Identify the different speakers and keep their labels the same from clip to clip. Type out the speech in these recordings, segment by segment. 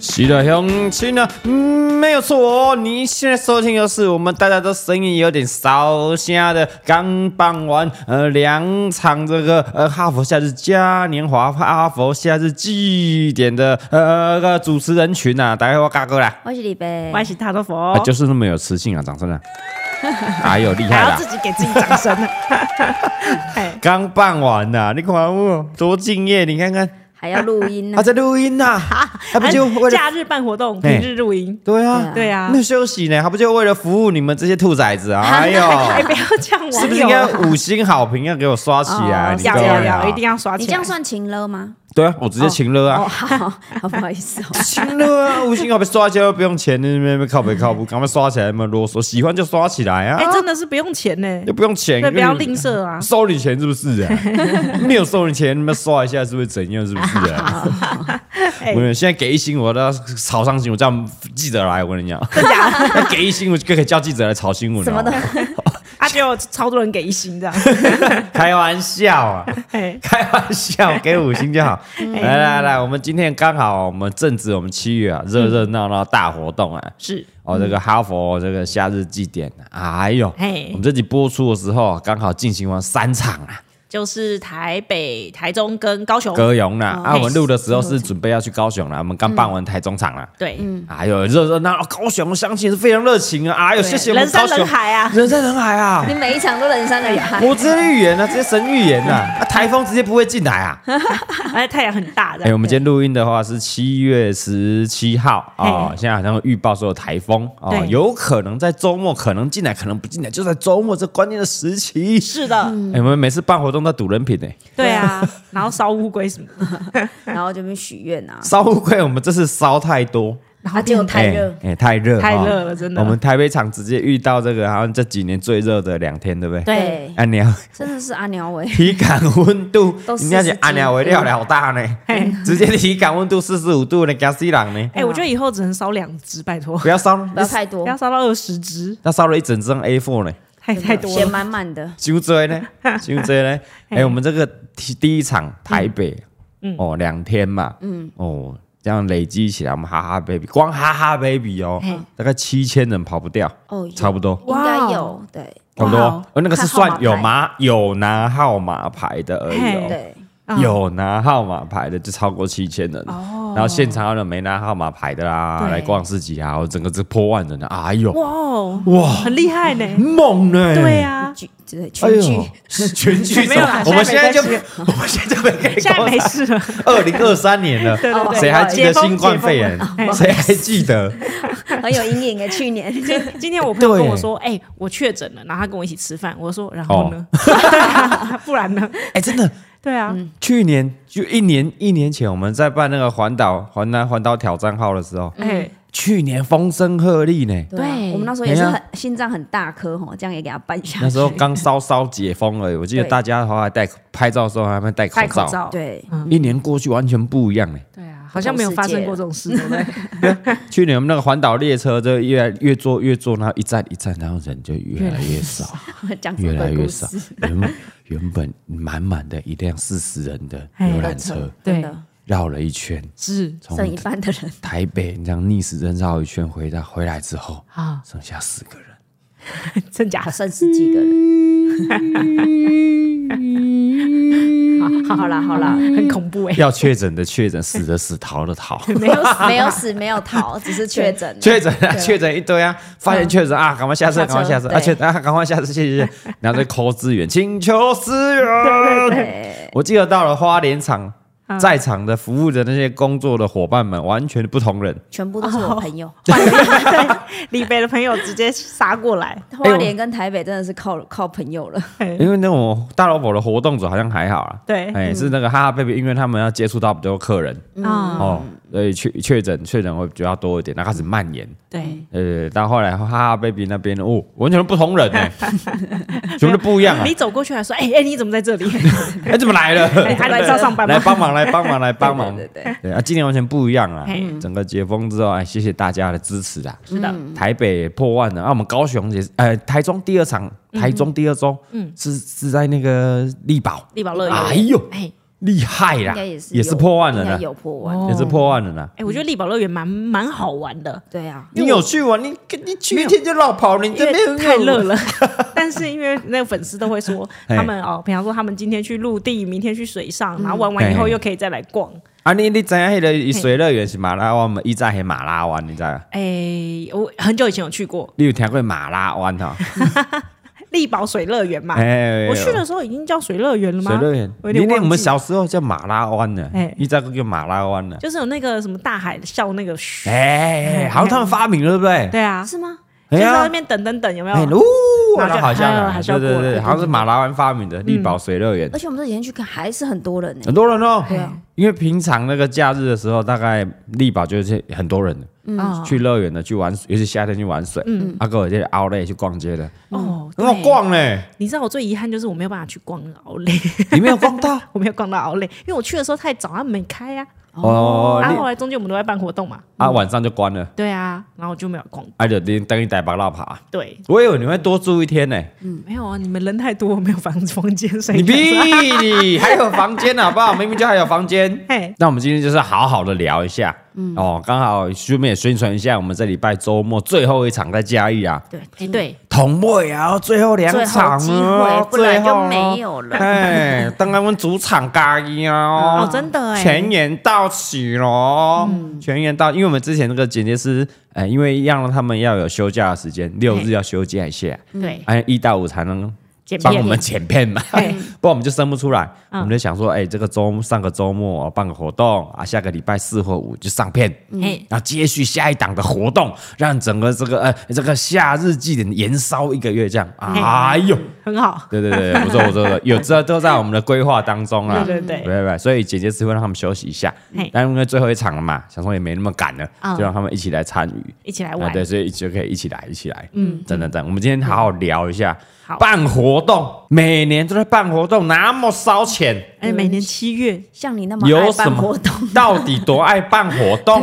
Speaker 1: 是的，乡亲呢，嗯，没有错哦。你现在收听的是我们大家都声音有点烧瞎的，刚办完呃两场这个呃哈佛夏日嘉年华、哈佛夏日祭典的呃个主持人群呐、啊，大家好，我嘎哥啦，
Speaker 2: 我是李贝，
Speaker 3: 欢喜大头佛哦
Speaker 1: 啊，，就是那么有磁性啊，掌声啊！哎呦，厉
Speaker 3: 还
Speaker 1: 害
Speaker 3: 要
Speaker 1: 啦
Speaker 3: 自！己给自己 掌声呢。哎，
Speaker 1: 刚办完呐、你看我多敬业，你看看，
Speaker 2: 还要录 音呢
Speaker 1: 他、。在录音呐、还不就为了
Speaker 3: 啊假日办活动，
Speaker 1: 哎
Speaker 3: 平日露营，
Speaker 1: 对啊，
Speaker 3: 对啊
Speaker 1: 那，休息呢，还不就为了服务你们这些兔崽 子啊？哎呦，
Speaker 3: 哎，不要这样
Speaker 1: 是
Speaker 3: 网
Speaker 1: 不是应
Speaker 3: 友
Speaker 1: 该
Speaker 3: 啊，
Speaker 1: 五星好评要给我刷起来？
Speaker 2: 哦
Speaker 1: 你
Speaker 2: 要
Speaker 1: 各
Speaker 3: 要
Speaker 1: 位
Speaker 3: 要
Speaker 1: 啊
Speaker 3: 要，一定要刷起
Speaker 2: 你
Speaker 3: 来。
Speaker 2: 这样算情了吗？
Speaker 1: 对啊，我直接请了
Speaker 2: 哦，
Speaker 1: 啊，
Speaker 2: 好，好不好意思 哦。
Speaker 1: 请了 啊，五星好评刷起来又不用钱，那边靠北靠不，赶快刷起来，那么啰嗦，喜欢就刷起来啊
Speaker 3: 哎，，真的是不用钱呢，
Speaker 1: 又不用钱，
Speaker 3: 对，不要吝啬啊。
Speaker 1: 收你钱是不是 啊？没有收你钱，你们刷一下是不是怎样？是不是啊？
Speaker 3: 哎
Speaker 1: 我，现在给一星，我都要炒上新闻，叫记者来。我跟你 讲， 要给一星，我就可以叫记者来炒新闻。
Speaker 2: 什么都
Speaker 1: 哦
Speaker 3: 啊，结果超多人给一星这 样。
Speaker 1: 开玩笑啊！
Speaker 3: 哎，
Speaker 1: 开玩笑，给五星就好。
Speaker 3: 嗯
Speaker 1: 来来来，我们今天刚好我们正值我们七月啊，热热闹闹大活动啊。
Speaker 3: 是，
Speaker 1: 哦，这个哈佛这个夏日祭典啊，哎呦，
Speaker 3: 嗯嘿
Speaker 1: 我们这集播出的时候啊刚好进行完三场啊，
Speaker 3: 就是台北、台中跟高雄。
Speaker 1: 歌咏啦。啊，
Speaker 3: 嘿
Speaker 1: 我们录的时候
Speaker 3: 哎
Speaker 1: 是准备要去高雄啦，我们刚办完台中场啦。
Speaker 3: 对，
Speaker 2: 嗯
Speaker 1: 哎呦，热热闹闹，高雄乡亲是非常热情啊！哎呦，
Speaker 3: 对
Speaker 1: 谢谢我
Speaker 3: 人
Speaker 1: 们高雄，
Speaker 3: 山人海啊。
Speaker 1: 人山人海 啊！
Speaker 2: 你每一场都人山人海，
Speaker 1: 我直接预言啊，直接神预言啊！啊，台风直接不会进来啊！
Speaker 3: 哎，太阳很大的。
Speaker 1: 哎、我们今天录音的话是七月十七号哦，现在好像有预报说有台风哦
Speaker 3: 对，
Speaker 1: 有可能在周末可能进来，可能不进来，就在周末这关键的时期。
Speaker 3: 是的，
Speaker 2: 嗯
Speaker 1: 哎、我们每次办活动都赌人品呢、
Speaker 3: 对啊，然后烧乌龟什么的，
Speaker 2: 然后就边许愿啊，
Speaker 1: 烧乌龟我们这次烧太多，
Speaker 3: 然
Speaker 2: 啊，
Speaker 3: 后
Speaker 2: 结果
Speaker 3: 就
Speaker 2: 太热，
Speaker 1: 哎、哎太热，
Speaker 3: 太热
Speaker 1: 哦
Speaker 3: 了，真的。
Speaker 1: 我们台北场直接遇到这个好像这几年最热的两天，对不对？
Speaker 3: 对，
Speaker 1: 阿娘
Speaker 2: 真的是阿鸟尾，
Speaker 1: 体感温度
Speaker 2: 都，
Speaker 1: 人家
Speaker 2: 40
Speaker 1: 讲阿娘为料了大呢，
Speaker 3: 嘿
Speaker 1: 直接体感温度四十五度呢，加西朗呢，
Speaker 3: 哎，我觉得以后只能烧两只，拜托，
Speaker 1: 不要烧，
Speaker 2: 不要太多
Speaker 3: 不，要烧到二十只，
Speaker 1: 那烧了一整张 A4 呢。
Speaker 3: 太太多
Speaker 2: 写
Speaker 3: 了。
Speaker 2: 满满的，
Speaker 1: 就这呢， 就这呢。哎、我们这个第第一场台北，
Speaker 3: 嗯
Speaker 1: 哦，两天嘛，嗯，哦，这样累积起来，我们哈哈 baby 光哈哈 baby 哦
Speaker 3: 嘿，
Speaker 1: 大概七千人跑不掉，
Speaker 2: 哦有
Speaker 1: 差不多，
Speaker 2: 应该有，对
Speaker 1: 差不多
Speaker 3: 哇哦。
Speaker 1: 而那个是算
Speaker 2: 看号码牌
Speaker 1: 有麻有拿号码牌的而已哦。
Speaker 2: 对，
Speaker 3: 嗯
Speaker 1: 有拿号码牌的就超过七千人，
Speaker 3: 哦
Speaker 1: 然后现场还有没拿号码牌的啦，
Speaker 3: 对
Speaker 1: 来逛市集啊，整个这破万人的，哎呦，
Speaker 3: 哇哦嗯
Speaker 1: 哇，
Speaker 3: 很厉害呢。
Speaker 1: 猛呢、
Speaker 3: 对啊呀，
Speaker 2: 剧对
Speaker 1: 哎
Speaker 2: 全
Speaker 1: 呦
Speaker 2: 剧，
Speaker 1: 是全剧
Speaker 3: 没有啦
Speaker 1: 我们现在就
Speaker 3: 现在没
Speaker 1: 我们现在就没可以
Speaker 3: 现在没事了。
Speaker 1: 二零二三年了，
Speaker 3: 对对对
Speaker 1: 谁还记得
Speaker 3: 解封
Speaker 1: 新冠肺炎
Speaker 3: 解封？了
Speaker 1: 谁还记得？
Speaker 2: 很有阴影的去 年
Speaker 3: 今今天我朋友
Speaker 1: 对
Speaker 3: 跟我说，哎，我确诊了，然后他跟我一起吃饭，我说，然后呢？ 不然呢？
Speaker 1: 哎，真的，
Speaker 3: 哦对啊，
Speaker 1: 去年就一年一年前我们在办那个环岛环南环岛挑战号的时候，
Speaker 3: 哎，
Speaker 1: 去年风声鹤唳呢。
Speaker 2: 对啊
Speaker 3: 对
Speaker 2: 我们那时候也是
Speaker 1: 哎呀
Speaker 2: 很心脏很大颗吼，这样也给他办下
Speaker 1: 那
Speaker 2: 来，
Speaker 1: 时候刚稍稍解封而已，我记得
Speaker 2: 对
Speaker 1: 大家好像还戴拍照的时候还没戴口
Speaker 3: 戴口
Speaker 1: 罩。
Speaker 3: 罩。
Speaker 2: 对，
Speaker 1: 一年过去完全不一样呢。
Speaker 3: 对啊，好像没有发生过这种事，对不对？
Speaker 1: 去年我们那个环岛列车就越来越坐越坐，然后一站一站，然后人就越来越少。
Speaker 2: 讲什
Speaker 1: 越
Speaker 2: 么
Speaker 1: 来
Speaker 2: 鬼
Speaker 1: 越
Speaker 2: 故
Speaker 1: 少
Speaker 2: 事？。
Speaker 1: 原原本满满的一辆四十人的
Speaker 3: 哎
Speaker 1: 游览车，
Speaker 2: 真
Speaker 3: 对
Speaker 2: 的
Speaker 1: 绕了一圈，
Speaker 3: 是
Speaker 1: 从
Speaker 2: 剩一半的 人，
Speaker 1: 台北这样逆时针绕一圈回到回来之后，
Speaker 3: 啊，
Speaker 1: 剩下四个人。
Speaker 3: 真假的？
Speaker 2: 剩十几个人。好，好啦，好啦，
Speaker 1: 嗯
Speaker 3: 很恐怖哎。
Speaker 1: 要确诊的确诊，死的死，逃的逃。
Speaker 2: 没有 死没有 死，没有逃，只是确诊了。
Speaker 1: 确诊啊，确诊一堆啊，发现确诊啊，赶快下车，
Speaker 2: 嗯下车
Speaker 1: 赶快下车，
Speaker 2: 对
Speaker 1: 啊，确啊，赶快下车，谢谢谢谢，然后再 call 支援，请求支援。
Speaker 2: 对，嗯
Speaker 1: 我记得到了花莲场，在场的服务的那些工作的伙伴们，完全不同人。
Speaker 2: 全部都是我朋
Speaker 1: 哦
Speaker 2: 友。
Speaker 3: 李北的朋友直接杀过来，
Speaker 2: 花莲跟台北真的是靠靠朋友了，
Speaker 1: 因为那种大老婆的活动组好像还好啦，
Speaker 3: 对
Speaker 1: 哎、是那个哈哈 baby，因为他们要接触到比较多客人、
Speaker 3: 啊，
Speaker 1: 哦，所以确确诊确诊会比较多一点，那开始蔓延，
Speaker 3: 对，
Speaker 1: 呃，到后来哈哈 baby 那边哦，完全不同人呢、全部都不一样啊
Speaker 3: 你，走过去还说，哎哎，你怎么在这 里？
Speaker 1: 哎、怎么来了？
Speaker 3: 哎，啊你是要上班
Speaker 1: 来
Speaker 3: 吗？
Speaker 1: 帮忙，来帮忙，来帮忙，
Speaker 2: 对对对
Speaker 1: 对啊，今年完全不一样啊
Speaker 3: 嘿！
Speaker 1: 整个解封之后，哎，谢谢大家的支持啊！
Speaker 3: 是的，
Speaker 1: 台北破万了，啊，我们高雄也是，呃，台中第二场，台中第二周，嗯，是是在那个力宝，
Speaker 3: 力宝乐
Speaker 1: 哎
Speaker 3: 园，
Speaker 1: 呦，
Speaker 3: 哎，
Speaker 1: 厉害
Speaker 2: 应
Speaker 1: 啦
Speaker 2: 该也，是
Speaker 1: 也
Speaker 2: 有
Speaker 1: 是破万
Speaker 2: 应
Speaker 1: 人
Speaker 2: 该
Speaker 1: 了，
Speaker 2: 有破万。
Speaker 1: 也是破万人了。
Speaker 3: 哎，我觉得力宝乐园蛮蛮好玩的，
Speaker 2: 对啊，
Speaker 1: 你有去玩？你你去一天就绕跑了，你
Speaker 3: 因
Speaker 1: 这边
Speaker 3: 为太热。 了。但是因为那个粉丝都会说，
Speaker 1: 嘿
Speaker 3: 他们哦，比方说他们今天去陆地，明天去水上，然后玩完
Speaker 1: 嘿
Speaker 3: 以
Speaker 1: 嗯
Speaker 3: 后
Speaker 1: 嘿
Speaker 3: 又可以再来逛。
Speaker 1: 啊，你你知影迄个水乐园是马拉湾嘛？伊在系马拉湾，你知道？
Speaker 3: 哎，我很久以前有去过
Speaker 1: 你有听过马拉湾哈？
Speaker 3: 力宝水乐园嘛，
Speaker 1: 哎
Speaker 3: 我去的时候已经叫水乐园了吗？
Speaker 1: 水乐园，
Speaker 3: 我有点
Speaker 1: 你那我
Speaker 3: 忘
Speaker 1: 们
Speaker 3: 记
Speaker 1: 小时候叫马拉湾呢
Speaker 3: 哎，
Speaker 1: 伊在叫马拉湾呢。
Speaker 3: 就是有那个什么大海啸那个嘘，
Speaker 1: 哎，哎好像他们发明了，对不对？
Speaker 3: 对啊，
Speaker 2: 是吗？
Speaker 3: 就
Speaker 1: 哎
Speaker 3: 是在
Speaker 1: 呀
Speaker 3: 那边等等等，有没
Speaker 1: 哎，
Speaker 3: 有？
Speaker 1: 呜，
Speaker 3: 然后就
Speaker 1: 好像
Speaker 3: 哎呦
Speaker 1: 啊
Speaker 3: 海
Speaker 1: 对
Speaker 3: 啸过
Speaker 1: 对
Speaker 3: 了
Speaker 1: 对，
Speaker 3: 对
Speaker 1: 好像是马拉湾发明的力宝水乐园
Speaker 2: 而，且我们这几天去看，还是很多人呢
Speaker 1: 很。多人哦
Speaker 2: 对啊。
Speaker 1: 因为平常那个假日的时候，大概力宝就是很多人的
Speaker 3: 嗯
Speaker 1: 去乐园的，去玩，尤其夏天去玩水。嗯，阿哥有些奥莱去逛街的，嗯
Speaker 3: 哦，
Speaker 1: 很好
Speaker 3: 对。
Speaker 1: 逛嘞，
Speaker 3: 你知道我最遗憾就是我没有办法去逛奥莱，
Speaker 1: 你没有逛到
Speaker 3: 我没有逛到奥莱，因为我去的时候太早，他们没开啊。
Speaker 1: 哦
Speaker 3: 然后
Speaker 1: 你
Speaker 3: 后来啊中间我们都在办活动嘛，
Speaker 1: 啊，晚上就关了，
Speaker 3: 对啊，然后我就没有逛。
Speaker 1: 啊，就等等你带把绕爬。
Speaker 3: 对，
Speaker 1: 我以为你会多住一天呢，
Speaker 3: 没有啊，你们人太多，我没有房房间，所以
Speaker 1: 你屁，你 还有房间好不好？明明就还有房间。
Speaker 3: 哎，
Speaker 1: 那我们今天就是好好的聊一下，哦，刚好顺便也宣传一下，我们这礼拜周末最后一场在嘉义啊，
Speaker 2: 对，
Speaker 3: 哎对，
Speaker 1: 同位也要最后两
Speaker 2: 最后
Speaker 1: 场
Speaker 2: 机
Speaker 1: 哦
Speaker 2: 会，，不
Speaker 1: 最
Speaker 2: 然
Speaker 1: 后
Speaker 2: 就
Speaker 1: 哦
Speaker 2: 没有了。
Speaker 1: 哎，当然我们主场嘉义 啊哦，
Speaker 3: 哦，真的哎，
Speaker 1: 全员到齐喽，
Speaker 2: 嗯
Speaker 1: 全员到，因为我们之前那个剪接师，哎，因为要让他们要有休假的时间，六日要休假一下，
Speaker 3: 对，
Speaker 1: 哎，一到五才能
Speaker 3: 剪片
Speaker 1: 帮我们剪片 嘛， 不
Speaker 3: 哎
Speaker 1: 然我们就生不出来。
Speaker 3: 嗯
Speaker 1: 我们就想说，哎，这个周上个周末哦办个活动啊，下个礼拜四或五就上片，
Speaker 3: 哎，
Speaker 1: 然后接续下一档的活动，让整个这个呃这个夏日祭典延烧一个月这样。
Speaker 3: 嘿
Speaker 1: 哎呦，
Speaker 3: 很好，
Speaker 1: 对对对， 对不错不错，不错有这都在我们的规划当中啊。
Speaker 3: 对对对
Speaker 1: 对对，所以姐姐是会让他们休息一下
Speaker 3: 嘿，
Speaker 1: 但因为最后一场了嘛，想说也没那么赶了，
Speaker 3: 嗯
Speaker 1: 就让他们一起来参与。
Speaker 3: 一起来
Speaker 1: 啊，
Speaker 3: 玩
Speaker 1: 对，，所以就可以一起来，一起来，嗯，真的真的，我们今天好好聊一下
Speaker 3: 好，
Speaker 1: 办活动，每年都在办活动，那么烧钱，
Speaker 3: 哎，每年七月
Speaker 2: 像你那么
Speaker 1: 有
Speaker 2: 爱
Speaker 1: 什
Speaker 2: 办
Speaker 1: 么
Speaker 2: 活动，
Speaker 1: 到底多爱办活 动？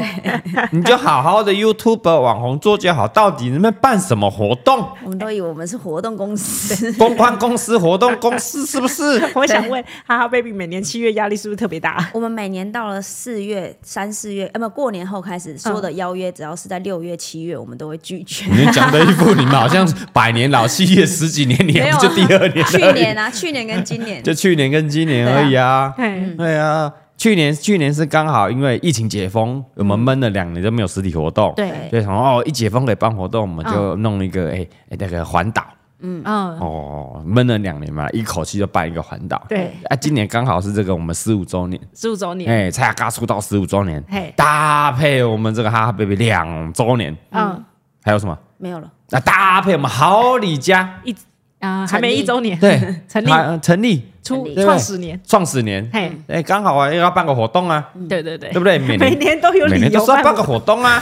Speaker 1: 你就好好的 YouTube 网红做就好，到底你们办什么活动？
Speaker 2: 我们都以为我们是活动公司。
Speaker 1: 公关公司、活 动公司是不是？
Speaker 3: 我想问，哈哈 baby 每年七月压力是不是特别 大？
Speaker 2: 我们每年到了四月、三四月，呃，不，过年后开始，所有的邀约只要是在六月、七月，我们都会拒绝。
Speaker 1: 你们讲的一副你们好像百年老企业十几年，你
Speaker 2: 没
Speaker 1: 还
Speaker 2: 有
Speaker 1: 不
Speaker 2: 啊
Speaker 1: 就第二年
Speaker 2: 去
Speaker 1: 而已，
Speaker 2: 年啊，去年跟今年，
Speaker 1: 就去年跟今年而已啊。
Speaker 3: 哎，
Speaker 1: 对啊，去年去年是刚好因为疫情解封，我们闷了两年都没有实体活动，
Speaker 3: 对，
Speaker 1: 所以想说哦，一解封可以办活动，我们就弄一个哎哎那个环岛
Speaker 3: 嗯，
Speaker 1: 哦，闷了两年嘛，一口气就办一个环岛。
Speaker 3: 对，
Speaker 1: 啊，今年刚好是这个我们十五周年，
Speaker 3: 十五周年，
Speaker 1: 哎，蔡雅嘎出道十五周年
Speaker 3: 嘿，
Speaker 1: 搭配我们这个哈哈 baby 两周年，
Speaker 3: 嗯
Speaker 1: 还有什么？
Speaker 2: 没有了。
Speaker 1: 那搭配我们好李家。
Speaker 3: 啊，还没一周年，
Speaker 1: 对，
Speaker 3: 成立
Speaker 1: 他成立
Speaker 3: 出
Speaker 1: 对
Speaker 3: 创始年，
Speaker 1: 创始年，
Speaker 3: 嘿，
Speaker 1: 哎，刚好啊，又要办个活动啊，
Speaker 3: 对对对
Speaker 1: 对，不对？每
Speaker 3: 每
Speaker 1: 年
Speaker 3: 年都有
Speaker 1: 每
Speaker 3: 理
Speaker 1: 年
Speaker 3: 由
Speaker 1: 都是要办
Speaker 3: 办
Speaker 1: 个活动 啊，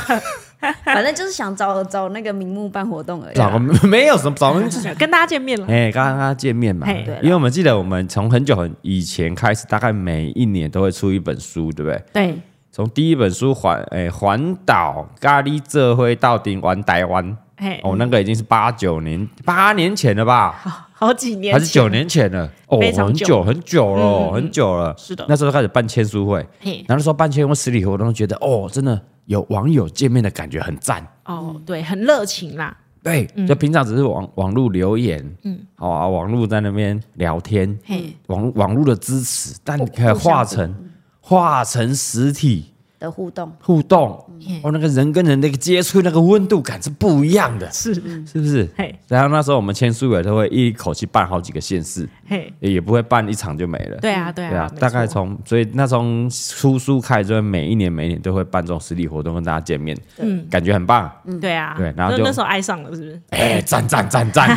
Speaker 2: 反正就是想找找那个名目办活动而已
Speaker 1: 找
Speaker 2: 啊。
Speaker 1: 个没有什么找个 就是。
Speaker 3: 跟大家见面了，
Speaker 1: 哎，刚刚跟他见面嘛
Speaker 3: 嘿
Speaker 2: 对，了
Speaker 1: 因为我们记得我们从很久很以前开始，大概每一年都会出一本书，对不对？
Speaker 3: 对，
Speaker 1: 从第一本书环哎环岛咖喱这灰到顶玩台湾，
Speaker 3: 哎，
Speaker 1: 哦，那个已经是八九年八年前了吧，
Speaker 3: 好几年
Speaker 1: 还是
Speaker 3: 前
Speaker 1: 九年前了？哦，
Speaker 3: 非常
Speaker 1: 很
Speaker 3: 久嗯
Speaker 1: 久很久了，很久了。
Speaker 3: 是的
Speaker 1: 那时候开始办签书会，
Speaker 3: 嘿，
Speaker 1: 然后说办签婚实体活动，觉得哦，真的有网友见面的感觉很赞。
Speaker 3: 哦，对，很热情啦，
Speaker 1: 对，
Speaker 3: 嗯
Speaker 1: 就平常只是网网络留言，嗯，好啊，网络在那边聊天，
Speaker 3: 嘿，
Speaker 1: 网网络的支持，但你可以
Speaker 3: 互相
Speaker 1: 化
Speaker 3: 嗯
Speaker 1: 成化成实体
Speaker 2: 的互 动，
Speaker 1: 互动，
Speaker 3: 嗯
Speaker 1: 哦，那个人跟人那个接触那个温度感是不一样的，
Speaker 3: 是，
Speaker 1: 是不是？
Speaker 3: 嘿，
Speaker 1: 然后那时候我们签书委都会一口气办好几个县市，
Speaker 3: 嘿，
Speaker 1: 也不会办一场就没了。
Speaker 3: 对啊，对
Speaker 1: 对
Speaker 3: 啊
Speaker 1: 啊，，大概
Speaker 3: 没错
Speaker 1: 从所以那从出书开始，就会每一年每一年都会办这种实体活动跟大家见面，嗯，感觉很棒，
Speaker 3: 对啊，
Speaker 1: 对然后就
Speaker 3: 那那时候爱上了，是不是？
Speaker 1: 哎，赞赞赞 赞，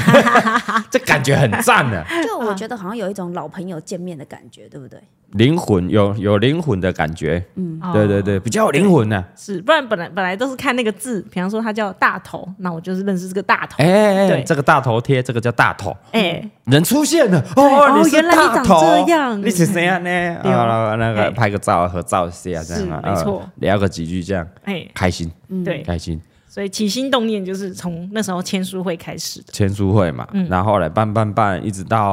Speaker 1: 这感觉很赞啊的，
Speaker 3: 嗯
Speaker 2: 就我觉得好像有一种老朋友见面的感觉，对不对？
Speaker 1: 灵魂有有灵魂的感觉，嗯，对对
Speaker 3: 哦
Speaker 1: 对，比较有灵魂啊呢，
Speaker 3: 是，不然本来本来都是看那个字，比方说他叫大头，那我就是认识这个大头，
Speaker 1: 哎哎哎，
Speaker 3: 对
Speaker 1: 这个大头贴，这个叫大头。
Speaker 3: 哎，
Speaker 1: 人出现了哦，
Speaker 3: 哦
Speaker 1: 你是
Speaker 3: 原来你
Speaker 1: 大
Speaker 3: 长
Speaker 1: 头
Speaker 3: 这样
Speaker 1: 你是谁啊？呢，
Speaker 3: 对
Speaker 1: 啊，那个
Speaker 3: 哎
Speaker 1: 拍个照合照一下，这样啊
Speaker 3: 是没错
Speaker 1: 啊聊个几句这样，
Speaker 3: 哎，
Speaker 1: 开心
Speaker 3: 对，
Speaker 1: 开心。
Speaker 3: 所以起心动念就是从那时候签书会开始的，
Speaker 1: 签书
Speaker 3: 嗯
Speaker 1: 会嘛，然后后来办办办，一直到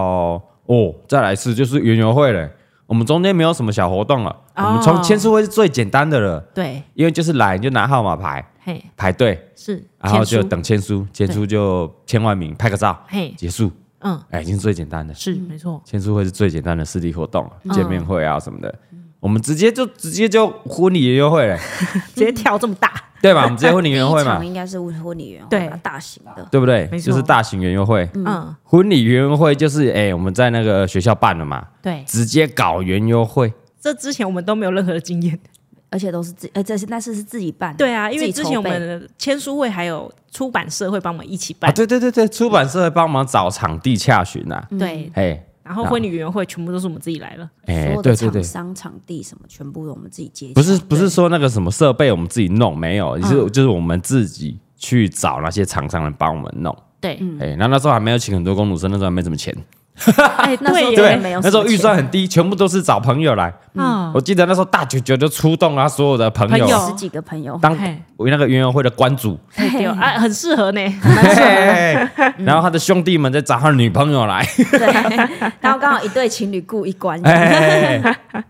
Speaker 1: 哦，再来一次就是园游会了。我们中间没有什么小活动了，
Speaker 3: 哦
Speaker 1: 我们从签书会是最简单的了，
Speaker 3: 对，
Speaker 1: 因为就是来你就拿号码牌
Speaker 3: 嘿，
Speaker 1: 排队，
Speaker 3: 是，
Speaker 1: 然后
Speaker 3: 签
Speaker 1: 就
Speaker 3: 书，
Speaker 1: 等签书，签书就签完名拍个照，
Speaker 3: 嘿，
Speaker 1: 结束，
Speaker 3: 嗯，
Speaker 1: 哎，已经是最简单的。
Speaker 3: 是没错，
Speaker 1: 签书会是最简单的实体活动了，见面会啊什么的，我们直接就直接就婚礼约会了，
Speaker 3: 直接跳这么大，
Speaker 1: 对吧？我们直接哎婚礼约会
Speaker 2: 第一
Speaker 1: 嘛
Speaker 2: 场，应该是婚礼圆
Speaker 3: 对
Speaker 2: 会吧，大型的。
Speaker 1: 对不对？
Speaker 3: 没错
Speaker 1: 就是大型约会，
Speaker 3: 嗯，
Speaker 1: 婚礼约会就是哎、我们在那个学校办了嘛，
Speaker 3: 对，
Speaker 1: 直接搞圆约会，
Speaker 3: 这之前我们都没有任何的经验，
Speaker 2: 而且都是自，呃，这是那次是自己办的，
Speaker 3: 对啊，因
Speaker 2: 自
Speaker 3: 为
Speaker 2: 己
Speaker 3: 之
Speaker 2: 筹
Speaker 3: 前我
Speaker 2: 备
Speaker 3: 们的签书会还有出版社会帮我们一起
Speaker 1: 啊，
Speaker 3: 办，
Speaker 1: 对对对对，出版社会帮忙找场地洽询啊，
Speaker 3: 对，
Speaker 1: 哎
Speaker 3: 然后
Speaker 1: 那
Speaker 3: 婚礼委员会全部都是我们自己来了，
Speaker 1: 哎
Speaker 2: 所，有
Speaker 1: 对
Speaker 2: 的
Speaker 1: 对对
Speaker 2: 厂，商、场地什么，全部都我们自己接洽。
Speaker 1: 不是不是说那个什么设备我们自己弄没有，就是就是我们自己去找那些厂商来帮我们弄，
Speaker 3: 对，
Speaker 1: 哎，那那时候还没有请很多工读生，那时候还没什么钱，
Speaker 3: 哎，
Speaker 2: 那时候
Speaker 3: 对
Speaker 2: 真
Speaker 1: 对，
Speaker 2: 的
Speaker 3: 耶，
Speaker 2: 没有
Speaker 1: 那时候
Speaker 2: 什么
Speaker 1: 预算很低，全部都是找朋友来。
Speaker 3: 啊，
Speaker 1: 我记得那时候大九九就出动了他所有的朋友
Speaker 3: 朋友
Speaker 2: 十几个朋友，
Speaker 1: 当
Speaker 3: 嘿
Speaker 1: 我那个园游会的关主，
Speaker 3: 太丢啊，很适合呢，
Speaker 1: 嘿 然后他的兄弟们再找他的女朋友来，
Speaker 2: 对， 然后刚好一对情侣雇一关，
Speaker 1: 哎，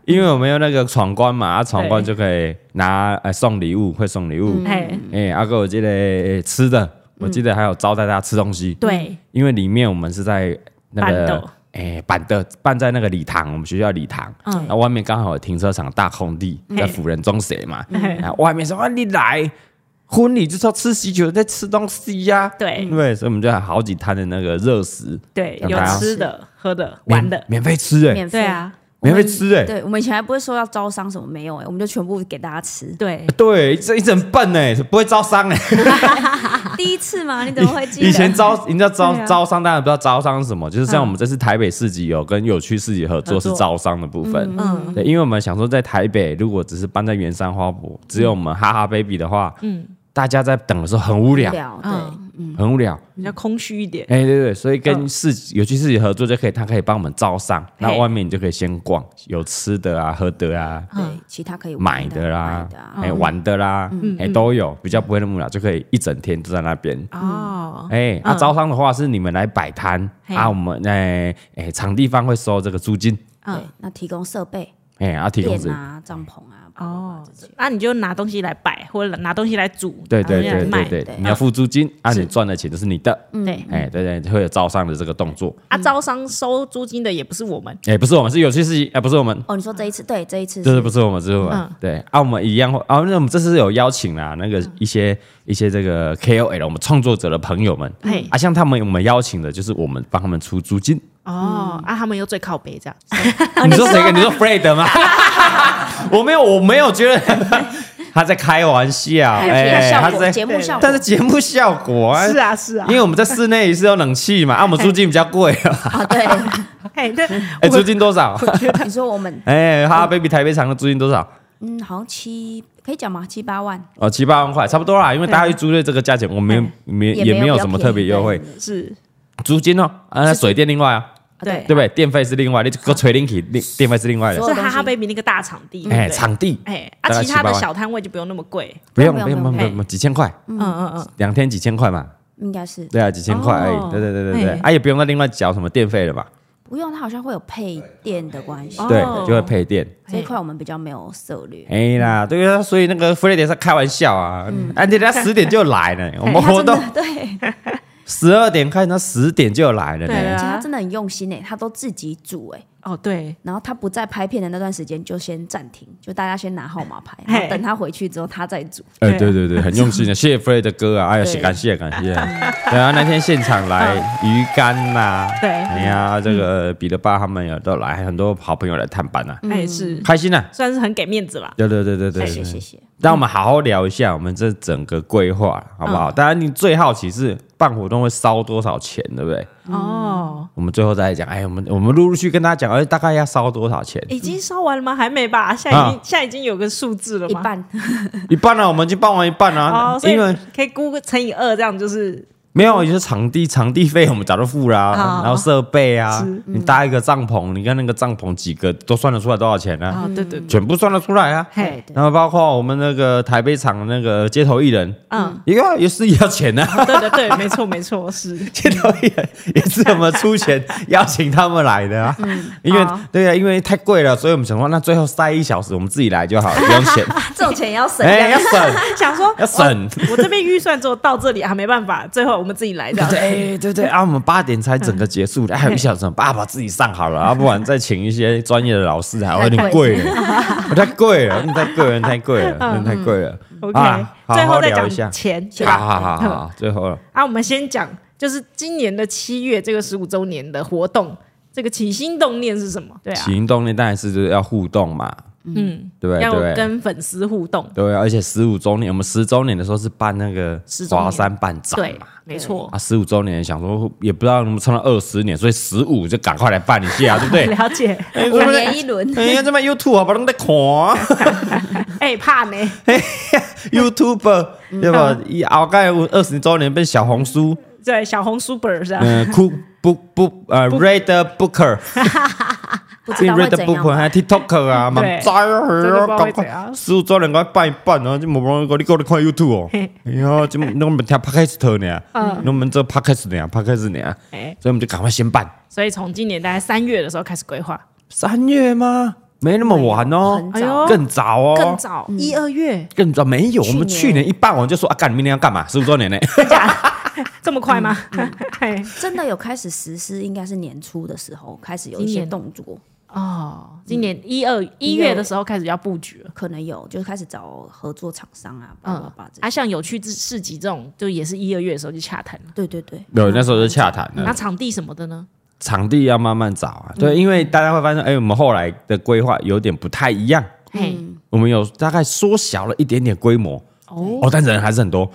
Speaker 1: 因为我们有那个闯关嘛，啊，闯关
Speaker 3: 对
Speaker 1: 就可以拿呃送礼物，会送礼物。
Speaker 3: 哎，
Speaker 1: 哎，阿哥，我记得哎吃的，我记得还有招待大家吃东西，
Speaker 3: 对，
Speaker 1: 因为里面我们是在那
Speaker 3: 板
Speaker 1: 个
Speaker 3: 豆
Speaker 1: 哎板的办在那个礼堂，我们学校礼堂，
Speaker 3: 嗯
Speaker 1: 然后外面刚好有停车场大空地，在辅仁中学嘛，
Speaker 3: 嗯
Speaker 1: 然后外面说啊你来婚礼就是要吃喜酒，在吃东西呀、
Speaker 3: 对
Speaker 1: 对，所以我们就有好几摊的那个热食，
Speaker 3: 对，
Speaker 1: 让
Speaker 3: 有
Speaker 1: 大家
Speaker 3: 吃的、喝的、
Speaker 1: 免
Speaker 3: 玩的，
Speaker 1: 免费吃哎、
Speaker 2: 免费
Speaker 3: 对，啊，
Speaker 2: 我们
Speaker 1: 免费吃哎、
Speaker 2: 对我们以前还不会说要招商什么，没有哎，我们就全部给大家 吃。
Speaker 3: 对，
Speaker 1: 对，这一整笨哎、不会招商哎、
Speaker 2: 第一次嘛，你怎么会记得？
Speaker 1: 以前招，人家招、
Speaker 3: 对啊嗯
Speaker 1: 招商，当然不知道招商是什么，就是像我们这次台北市集有跟有趣市集合作
Speaker 3: 合
Speaker 1: 是
Speaker 3: 作
Speaker 1: 招商的部分，
Speaker 3: 嗯，
Speaker 1: 对，因为我们想说在台北如果只是搬在圆山花博，只有我们哈哈 baby 的话，嗯，大家在等的时候很无聊，
Speaker 2: 聊
Speaker 3: 嗯
Speaker 2: 对，
Speaker 1: 很无聊，
Speaker 3: 比较空虚一点，
Speaker 1: 哎、对对，所以跟市、有去市集合作就可以，他可以帮我们招商，那
Speaker 3: 嘿
Speaker 1: 外面你就可以先逛，有吃的啊、喝的啊、
Speaker 3: 嗯
Speaker 2: 对，其他可以玩
Speaker 1: 买的啦
Speaker 2: 买的啊，
Speaker 1: 哎、玩的啦，哎、都有，比较不会那么无聊，就可以一整天都在那边。
Speaker 3: 哦，
Speaker 1: 哎、那、招商的话是你们来摆摊
Speaker 3: 嘿
Speaker 1: 啊，我们哎哎、场地方会收这个租金，
Speaker 2: 对，嗯那提供设备、
Speaker 1: 哎、啊提供
Speaker 2: 店
Speaker 1: 是
Speaker 2: 啊、帐篷啊，
Speaker 3: 哦，那你就拿东西来摆，或者拿东西来煮，
Speaker 1: 对
Speaker 3: 拿东
Speaker 1: 对
Speaker 3: 西来
Speaker 1: 对
Speaker 3: 卖
Speaker 1: 对对
Speaker 2: 对，
Speaker 1: 你要付租金，啊，
Speaker 3: 是
Speaker 1: 你赚的钱就是你的，
Speaker 3: 对。
Speaker 2: 嗯
Speaker 1: 哎、对对，会有招商的这个动作，
Speaker 3: 啊，招商收租金的也不是我们，
Speaker 1: 哎、不是我们是有趣事情，哎、不是我们，
Speaker 2: 哦，你说这一
Speaker 3: 嗯
Speaker 2: 次，对，这一次
Speaker 1: 这是不是我们，这是我们，对啊，我们一样会啊，那我们这次有邀请啦，那个一些、一些这个 KOL 我们创作者的朋友们
Speaker 3: 嘿，
Speaker 1: 啊，像他们我们邀请的就是我们帮他们出租金，
Speaker 3: 哦，啊，他们又最靠北这样，
Speaker 1: 你说谁跟？你说 Fred 吗？ 我没有，我没有觉得 他在开玩笑，哎、
Speaker 2: 效
Speaker 1: 他
Speaker 2: 果
Speaker 1: 在，
Speaker 2: 节目效果，
Speaker 1: 但是节目效果啊，
Speaker 3: 是啊是啊
Speaker 1: 因，为我们在室内也是有冷气嘛，啊，我们租金比较贵啊，
Speaker 2: 啊，对，
Speaker 3: 哎， 对，
Speaker 1: 哎、租金多少？
Speaker 2: 你说我们
Speaker 1: 哎、哈哈 baby 台北场的租金多少？
Speaker 2: 嗯，好像七可以讲吗？七八万
Speaker 1: 哦，七八万块差不多啦，因为大家去租的这个价钱，我们没
Speaker 2: 也
Speaker 1: 也没有
Speaker 2: 比较
Speaker 1: 什么
Speaker 2: 便宜
Speaker 1: 特别优惠，，
Speaker 2: 对
Speaker 3: 是，
Speaker 1: 租金哦，啊，那水电另外啊，
Speaker 3: 对
Speaker 1: 对不对？电费是另外，你个锤电起，电电费是另外的
Speaker 2: 所，
Speaker 3: 是哈哈 baby 那个大场地，
Speaker 1: 哎，
Speaker 3: 对不对
Speaker 1: 场地
Speaker 3: 哎，
Speaker 1: 大
Speaker 3: 啊，
Speaker 1: 概
Speaker 3: 其他
Speaker 1: 7-8
Speaker 3: 的
Speaker 1: 万
Speaker 3: 小摊位就不用那么贵，
Speaker 1: 不用
Speaker 2: 不
Speaker 1: 不
Speaker 2: 用
Speaker 1: 用不用
Speaker 2: 不用
Speaker 1: 不用不用，几千块，
Speaker 3: 嗯嗯嗯，
Speaker 1: 两天几千块嘛，
Speaker 2: 应该是
Speaker 1: 对啊，几千块而
Speaker 3: 哦
Speaker 1: 已，对对对对对
Speaker 3: 哎，
Speaker 1: 啊，也不用再另外缴什么电费了吧？
Speaker 2: 不用，它好像会有配电的关系，
Speaker 3: 哦
Speaker 1: 对，就会配电。
Speaker 2: 这一块我们比较没有涉略。
Speaker 1: 哎啦，对啊，所以那个 f r e d 是开玩笑啊，啊，人家十点就来了，我们
Speaker 2: 他
Speaker 1: 活
Speaker 2: 哎真的
Speaker 1: 动
Speaker 2: 对，
Speaker 1: 十二点开，那十点就来了
Speaker 3: 对
Speaker 1: 呢
Speaker 3: 啊。
Speaker 2: 而且他真的很用心哎，他都自己煮哎，
Speaker 3: 哦对，
Speaker 2: 然后他不在拍片的那段时间就先暂停，就大家先拿号码牌，
Speaker 3: 嘿
Speaker 2: 然后等他回去之后他再煮。
Speaker 1: 哎、
Speaker 3: 对
Speaker 1: 对
Speaker 3: 啊
Speaker 1: 对 对，很用心的，谢谢 Fred 的歌啊，哎呀，
Speaker 2: 对
Speaker 1: 谢感谢感谢， 对啊，那天现场来鱼竿呐、
Speaker 3: 对嗯
Speaker 1: 哎呀，这个彼得爸他们也都来，还很多好朋友来探班呐、啊
Speaker 3: 哎是，
Speaker 1: 开心呐、啊，
Speaker 3: 算是很给面子啦，
Speaker 1: 对对对对对，
Speaker 2: 谢谢谢谢，
Speaker 1: 让我们好好聊一下我们这整个规划，好不好？
Speaker 3: 嗯
Speaker 1: 当然，你最好奇是办活动会烧多少钱，对不对？
Speaker 3: 哦，
Speaker 1: 我们最后再讲，哎，我们我们陆陆续跟大家讲，哎，大概要烧多少钱？
Speaker 3: 已经烧完了吗？还没吧？现在已经
Speaker 1: 啊
Speaker 3: 现在已经有个数字了
Speaker 2: 一
Speaker 3: 吗？
Speaker 2: 半
Speaker 1: 一半呢、啊，我们已经办完一半啊，
Speaker 3: 哦，所以
Speaker 1: 因为
Speaker 3: 可以估个乘以二，这样就是
Speaker 1: 没有，就是场地场地费我们早就付啦、
Speaker 3: 哦
Speaker 1: 然后设备啊
Speaker 3: 是，
Speaker 1: 你搭一个帐篷，你看那个帐篷几个都算得出来多少钱呢、啊？
Speaker 3: 啊，对对对，
Speaker 1: 全部算得出来啊。
Speaker 3: 嘿，
Speaker 1: 然后包括我们那个台北场那个街头艺人，
Speaker 3: 嗯，哦
Speaker 1: 也要也是要钱的、啊。
Speaker 3: 对对对，没错没错， 是
Speaker 1: 街头艺人也是我们出钱邀请他们来的啊，因为
Speaker 3: 好
Speaker 1: 对啊，因为太贵了，所以我们想说，那最后塞一小时，我们自己来就好了，不用钱。
Speaker 2: 这种钱也要省
Speaker 1: 哎，要。
Speaker 2: 呀
Speaker 1: 省，
Speaker 3: 想说
Speaker 1: 要省。
Speaker 3: 我这边预算只有到这里啊，没办法，最后我们自己来这样。
Speaker 1: 对哎对对啊，我们八点才整个结束的，还有一小时，爸爸自己上好了，啊，不然再请一些专业的老师还会有点贵了，太贵了，太贵了，太贵了，真的太贵了。
Speaker 3: OK，、
Speaker 1: 啊好
Speaker 3: 最
Speaker 1: 好
Speaker 3: 后再
Speaker 1: 聊一下
Speaker 3: 讲钱，对
Speaker 1: 好
Speaker 3: 吧？
Speaker 1: 好好好，最后了，
Speaker 3: 啊，我们先讲，就是今年的七月这个十五周年的活动，这个起心动念是什么？对啊
Speaker 1: 起，因动力当然是就是要互动嘛，
Speaker 3: 嗯，
Speaker 1: 对不对？
Speaker 3: 要
Speaker 1: 对不对？
Speaker 3: 跟粉丝互动，
Speaker 1: 对，而且十五周年，我们十周年的时候是办那个
Speaker 3: 10周年
Speaker 1: 华山办展
Speaker 3: 对
Speaker 1: 嘛，，
Speaker 3: 没错，
Speaker 1: 啊，十五周年想说也不知道能不能撑到二十年，所以十五就赶快来办一下，对不对？
Speaker 3: 了解。
Speaker 1: 哎
Speaker 2: 五年一轮，
Speaker 1: 哎呀，这么 YouTube 啊，把人在看
Speaker 3: 哎、怕呢？
Speaker 1: ，YouTube
Speaker 3: 嗯
Speaker 1: 对吧？一后盖有二十周年变小红书，
Speaker 3: 对，小红书本儿是吧？
Speaker 1: 嗯，酷不不 呃，Red Booker
Speaker 2: 不知
Speaker 1: 变
Speaker 2: 道会
Speaker 1: Red
Speaker 2: 怎样
Speaker 1: Booker
Speaker 2: 吧。
Speaker 1: 还 TikTok 啊，蛮
Speaker 3: 对
Speaker 1: 灾
Speaker 3: 真的不知
Speaker 1: 啊，
Speaker 3: 道
Speaker 1: 赶
Speaker 3: 会怎
Speaker 1: 快
Speaker 3: 样
Speaker 1: 十五周年赶快办一办啊！就无容易讲你过来看 YouTube 哦
Speaker 3: 嘿，
Speaker 1: 哎呀，这我们听 Podcast 呢
Speaker 3: 嗯，
Speaker 1: 我们这 Podcast 呢，Podcast 呢。
Speaker 3: 哎、
Speaker 1: 所以我们就赶快先办。
Speaker 3: 所以从今年大概三月的时候开始规划，
Speaker 1: 三月吗？没那么晚哦，
Speaker 2: 很早
Speaker 3: 哎呦
Speaker 1: 更早哦，
Speaker 3: 更早一二、月，
Speaker 1: 更早没有。我们
Speaker 2: 去
Speaker 1: 去
Speaker 2: 年
Speaker 1: 年一办完就说啊，干，你明年要干嘛？十五周年呢？
Speaker 3: 这么快吗？
Speaker 1: 嗯
Speaker 3: 哎嘿
Speaker 2: 真的有开始实施，应该是年初的时候开始有一
Speaker 3: 今
Speaker 2: 些
Speaker 3: 年
Speaker 2: 动作，
Speaker 3: 哦，今年一二一月的时候开始要布局了。
Speaker 2: 可能有就是开始找合作厂商啊，叭叭
Speaker 3: 嗯
Speaker 2: 叭，这些。
Speaker 3: 啊，像有去市市集这种，就也是一二月的时候就洽谈了。
Speaker 2: 对对对，
Speaker 1: 有，那时候就洽谈
Speaker 3: 那
Speaker 1: 了，
Speaker 3: 场地什么的呢？
Speaker 1: 场地要慢慢找
Speaker 3: 嗯
Speaker 1: 啊。对，因为大家会发现，哎，我们后来的规划有点不太一样，
Speaker 3: 嘿，
Speaker 1: 我们有大概缩小了一点点规模。
Speaker 3: 哦，
Speaker 1: 哦，但人还是很 多。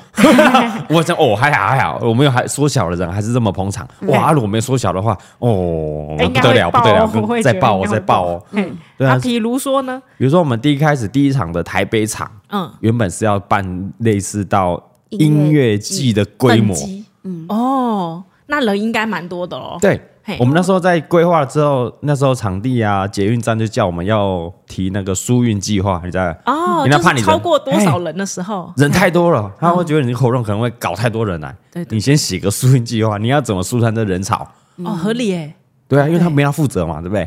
Speaker 1: 我想，哦，还好还好，我们有还缩小了人，还是这么捧场。哇，啊如果没缩小的话，哦，
Speaker 3: 嗯哎应
Speaker 1: 不
Speaker 3: 该
Speaker 1: 得
Speaker 3: 会
Speaker 1: 了，不
Speaker 3: 爆
Speaker 1: 得
Speaker 3: 哦
Speaker 1: 了，
Speaker 3: 我会
Speaker 1: 再
Speaker 3: 觉得
Speaker 1: 爆
Speaker 3: 应
Speaker 1: 哦，
Speaker 3: 该
Speaker 1: 再
Speaker 3: 会
Speaker 1: 爆
Speaker 3: 爆
Speaker 1: 哦。
Speaker 3: 嘿，
Speaker 1: 对啊
Speaker 3: 啊，比如说呢，
Speaker 1: 比如说，我们第一开始第一场的台北场，
Speaker 3: 嗯，
Speaker 1: 原本是要办类似到音
Speaker 2: 音
Speaker 1: 乐
Speaker 2: 乐
Speaker 1: 季
Speaker 2: 季
Speaker 1: 的规模
Speaker 3: 蹦，极，嗯，哦，那人应该蛮多的哦。
Speaker 1: 对
Speaker 3: 嘿。
Speaker 1: 我们那时候在规划了之后，那时候场地啊，捷运站就叫我们要提那个疏运计划，你知道吗？
Speaker 3: 哦，
Speaker 1: 人家怕你
Speaker 3: 就是
Speaker 1: 人
Speaker 3: 超过多少人的时候，
Speaker 1: 人太多了，他会觉得你活动可能会搞太多人来。
Speaker 3: 对对
Speaker 1: 你先写个疏运计划，你要怎么疏散这人潮？
Speaker 3: 哦，合理哎。
Speaker 1: 对啊，因为他们要负责嘛，对不对？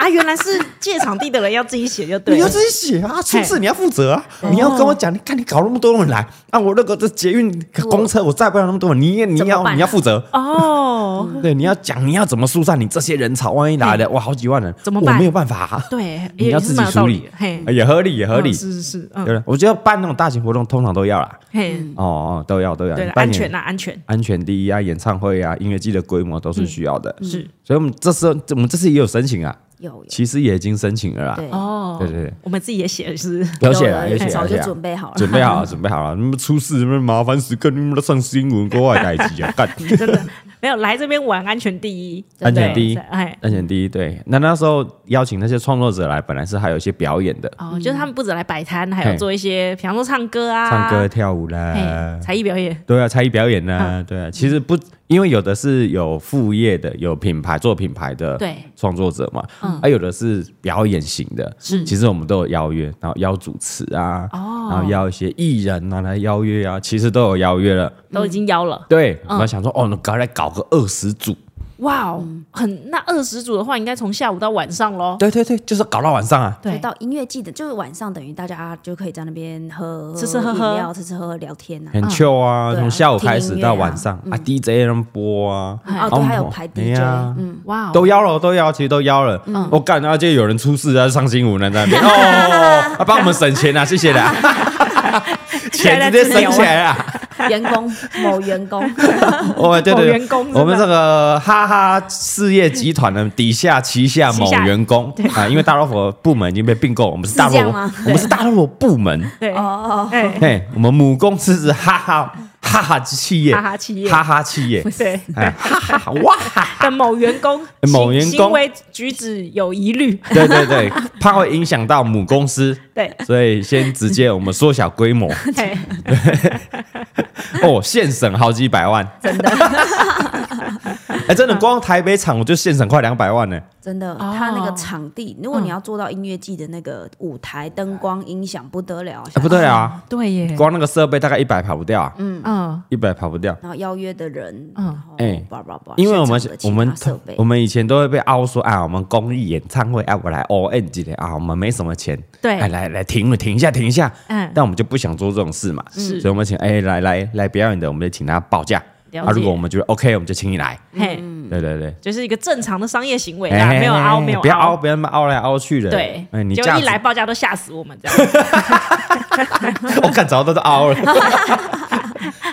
Speaker 3: 啊，原来是借场地的人要自己写就对哦
Speaker 1: 你
Speaker 3: 了
Speaker 1: 要。自己写啊，出事你要负责啊！你要跟我讲，你看你搞那么多人来啊，我那个这捷运公车我载不了那么多人，你也你
Speaker 2: 怎么
Speaker 1: 要
Speaker 2: 办啊
Speaker 1: 你要负责。
Speaker 3: 哦，
Speaker 1: 对，你要讲你要怎么疏散你这些人潮，万一来了哇，好几万人，
Speaker 3: 怎么办
Speaker 1: 我没有办法、啊，
Speaker 3: 对，
Speaker 1: 你
Speaker 3: 也
Speaker 1: 要
Speaker 3: 是
Speaker 1: 自己
Speaker 3: 蛮有
Speaker 1: 处
Speaker 3: 道
Speaker 1: 理啊
Speaker 3: 理的，嘿，
Speaker 1: 也合理，也合理。
Speaker 3: 嗯是是是，嗯，
Speaker 1: 对，我觉得办那种大型活动通常都要啦，
Speaker 3: 嘿，
Speaker 1: 哦哦，都要都要，
Speaker 3: 对
Speaker 1: 你
Speaker 3: 了，
Speaker 1: 办
Speaker 3: 安
Speaker 1: 演
Speaker 3: 全呐，啊安全
Speaker 1: 安全第一啊，演唱会啊，音乐季的规模都是需要的，
Speaker 3: 嗯是
Speaker 1: 所以我们这次我们这次也有申请啊，
Speaker 2: 有有
Speaker 1: 其实也已经申请了啦，
Speaker 2: 对，
Speaker 3: 哦，
Speaker 1: 对对对，
Speaker 3: 我们自己也写了是，
Speaker 1: 有写了，有写
Speaker 2: 很
Speaker 1: 了，
Speaker 2: 早
Speaker 1: 有写
Speaker 2: 就
Speaker 1: 了
Speaker 2: 准备好了，
Speaker 1: 啊 准备好了，准备好了，你们出事，你们麻烦死，跟你们都上新闻，国外代级啊，干。
Speaker 3: 真的没有来这边玩，安全第一，
Speaker 1: 安全
Speaker 3: 对
Speaker 1: 第一
Speaker 3: 哎。
Speaker 1: 安全第一，对。那那时候邀请那些创作者来，本来是还有一些表演的，
Speaker 3: 哦，就是他们不止来摆摊，还有
Speaker 1: 嘿
Speaker 3: 做一些，比方说唱歌啊，
Speaker 1: 唱歌、跳舞
Speaker 3: 嘿
Speaker 1: 啦，
Speaker 3: 才艺表演，
Speaker 1: 对啊，才艺表演
Speaker 2: 嗯
Speaker 1: 啦，对啊。其实不，因为有的是有副业的，有品牌做品牌的
Speaker 3: 对
Speaker 1: 创作者嘛，
Speaker 2: 嗯
Speaker 1: 啊，有的是表演型的，是。其实我们都有邀约，然后邀主持啊，
Speaker 3: 哦
Speaker 1: 然后邀一些艺人啊来邀约啊，其实都有邀约了。
Speaker 3: 都已经邀了。
Speaker 1: 对，我
Speaker 2: 嗯
Speaker 1: 们想说，哦，那搞来搞个二十组，
Speaker 3: 哇哦，很那二十组的话，应该从下午到晚上喽。
Speaker 1: 对对对，就是搞到晚上啊。
Speaker 2: 就到音乐季的，就是晚上，等于大家就可以在那边喝
Speaker 3: 吃吃喝喝
Speaker 2: 饮料，吃吃喝喝聊天啊。
Speaker 1: 很 chill 啊，
Speaker 2: 对啊
Speaker 1: 从下午开
Speaker 2: 听
Speaker 1: 始
Speaker 2: 音乐
Speaker 1: 到
Speaker 2: 啊
Speaker 1: 晚上啊，DJ 能播啊，
Speaker 2: 哦，对，还有排 DJ，嗯，
Speaker 3: 哇哦，嗯
Speaker 1: 都邀了，都邀，其实都邀了。我干，然后就有人出事啊，上新闻了在那 边哦，啊帮我们省钱啊，谢谢啦，钱直接省起来啊。
Speaker 2: 员工 某员工，
Speaker 1: 哦，对对
Speaker 3: 某
Speaker 1: 对
Speaker 3: 员工是吧
Speaker 1: 我们这个哈哈事业集团的底下旗下某
Speaker 3: 旗下
Speaker 1: 员工啊，因为大老虎部门已经被并购，我们是大
Speaker 2: 是这
Speaker 1: 老
Speaker 2: 样
Speaker 1: 虎
Speaker 2: 吗，
Speaker 1: 我们是大老虎部门。
Speaker 3: 对
Speaker 2: 哦
Speaker 3: 哎，
Speaker 1: 嘿，我们母公司是哈哈哈哈企业，
Speaker 3: 哈哈企业
Speaker 1: 哈哈企业，
Speaker 3: 对
Speaker 1: 哎，哈哈哈哇哈哈，
Speaker 3: 的某员工 行，
Speaker 1: 某员工
Speaker 3: 行为举止有疑 虑，
Speaker 1: 对对对，怕会影响到母 公司，
Speaker 3: 对，
Speaker 1: 所以先直接我们缩小规模，
Speaker 3: 对，
Speaker 1: 哦，现省好几百万，真的。哎，真的，光台北场我就现省快两百万呢。
Speaker 2: 真的，
Speaker 3: 哦
Speaker 2: 他那个场地，如果你要做到音乐季的那个舞台、灯光、音响，不得了，
Speaker 1: 哎不得了啊，
Speaker 3: 对耶，
Speaker 1: 光那个设备大概一百跑不掉啊，
Speaker 3: 嗯，
Speaker 1: 一百跑不掉。
Speaker 2: 然后邀约的人，
Speaker 3: 嗯
Speaker 2: 然后
Speaker 1: 哎
Speaker 2: 叭叭叭，
Speaker 1: 因为我们
Speaker 2: 现场的
Speaker 1: 我
Speaker 2: 其
Speaker 1: 们
Speaker 2: 他设备
Speaker 1: 我，们以前都会被凹说啊，我们公益演唱会啊，我来 O N 几的啊，我们没什么钱，
Speaker 3: 对
Speaker 1: 哎，来来停了停一下停一下，
Speaker 3: 嗯，
Speaker 1: 但我们就不想做这种事嘛，
Speaker 3: 是
Speaker 1: 所以我们请哎来来来表演的，我们就请他报价，
Speaker 3: 了
Speaker 1: 啊，
Speaker 3: 解
Speaker 1: 如果我们觉得 OK，我们就请你来，
Speaker 3: 嘿，
Speaker 1: 对对对，
Speaker 3: 嗯就是一个正常的商业行为
Speaker 1: 哎
Speaker 3: 啦，没有凹，没有
Speaker 1: 不要凹，，不要那么凹来凹去的，
Speaker 3: 对
Speaker 1: 哎，，你
Speaker 3: 就
Speaker 1: 价
Speaker 3: 一
Speaker 1: 值
Speaker 3: 来，报价都吓死我们这样
Speaker 1: 我看早都是凹了，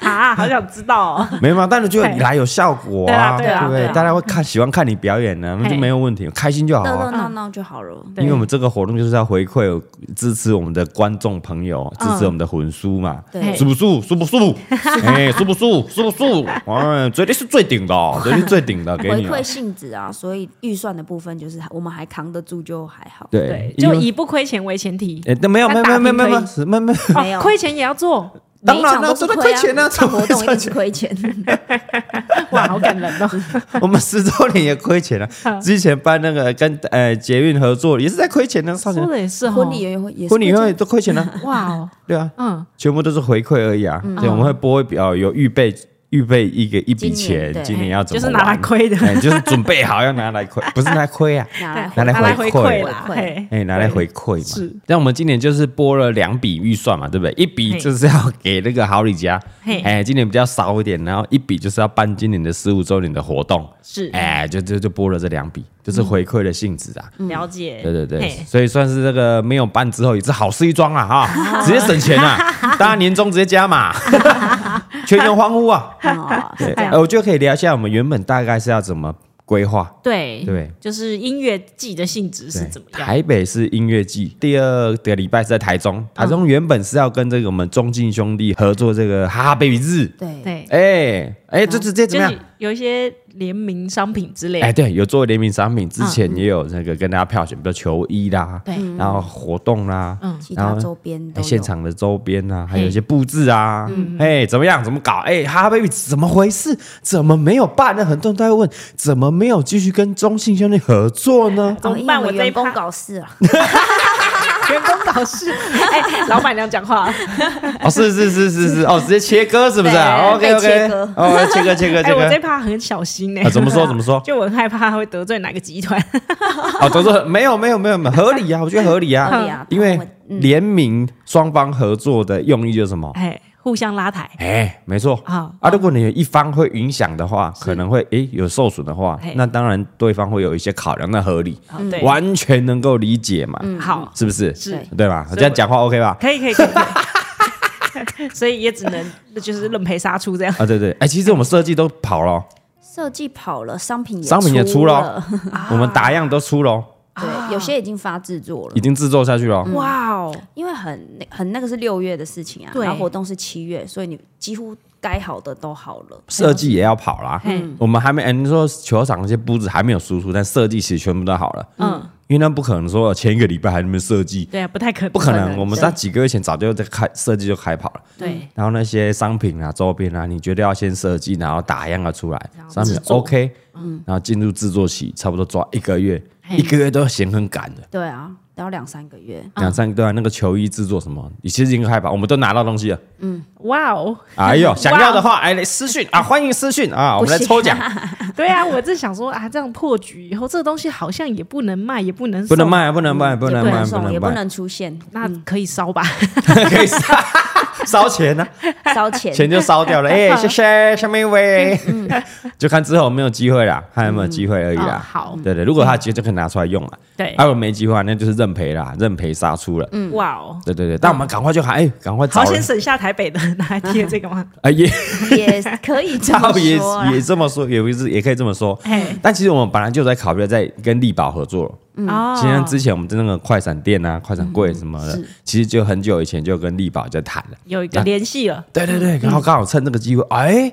Speaker 3: 啊，好想知道哦，
Speaker 1: 没有嘛，但是就你来有效果啊，
Speaker 3: 对啊对啊
Speaker 1: 不
Speaker 3: 对啊
Speaker 1: 大家会看喜欢看你表演呢，那就
Speaker 3: 嘿
Speaker 1: 没有问题，开心就好
Speaker 2: 热
Speaker 1: 啊
Speaker 2: 热
Speaker 3: 嗯
Speaker 2: 闹闹就好了。
Speaker 3: 对
Speaker 1: 因为我们这个活动就是要回馈支持我们的观众朋友，支持我们的魂叔嘛，
Speaker 2: 对
Speaker 1: 舒不舒？舒不舒？哎，舒不舒？舒不舒？哎，绝对是最顶的哦，绝对最顶的，给
Speaker 2: 回
Speaker 1: 你哦。
Speaker 2: 馈性质啊，所以预算的部分就是我们还扛得住就还好。
Speaker 1: 对
Speaker 3: 对，，就
Speaker 1: 因为
Speaker 3: 以不亏钱为前 提，
Speaker 1: 哎，那没有没有没有没有没有没有没有没有，
Speaker 2: 没
Speaker 3: 哦
Speaker 2: 有，
Speaker 3: 亏钱也要做，
Speaker 2: 每一
Speaker 1: 当
Speaker 2: 场
Speaker 1: 然啦
Speaker 2: 都
Speaker 1: 这
Speaker 2: 是
Speaker 1: 个
Speaker 2: 亏
Speaker 1: 亏钱啊
Speaker 2: 啊，
Speaker 1: 这
Speaker 2: 办
Speaker 1: 个
Speaker 2: 活动一定是亏钱。
Speaker 3: 哇，好感 人哦，
Speaker 1: 我们十周年也亏钱
Speaker 3: 嗯
Speaker 1: 了。之前办那个跟呃捷运合作也是在亏钱呢，少
Speaker 3: 说
Speaker 1: 年
Speaker 3: 的也是哦
Speaker 2: 婚礼，也会也是
Speaker 1: 婚礼
Speaker 2: 亏
Speaker 1: 会
Speaker 2: 钱
Speaker 1: 都亏钱 了，
Speaker 3: 哇哦，
Speaker 1: 对啊，
Speaker 3: 嗯，
Speaker 1: 全部都是回馈而已啊。对，我们会拨一笔哦，有预备预备一个一笔
Speaker 2: 今年
Speaker 1: 钱，
Speaker 2: 对
Speaker 1: 今年要怎
Speaker 3: 就
Speaker 1: 么
Speaker 3: 是拿来
Speaker 1: 玩
Speaker 3: 亏的，
Speaker 1: 哎，就是准备好要拿来 亏，不是拿来亏啊，
Speaker 2: 拿来
Speaker 1: 拿来
Speaker 3: 来
Speaker 1: 回
Speaker 3: 馈
Speaker 2: 馈
Speaker 3: 啦，
Speaker 2: 回馈
Speaker 3: 嘿
Speaker 1: 哎，拿来回馈嘛。
Speaker 3: 是，
Speaker 1: 那我们今年就是拨了两笔预算嘛，对不对？一笔
Speaker 3: 嘿
Speaker 1: 就是要给那个好礼家，
Speaker 3: 嘿
Speaker 1: 哎，今年比较少一点，然后一笔就是要办今年的十五周年的活动，
Speaker 3: 是
Speaker 1: 哎，就就就拨了这两笔，就是回馈的性质啊。
Speaker 3: 了解，
Speaker 1: 对对对，
Speaker 3: 嗯嘿
Speaker 1: 所以算是这个没有办之后也是好事一桩啊 哈，直接省钱啊，大家年终直接加码，全员欢呼 啊！
Speaker 2: 啊，
Speaker 1: 对，
Speaker 3: 哎呀
Speaker 1: 呃我觉得可以聊一下我们原本大概是要怎么规划，
Speaker 3: 对
Speaker 1: 对，
Speaker 3: 就是音乐季的性质是
Speaker 1: 对
Speaker 3: 怎么样？
Speaker 1: 台北是音乐季，第二个礼拜是在台中。台
Speaker 3: 嗯
Speaker 1: 中原本是要跟这个我们中进兄弟合作这个哈哈 baby 日，
Speaker 2: 对
Speaker 3: 对，
Speaker 1: 哎哎，就直接怎
Speaker 3: 啊就
Speaker 1: 么样
Speaker 3: 是？有一些联名商品之类
Speaker 1: 哎，
Speaker 3: 的，
Speaker 1: 对，有做联名商品，之前也有那个跟大家票选，比如球衣啦，
Speaker 3: 嗯对
Speaker 1: 然后活动啦，
Speaker 2: 其
Speaker 1: 然
Speaker 2: 他
Speaker 1: 后
Speaker 2: 周边嗯都
Speaker 1: 哎
Speaker 2: 有嗯
Speaker 1: 现场的周边啊，还有一些布置啊，哎，怎么样？怎么搞？哎，哈哈 baby 怎么回事？怎么没有办呢？很多人都在问，怎么没有继续跟中信兄弟合作 呢？
Speaker 3: 怎
Speaker 2: 哦
Speaker 3: 么
Speaker 2: 因为
Speaker 3: 办？
Speaker 2: 我
Speaker 3: 我
Speaker 2: 们
Speaker 3: 这一
Speaker 2: 员工
Speaker 3: 趴
Speaker 2: 搞事 啊，
Speaker 3: 员工搞 事，哎，老板娘讲话，
Speaker 1: 哦，是是是是是，哦，直接切割是不是
Speaker 2: 对
Speaker 1: ？OK
Speaker 2: 被切
Speaker 1: OK，
Speaker 2: 割
Speaker 1: 哦，切割 切割
Speaker 3: 哎，
Speaker 1: 切割
Speaker 3: 我这一趴很小心哎
Speaker 1: 啊，，怎么说怎么说？
Speaker 3: 就我很害怕他会得罪哪个集 团，
Speaker 1: 哦，都说没有没有没有没有，合理啊，我觉得合理
Speaker 2: 合理
Speaker 1: 啊
Speaker 2: 啊，
Speaker 1: 因为
Speaker 2: 我嗯
Speaker 1: 联名双方合作的用意就是什么？
Speaker 3: 哎，互相拉抬，
Speaker 1: 哎，没错
Speaker 3: 啊
Speaker 1: 啊，如果你有一方会影响的话，可能会哎有受损的话
Speaker 3: 嘿，
Speaker 1: 那当然对方会有一些考量，那合理，
Speaker 3: 啊对，
Speaker 1: 完全能够理解嘛，
Speaker 3: 好，
Speaker 1: 是不是？
Speaker 3: 嗯是
Speaker 1: 对吧？
Speaker 3: 以
Speaker 1: 这样讲话 OK 吧？
Speaker 3: 可以可以可以。可以 所以也只能就是认赔杀出这样
Speaker 1: 啊，对对，哎，其实我们设计都跑了哦，
Speaker 2: 设计跑了，商品
Speaker 1: 商品也出咯
Speaker 2: 了，
Speaker 1: 我们打样都出了哦，
Speaker 2: 嗯对，有些已经发制作了
Speaker 1: 已。经制作下去了哦。
Speaker 3: 哇哦，
Speaker 2: 因为很那很那个是六月的事情啊，
Speaker 3: 对
Speaker 2: 然后活动是七月，所以你几乎该好的都好了。
Speaker 1: 设计也要跑啦。我们还没，哎，你说球场那些布置还没有输出，但设计其实全部都好了。
Speaker 3: 嗯，
Speaker 1: 因为那不可能说前一个礼拜还没设计，
Speaker 3: 对啊，不太可能，
Speaker 1: 不可能。我们在
Speaker 3: 对
Speaker 1: 几个月前早就在开设计就开跑了。
Speaker 2: 嗯
Speaker 3: 对
Speaker 1: 然后那些商品啊、周边啊，你绝对要先设计，然后打样啊出来，
Speaker 3: 后
Speaker 1: 商品
Speaker 3: 制作
Speaker 1: OK，然后进入制作期，差不多抓一个月，一个月都嫌很赶的。
Speaker 2: 对啊，然后两三个月，
Speaker 1: 两三个对啊，那个球衣制作什么，你其实已经开跑，我们都拿到东西了。
Speaker 3: 哇哦，
Speaker 1: 哎呦，想要的话，哎，来私讯啊，欢迎私讯啊，我们来抽奖。
Speaker 3: 对啊，我正想说啊，这样破局以后，这个东西好像也不能卖，也不能
Speaker 1: 不能
Speaker 3: 送，
Speaker 1: 卖，啊不能卖，不能
Speaker 2: 也
Speaker 1: 卖，不
Speaker 2: 送，也
Speaker 1: 能
Speaker 2: 不
Speaker 1: 卖，
Speaker 2: 能出现，
Speaker 3: 那可以烧吧？
Speaker 1: 可以烧烧钱啊呢、
Speaker 2: 烧钱。
Speaker 1: 钱就烧 掉了。哎、谢谢下面一位， 就看之后有没有机会啦，看有没有机会而已啦。
Speaker 3: 嗯哦好，
Speaker 1: 对对，如果他有机会就可以拿出来用了。
Speaker 3: 对
Speaker 1: 如果没机会啊，那就是认赔啦，认赔杀出了。
Speaker 3: 哇哦，
Speaker 1: 对对对，但我们赶快就喊，哎、赶快找
Speaker 3: 好
Speaker 1: 人
Speaker 3: 先，省下台北的，拿来贴这个吗？
Speaker 1: 哎、 也
Speaker 2: 也可以这么
Speaker 1: 也
Speaker 2: 说啊啦
Speaker 1: 也这么说，也不是也可以这么说
Speaker 3: 啊嘿。
Speaker 1: 但其实我们本来就在考虑在跟力宝合作了。
Speaker 3: 哦，
Speaker 1: 其实之前我们在那个快闪店啊、快闪柜什么的，其实就很久以前就跟力宝在谈了。
Speaker 3: 有一个联系了，
Speaker 1: 对对对，然后刚好趁这个机会，哎、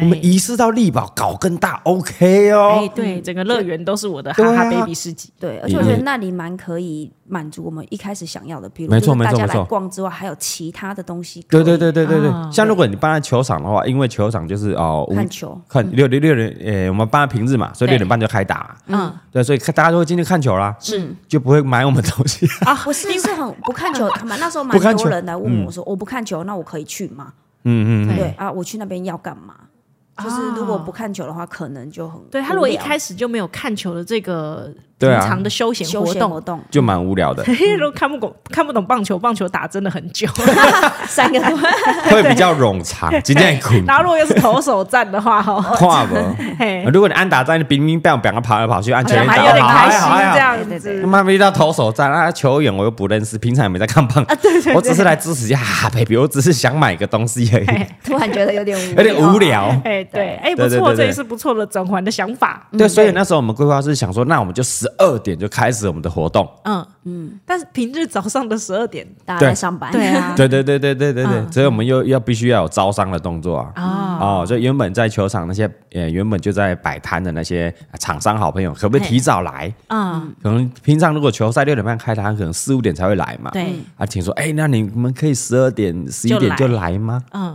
Speaker 1: 我们移师到力宝搞更大，OK
Speaker 3: 哎，
Speaker 1: 哦。
Speaker 3: 对，整个乐园都是我的
Speaker 1: 对
Speaker 3: 哈
Speaker 1: 啊
Speaker 3: 哈 baby 市集。
Speaker 2: 对，而且我觉得那里蛮可以满足我们一开始想要的，比如
Speaker 1: 嗯没错
Speaker 2: 就是大
Speaker 1: 没错
Speaker 2: 家
Speaker 1: 没错
Speaker 2: 来逛之外，还有其他的东西。
Speaker 1: 对对对，对对对
Speaker 3: 啊，
Speaker 1: 像如果你搬到球场的话，因为球场就是哦，五
Speaker 2: 看球
Speaker 1: 看六六六点，呃，我们搬到平日嘛，所以
Speaker 3: 对
Speaker 1: 六点半就开打，
Speaker 3: 嗯
Speaker 1: 对，所以大家都会进去看球啦，是就不会买我们东西。
Speaker 3: 啊，
Speaker 2: 我是是很不看球，他们那时候
Speaker 1: 不看
Speaker 2: 蛮
Speaker 1: 球
Speaker 2: 多人来问我说，我不看球，那我可以去吗？
Speaker 1: 嗯嗯，
Speaker 3: 对
Speaker 2: 对啊，我去那边要干嘛？就是如果
Speaker 3: 啊
Speaker 2: 不看球的话，可能就很
Speaker 3: 对他如果一
Speaker 2: 无聊
Speaker 3: 开始就没有看球的这个平
Speaker 1: 对啊
Speaker 3: 常的休闲
Speaker 2: 休
Speaker 3: 活
Speaker 2: 闲活
Speaker 3: 动，
Speaker 2: 动
Speaker 1: 就蛮无聊的，
Speaker 3: 如果看不懂看不懂棒球，棒球打真的很久。
Speaker 2: 三个
Speaker 1: 会比较冗长，今天苦
Speaker 3: 然后如果又是投手战 的话，哦哈，
Speaker 1: 跨文。
Speaker 3: 嘿，
Speaker 1: 如果你按打在那冰冰棒棒啊跑来跑去，按球员打
Speaker 2: 好像
Speaker 3: 还
Speaker 1: 得
Speaker 3: 有点
Speaker 1: 好
Speaker 3: 开
Speaker 1: 还好还
Speaker 3: 心
Speaker 1: 好
Speaker 3: 这样
Speaker 2: 对对
Speaker 3: 子
Speaker 1: 他。妈遇到投手战啊，球员我又不认识，平常也没在看棒，
Speaker 3: 啊
Speaker 1: 我只是来支持一下哈哈 baby，我只是想买个东西而已，
Speaker 2: 突然觉得有点无
Speaker 1: 有点无聊。
Speaker 3: 哎，对，哎，不
Speaker 1: 对对
Speaker 3: 错，
Speaker 1: 对
Speaker 3: 这
Speaker 1: 对
Speaker 3: 也是不错的转环的想法。
Speaker 1: 对，所以那时候我们规划是想说，那我们就十二点就开始我们的活动。
Speaker 3: 嗯嗯，但是平日早上的十二点
Speaker 2: 大家在上班，
Speaker 3: 对啊
Speaker 1: 对对对对对对对，
Speaker 3: 嗯
Speaker 1: 所以我们又要必须要有招商的动作啊。
Speaker 3: 啊，
Speaker 1: 哦，所以原本在球场那些，呃，原本就在摆摊的那些厂商好朋友，可不可以提早来？
Speaker 3: 嗯，
Speaker 1: 可能平常如果球赛六点半开打，可能四五点才会来嘛。
Speaker 3: 对，
Speaker 1: 啊，请说，哎、那你们可以十二点、十一点
Speaker 3: 就
Speaker 1: 就来吗？
Speaker 3: 嗯，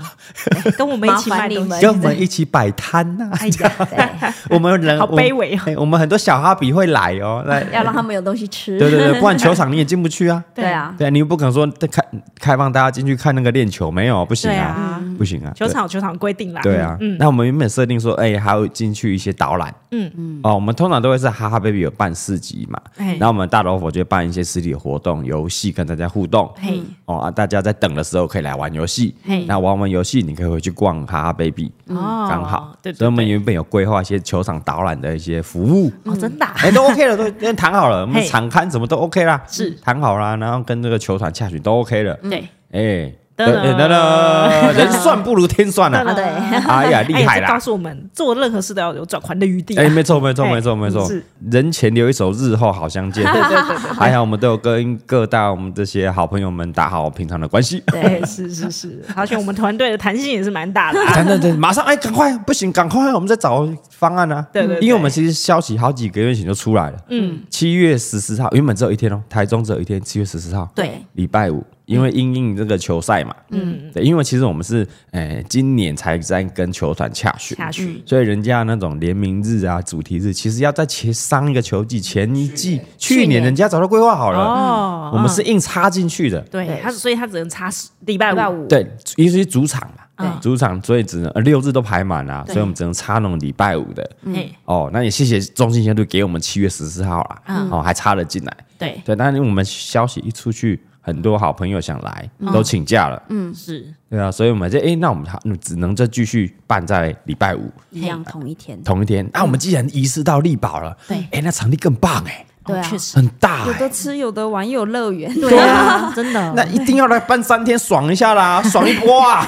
Speaker 3: 哎跟我们一起
Speaker 2: 麻
Speaker 3: 买
Speaker 2: 烦你
Speaker 3: 东西
Speaker 2: 们，
Speaker 1: 跟我们一起摆摊呐！
Speaker 3: 哎呀，
Speaker 2: 对，
Speaker 1: 我们人
Speaker 3: 好卑微哦
Speaker 1: 我们哎我们很多小哈比会来哦， 那
Speaker 2: 要让他们有东西吃。
Speaker 1: 对对对，不然球场你也进不去啊。
Speaker 2: 对啊，
Speaker 1: 对啊，你又不可能说开开放大家进去看那个练球，没有不行
Speaker 3: 对
Speaker 1: 啊，
Speaker 3: 啊，
Speaker 1: 不行啊，
Speaker 3: 球场有嗯球场规定啦，
Speaker 1: 对对啊。那我们原本设定说，哎，还有进去一些导览，
Speaker 3: 嗯
Speaker 1: 嗯嗯，哦，我们通常都会是哈哈 baby 有办市集嘛，
Speaker 3: 哎
Speaker 1: 然后我们大老虎就会办一些实体活动、游戏跟大家互动，
Speaker 3: 嘿，
Speaker 1: 哦啊，大家在等的时候可以来玩游戏
Speaker 3: 嘿，
Speaker 1: 那玩完游戏你可以回去逛哈哈 baby，
Speaker 3: 哦
Speaker 1: 刚好，
Speaker 3: 对对
Speaker 1: 所以我们
Speaker 3: 对
Speaker 1: 原本有规划一些球场导览的一些服务，
Speaker 3: 哦，真的啊，
Speaker 1: 哎，都 OK 了，都都谈好了，我 们
Speaker 3: 嘿
Speaker 1: 场刊什么都 OK 啦，
Speaker 3: 是
Speaker 1: 谈好啦，然后跟这个球团洽询都 OK 了，
Speaker 3: 对，
Speaker 1: 哎，
Speaker 3: 嗯噔
Speaker 1: 等
Speaker 3: 噔
Speaker 1: 等 等，人算不如天算
Speaker 2: 啊
Speaker 1: 啊，
Speaker 2: 对，
Speaker 1: 哎呀，厉害
Speaker 3: 哎这告
Speaker 1: 啦！
Speaker 3: 诉我们，做任何事都要有转圜的余地 啊。
Speaker 1: 哎，没错，没错，
Speaker 3: 哎
Speaker 1: 没错，没错
Speaker 3: 是，
Speaker 1: 人前留一手，日后好相 见。
Speaker 3: 对对对
Speaker 1: 还好我们都有跟各大我们这些好朋友们打好平常的关系。
Speaker 3: 对，哎，是是是，而且我们团队的弹性也是蛮大的啊。
Speaker 1: 等等等，马上哎，赶快，不行，赶快，我们再找方案啊！
Speaker 3: 对对对
Speaker 1: 因为我们其实消息好几个月前就出来了，嗯，七月十四号原本只有一天哦，台中只有一天，七月十四号，
Speaker 2: 对，
Speaker 1: 礼拜五，因为因应这个球赛嘛，嗯，对，因为其实我们是呃今年才在跟球团洽询，
Speaker 3: 下去，
Speaker 1: 所以人家那种联名日啊、主题日，其实要在前上一个球季前一季，去
Speaker 2: 去
Speaker 1: 年
Speaker 2: 年
Speaker 1: 人家早就规划好了，
Speaker 3: 哦
Speaker 1: 我们是硬插进去的。
Speaker 3: 对
Speaker 2: 对
Speaker 3: 他，所以他只能差十礼拜
Speaker 2: 礼拜
Speaker 3: 五。
Speaker 2: 五，
Speaker 1: 对，尤其是主场嘛
Speaker 2: 嗯，
Speaker 1: 主场所以只能呃六日都排满了、所以我们只能插那种礼拜五的。
Speaker 3: 嘿，
Speaker 1: 哦，那也谢谢中信先队给我们七月十四号啦，
Speaker 3: 嗯
Speaker 1: 哦还插了进来。
Speaker 3: 对，
Speaker 1: 对，但是我们消息一出去，很多好朋友想来
Speaker 3: 嗯
Speaker 1: 都请假了，
Speaker 3: 是
Speaker 1: 对啊，所以我们就诶，那我们还只能再继续办在礼拜五
Speaker 2: 一样同一天，
Speaker 1: 同一天。啊那、我们既然移师到力宝了，
Speaker 3: 嗯对
Speaker 1: 诶，那场地更棒诶，
Speaker 2: 对啊
Speaker 3: 哦确实，
Speaker 1: 很大
Speaker 2: 有
Speaker 1: 诶。
Speaker 2: 的吃，有的玩，有乐园，
Speaker 3: 对啊，真
Speaker 1: 那
Speaker 3: 的。
Speaker 1: 一定要来办三天，爽一下啦，爽一波 啊！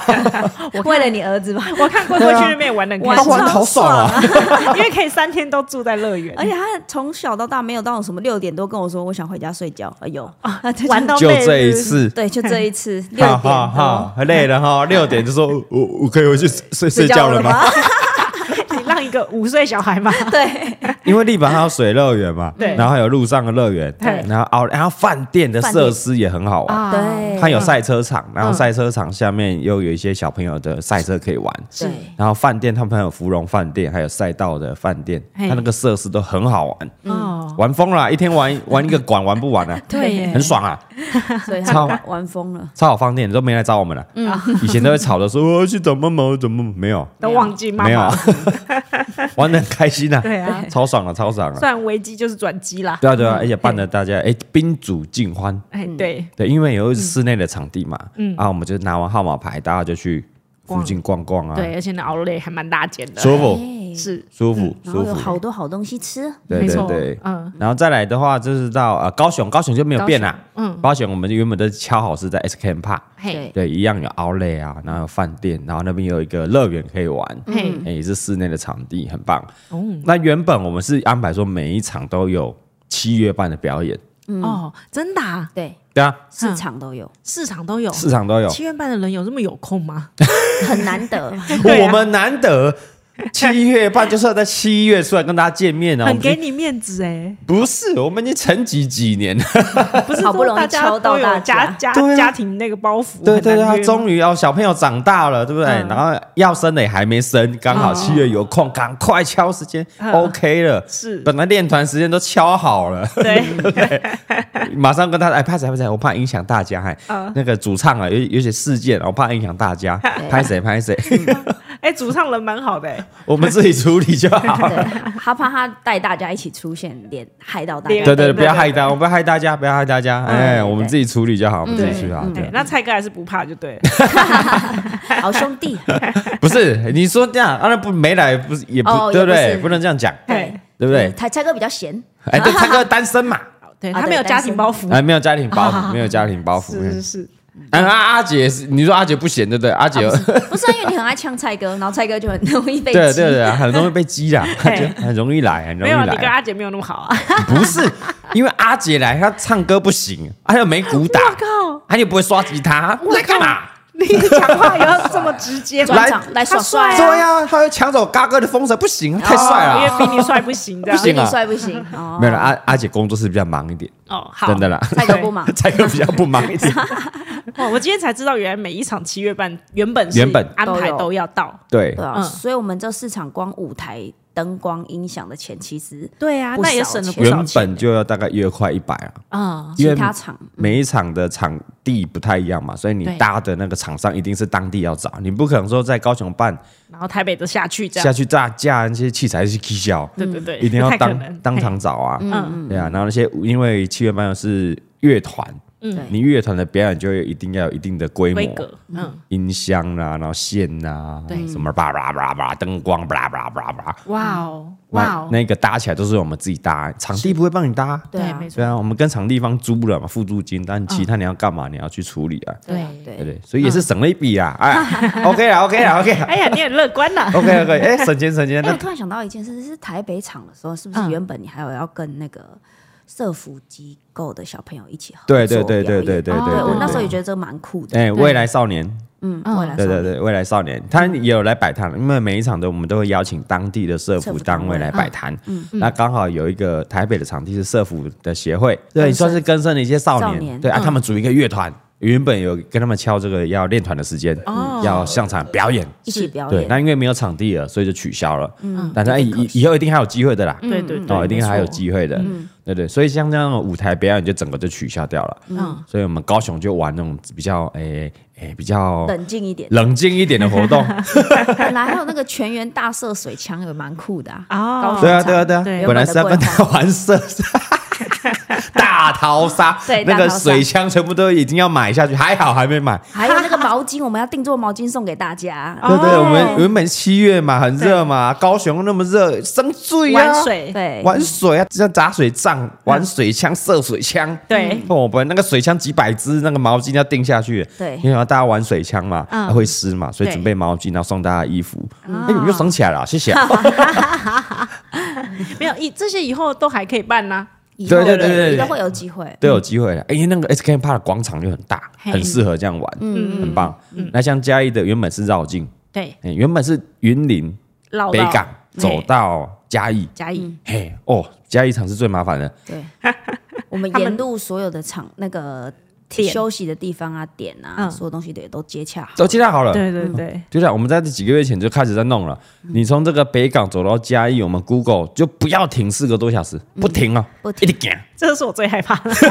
Speaker 2: 为了你儿子吧。
Speaker 3: 我看龟龟去那边也玩的 开
Speaker 1: 他
Speaker 3: 心，
Speaker 1: 玩得好爽啊！
Speaker 3: 因为可以三天都住在乐园
Speaker 2: 而，且他从小到大没有到什么六点多跟我说我想回家睡觉，哎呦， 啊对
Speaker 3: 玩到
Speaker 1: 就
Speaker 3: 累
Speaker 1: 这一
Speaker 3: 是不是
Speaker 1: 次，
Speaker 2: 对， 就这一次六
Speaker 1: 好好
Speaker 2: 点多
Speaker 1: 好，很累了哈，六点就说我我我可以回去睡睡觉了吗？？
Speaker 3: 你让一个五岁小孩嘛，
Speaker 2: 对，
Speaker 1: 因为立板还有水乐园嘛，
Speaker 3: 对
Speaker 1: 然后还有路上的乐园，
Speaker 3: 对
Speaker 1: 然后哦，然后饭店的设施也很好玩。
Speaker 2: 对
Speaker 1: 它有赛车场，然后赛车场下面又有一些小朋友的赛车可以玩。
Speaker 2: 是
Speaker 1: 然后饭店，他们还有芙蓉饭店，还有赛道的饭店，
Speaker 3: 嘿
Speaker 1: 它那个设施都很好玩，
Speaker 3: 哦，
Speaker 1: 玩疯了啊，一天玩玩一个馆玩不完啊，
Speaker 3: 对耶
Speaker 1: 很爽啊，
Speaker 2: 所以
Speaker 1: 超
Speaker 2: 他玩玩疯了。
Speaker 1: 超好饭店都没来找我们了。啊以前都会吵着说我要去怎么某怎么某没有，
Speaker 3: 都忘记妈
Speaker 1: 没有
Speaker 3: 妈
Speaker 1: 啊，，玩的很开心啊，
Speaker 3: 对啊，
Speaker 1: 超爽了，超爽了
Speaker 3: 虽。然危机就是转机啦，
Speaker 1: 对啊，对啊，而且办得大家哎宾主尽欢，
Speaker 3: 哎，对，
Speaker 1: 对，因为有室内的场地嘛，嗯，啊，我们就拿完号码牌，大家就去附近逛逛啊，
Speaker 3: 对，而且那熬累还蛮大间的，
Speaker 1: 舒服，
Speaker 2: 哎，
Speaker 3: 是，
Speaker 1: 舒服，
Speaker 2: 然后
Speaker 1: 舒
Speaker 2: 有
Speaker 1: 服，
Speaker 2: 好多好东西吃，
Speaker 1: 对
Speaker 3: 没
Speaker 1: 对
Speaker 3: 错
Speaker 1: 对，
Speaker 3: 嗯，
Speaker 1: 然后再来的话，就是到呃高雄，高雄就没有变啦，
Speaker 3: 嗯，
Speaker 1: 高雄我们原本都敲好是在 SKM Park，
Speaker 3: 嘿，
Speaker 1: 对，一样有 Outlet 啊，然后有饭店，然后那边有一个乐园可以玩，
Speaker 3: 嘿，
Speaker 2: 嗯
Speaker 1: 哎，也是室内的场地，很棒。
Speaker 3: 哦
Speaker 1: 那原本我们是安排说每一场都有七月半的表演，
Speaker 2: 嗯
Speaker 3: 哦，真的啊，
Speaker 2: 对，
Speaker 1: 对啊，
Speaker 2: 市场都有，
Speaker 3: 市场都有，
Speaker 1: 市场都有，
Speaker 3: 哦七月半的人有这么有空吗？
Speaker 2: 很难 得。
Speaker 3: 对 啊
Speaker 1: 我们难得七月 半就是要在七月出来跟大家见面啊。我
Speaker 3: 很
Speaker 1: 们
Speaker 3: 给你面子哎、
Speaker 1: 不是，我们已经沉寂几年了。
Speaker 3: 不 是
Speaker 2: 好不
Speaker 3: 说
Speaker 2: 容易
Speaker 3: 大家
Speaker 2: 敲到
Speaker 3: 都有
Speaker 2: 大
Speaker 3: 家
Speaker 2: 家
Speaker 3: 家、
Speaker 1: 对啊
Speaker 3: 家庭那个包袱，
Speaker 1: 对对对啊，
Speaker 3: 他
Speaker 1: 他终
Speaker 3: 于
Speaker 1: 于哦，小朋友长大了，对不对？
Speaker 3: 嗯哦
Speaker 1: 然后要生的也还没生，刚好七月有空，赶快敲时间、
Speaker 3: 嗯
Speaker 1: o k 了。
Speaker 3: 是
Speaker 1: 本来练团时间都敲好了，
Speaker 3: 对
Speaker 1: 马上跟他哎，拍谁拍谁，我怕影响大家哎。
Speaker 3: 啊，
Speaker 1: 那个主唱啊，有有些事件，我怕影响大 家，
Speaker 2: 对
Speaker 1: 拍谁拍谁，
Speaker 3: 哎、主唱人蛮好的、哎
Speaker 1: 我们自己处理就 好。
Speaker 2: 对， 他怕他带大家一起出现，连害到大
Speaker 3: 连
Speaker 2: 家。
Speaker 1: 对对对，
Speaker 3: 对
Speaker 1: 不要
Speaker 3: 对
Speaker 1: 害大，我不要害大家，不要害大家，哎，我们自己处理就好，我们自己处理就好。
Speaker 2: 嗯
Speaker 1: 对啊
Speaker 3: 哎对，那蔡哥还是不怕就对了，
Speaker 2: 好兄 弟，
Speaker 1: 不是你说这样，啊，那不没来不是也不
Speaker 2: 哦
Speaker 1: 对不
Speaker 2: 也不
Speaker 1: 对？
Speaker 2: 是
Speaker 1: 不能这样讲，
Speaker 3: 对
Speaker 1: 对不对？
Speaker 2: 蔡蔡哥比较闲，
Speaker 1: 哎，对，他哥单身嘛，
Speaker 3: 对
Speaker 2: 啊
Speaker 3: 他没有
Speaker 2: 对
Speaker 3: 家庭包袱，
Speaker 1: 哎，没有家庭包袱，没有家庭包袱。
Speaker 3: 是
Speaker 1: 没有
Speaker 3: 是是，
Speaker 1: 哎，阿阿姐是你说阿姐不闲对不对？阿姐
Speaker 2: 不是啊因为你很爱呛蔡哥，然后蔡哥就很容易被
Speaker 1: 对对
Speaker 2: 激
Speaker 1: 对，对很容易被激啦，
Speaker 3: 嘿
Speaker 1: 就很容易来，很容
Speaker 3: 没
Speaker 1: 易
Speaker 3: 有啊你跟
Speaker 1: 来。
Speaker 3: 阿姐没有那么好 啊，
Speaker 1: 不是因为阿姐来，她唱歌不行，她又没鼓打，
Speaker 3: 靠，
Speaker 1: 她又不会刷吉他，来干嘛？
Speaker 3: 你讲话也要这么直接吗？
Speaker 2: 转场来耍帅
Speaker 1: 对
Speaker 2: 啊，
Speaker 1: 呀，她会抢走嘎哥的风采，不行， 太帅
Speaker 3: 哦因
Speaker 1: 了。
Speaker 3: 为比你帅不行，这样
Speaker 1: 不
Speaker 2: 比
Speaker 1: 行啊
Speaker 2: 你帅不行哦
Speaker 1: 没有了，阿阿姐工作是比较忙一点，
Speaker 3: 哦，好，
Speaker 1: 真的啦。
Speaker 2: 蔡哥 不忙，
Speaker 1: 蔡哥比较不忙一点，
Speaker 3: 哇，哦我今天才知道，原来每一场七月半原本是
Speaker 1: 原本
Speaker 3: 安排
Speaker 2: 都有
Speaker 3: 都要到。
Speaker 1: 对
Speaker 2: 对，
Speaker 3: 嗯
Speaker 2: 啊，所以我们这市场光舞台灯光音响的钱，其实
Speaker 3: 对啊
Speaker 2: 不
Speaker 3: 那也
Speaker 2: 少
Speaker 3: 省了
Speaker 2: 钱
Speaker 3: 不少
Speaker 1: 原本就要大概约快一百啊，
Speaker 3: 啊、
Speaker 1: 因
Speaker 2: 其
Speaker 1: 为
Speaker 2: 他场
Speaker 1: 每一场的场地不太一样嘛，所以你
Speaker 3: 对
Speaker 1: 搭的那个厂商一定是当地要找，你不可能说在高雄办
Speaker 3: 然后台北都下去这
Speaker 1: 下
Speaker 3: 样，
Speaker 1: 去炸架那些器材是 K 小，
Speaker 3: 对对对，
Speaker 1: 一定要
Speaker 3: 不太可
Speaker 1: 当
Speaker 3: 能
Speaker 1: 当。
Speaker 3: 嘿
Speaker 1: 场找啊，
Speaker 3: 嗯，
Speaker 1: 对啊，然后那些因为七月半是乐团，
Speaker 3: 嗯
Speaker 2: 对
Speaker 1: 你乐团的表演就一定要有一定的规
Speaker 3: 规
Speaker 1: 模。
Speaker 3: 格，嗯，
Speaker 1: 音箱啦、啊，然后线啦、啊，什么叭叭叭叭，灯光叭叭叭叭，
Speaker 3: 哇哦，哇
Speaker 1: 那
Speaker 3: 哦，
Speaker 1: 那个搭起来都是我们自己搭，场地不会帮你搭。
Speaker 2: 对啊
Speaker 3: 没错，
Speaker 1: 对啊，我们跟场地方租了嘛，付租金，但其他你要干嘛，你要去处理啊。
Speaker 2: 对
Speaker 1: 对
Speaker 3: 对
Speaker 2: 对
Speaker 1: 对，所以也是省了一笔啊！ 哎，OK 啦，OK 啦，OK 啦，
Speaker 3: 哎呀，你很乐观呐
Speaker 1: ，OK OK，哎，省钱 省钱，
Speaker 2: 哎，我
Speaker 1: 那
Speaker 2: 突然想到一件事，是台北场的时候，是不是
Speaker 3: 嗯
Speaker 2: 原本你还有要跟那个社服机构的小朋友一起合作
Speaker 1: 对对对
Speaker 2: 表
Speaker 1: 对
Speaker 2: 演
Speaker 1: 对对对
Speaker 3: 哦
Speaker 1: 对，
Speaker 2: 对我那
Speaker 1: 对
Speaker 2: 时候也觉得这个蛮酷的，
Speaker 1: 哎，未来少年，
Speaker 2: 嗯，
Speaker 3: 嗯
Speaker 2: 未来
Speaker 1: 对
Speaker 2: 少
Speaker 1: 对
Speaker 2: 年
Speaker 1: 对，未来少年，他也有来摆摊，因为每一场的我们都会邀请当地的社
Speaker 2: 社
Speaker 1: 服
Speaker 2: 服
Speaker 1: 单位
Speaker 2: 单位嗯
Speaker 1: 来摆摊，那刚好有一个台北的场地是社服的协会，对，算是更生了一些少
Speaker 2: 少
Speaker 1: 年，
Speaker 2: 年
Speaker 1: 对啊，
Speaker 3: 嗯
Speaker 1: 他们组一个乐团，原本有跟他们敲这个要练团的时间，
Speaker 3: 哦
Speaker 1: 要上场表演，
Speaker 2: 一起表
Speaker 1: 对，
Speaker 2: 演，
Speaker 1: 那因为没有场地了，所以就取消了，
Speaker 2: 嗯
Speaker 1: 但是哎以以后一定还有机会的啦，
Speaker 3: 对对
Speaker 1: 哦，一
Speaker 3: 对，
Speaker 1: 定
Speaker 2: 没错
Speaker 1: 还有机会的，
Speaker 2: 嗯
Speaker 1: 对对，所以像这样的舞台表演就整个就取消掉了，
Speaker 3: 嗯，
Speaker 1: 所以我们高雄就玩那种比较诶诶比较
Speaker 2: 冷静一点。
Speaker 1: 冷静一点的活 动，
Speaker 2: 本来还有那个全员大射水枪，也蛮酷的 啊。
Speaker 3: 哦
Speaker 2: 高雄
Speaker 1: 对啊
Speaker 2: 场
Speaker 1: 对啊对啊，
Speaker 3: 对
Speaker 1: 本来是要跟他 玩 射杀。大逃杀，
Speaker 2: 对
Speaker 1: 那
Speaker 2: 大
Speaker 1: 个
Speaker 2: 逃杀
Speaker 1: 水枪全部都已经要买下去，还好还没买。
Speaker 2: 还有那个毛巾，我们要定做毛巾送给大家。
Speaker 3: 哦
Speaker 1: 对对，我们原本七月嘛，很热嘛，高雄那么热，生醉啊，
Speaker 3: 玩水，
Speaker 2: 对，
Speaker 1: 玩水啊，像打水仗、玩水枪、射水枪，
Speaker 3: 嗯对
Speaker 1: 哦，本来那个水枪几百支，那个毛巾要订下去，
Speaker 2: 对
Speaker 1: 因为大家玩水枪嘛，
Speaker 3: 嗯
Speaker 1: 啊会湿嘛，所以
Speaker 3: 对啊
Speaker 1: 准备毛巾，然后送大家衣服，哎，你们又省起来了，谢谢。啊
Speaker 3: 没有以这些以后都还可以办呐，
Speaker 2: 以后
Speaker 1: 对对对对对
Speaker 2: 都会有机会。
Speaker 1: 都有机会的。哎、那个 SK Park 的广场就很大，
Speaker 3: 嘿嗯
Speaker 1: 很适合这样玩，很棒。那像嘉义的原本是绕境，
Speaker 3: 对，
Speaker 1: 哎原本是云林
Speaker 3: 绕
Speaker 1: 北
Speaker 3: 到
Speaker 1: 港
Speaker 3: 嘿
Speaker 1: 走到嘉义，
Speaker 3: 嘉义，
Speaker 1: 嘿哦，嘉义场是最麻烦的，
Speaker 2: 对， 我们
Speaker 3: 他们
Speaker 2: 沿路所有的场那个
Speaker 3: 点
Speaker 1: 嗯
Speaker 2: 休息的地方啊、点啊，
Speaker 3: 嗯
Speaker 2: 所有东西的也都接洽好。
Speaker 1: 都接待好了。
Speaker 3: 对对对，
Speaker 1: 就像我们在这几个月前就开始在弄了。
Speaker 3: 嗯
Speaker 1: 你从这个北港走到嘉义，我们 Google 就不要停四个多小时，
Speaker 3: 嗯
Speaker 1: 不停啊，
Speaker 2: 不停
Speaker 1: 一直赶，
Speaker 3: 这是我最害怕的，嗯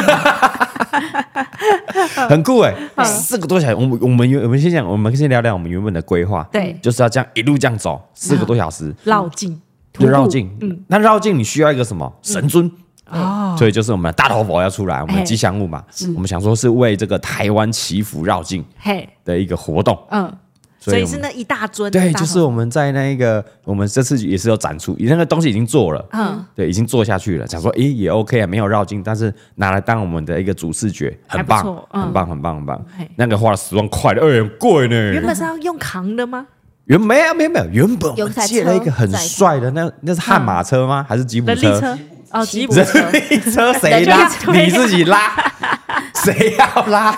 Speaker 1: 很酷哎、四个多小时，我们我们原我们先讲，我们先聊聊我们原本的规划，
Speaker 3: 对
Speaker 1: 就是要这样一路这样走四个多小时，
Speaker 3: 绕境，
Speaker 1: 就
Speaker 3: 徒步嗯
Speaker 1: 绕境，嗯，那绕境你需要一个什么神尊？
Speaker 3: 哦，哎嗯
Speaker 1: 所以就是我们的大头佛要出来，我们的吉祥物嘛，我们想说是为这个台湾祈福绕境
Speaker 3: 嘿，
Speaker 1: 的一个活动，
Speaker 3: 嗯，
Speaker 1: 所
Speaker 3: 所
Speaker 1: 以
Speaker 3: 以
Speaker 1: 我
Speaker 3: 是
Speaker 1: 们
Speaker 3: 那一大尊，
Speaker 1: 对，
Speaker 3: 大头
Speaker 1: 就是我们在那个我们这次也是有展出，那个东西已经做了，
Speaker 3: 嗯，
Speaker 1: 对，已经做下去了，想说诶也 OK 啊，没有绕境，但是拿来当我们的一个主视觉，很
Speaker 3: 还不
Speaker 1: 棒
Speaker 3: 错，嗯
Speaker 1: 很棒，很棒，很棒
Speaker 3: 嘿。
Speaker 1: 那个花了十万块的，哎，很贵呢
Speaker 3: 原。本是要用扛的吗？
Speaker 1: 原没有没有没有，原本我
Speaker 2: 有
Speaker 1: 们
Speaker 2: 台车
Speaker 1: 借了一个很
Speaker 2: 载他
Speaker 1: 帅的，那那是悍马车吗？还是吉普
Speaker 3: 嗯人力
Speaker 1: 车？
Speaker 3: 车哦，吉普车，
Speaker 1: 人力车谁
Speaker 2: 人力
Speaker 1: 拉？
Speaker 3: 车
Speaker 1: 你自己拉，谁要拉？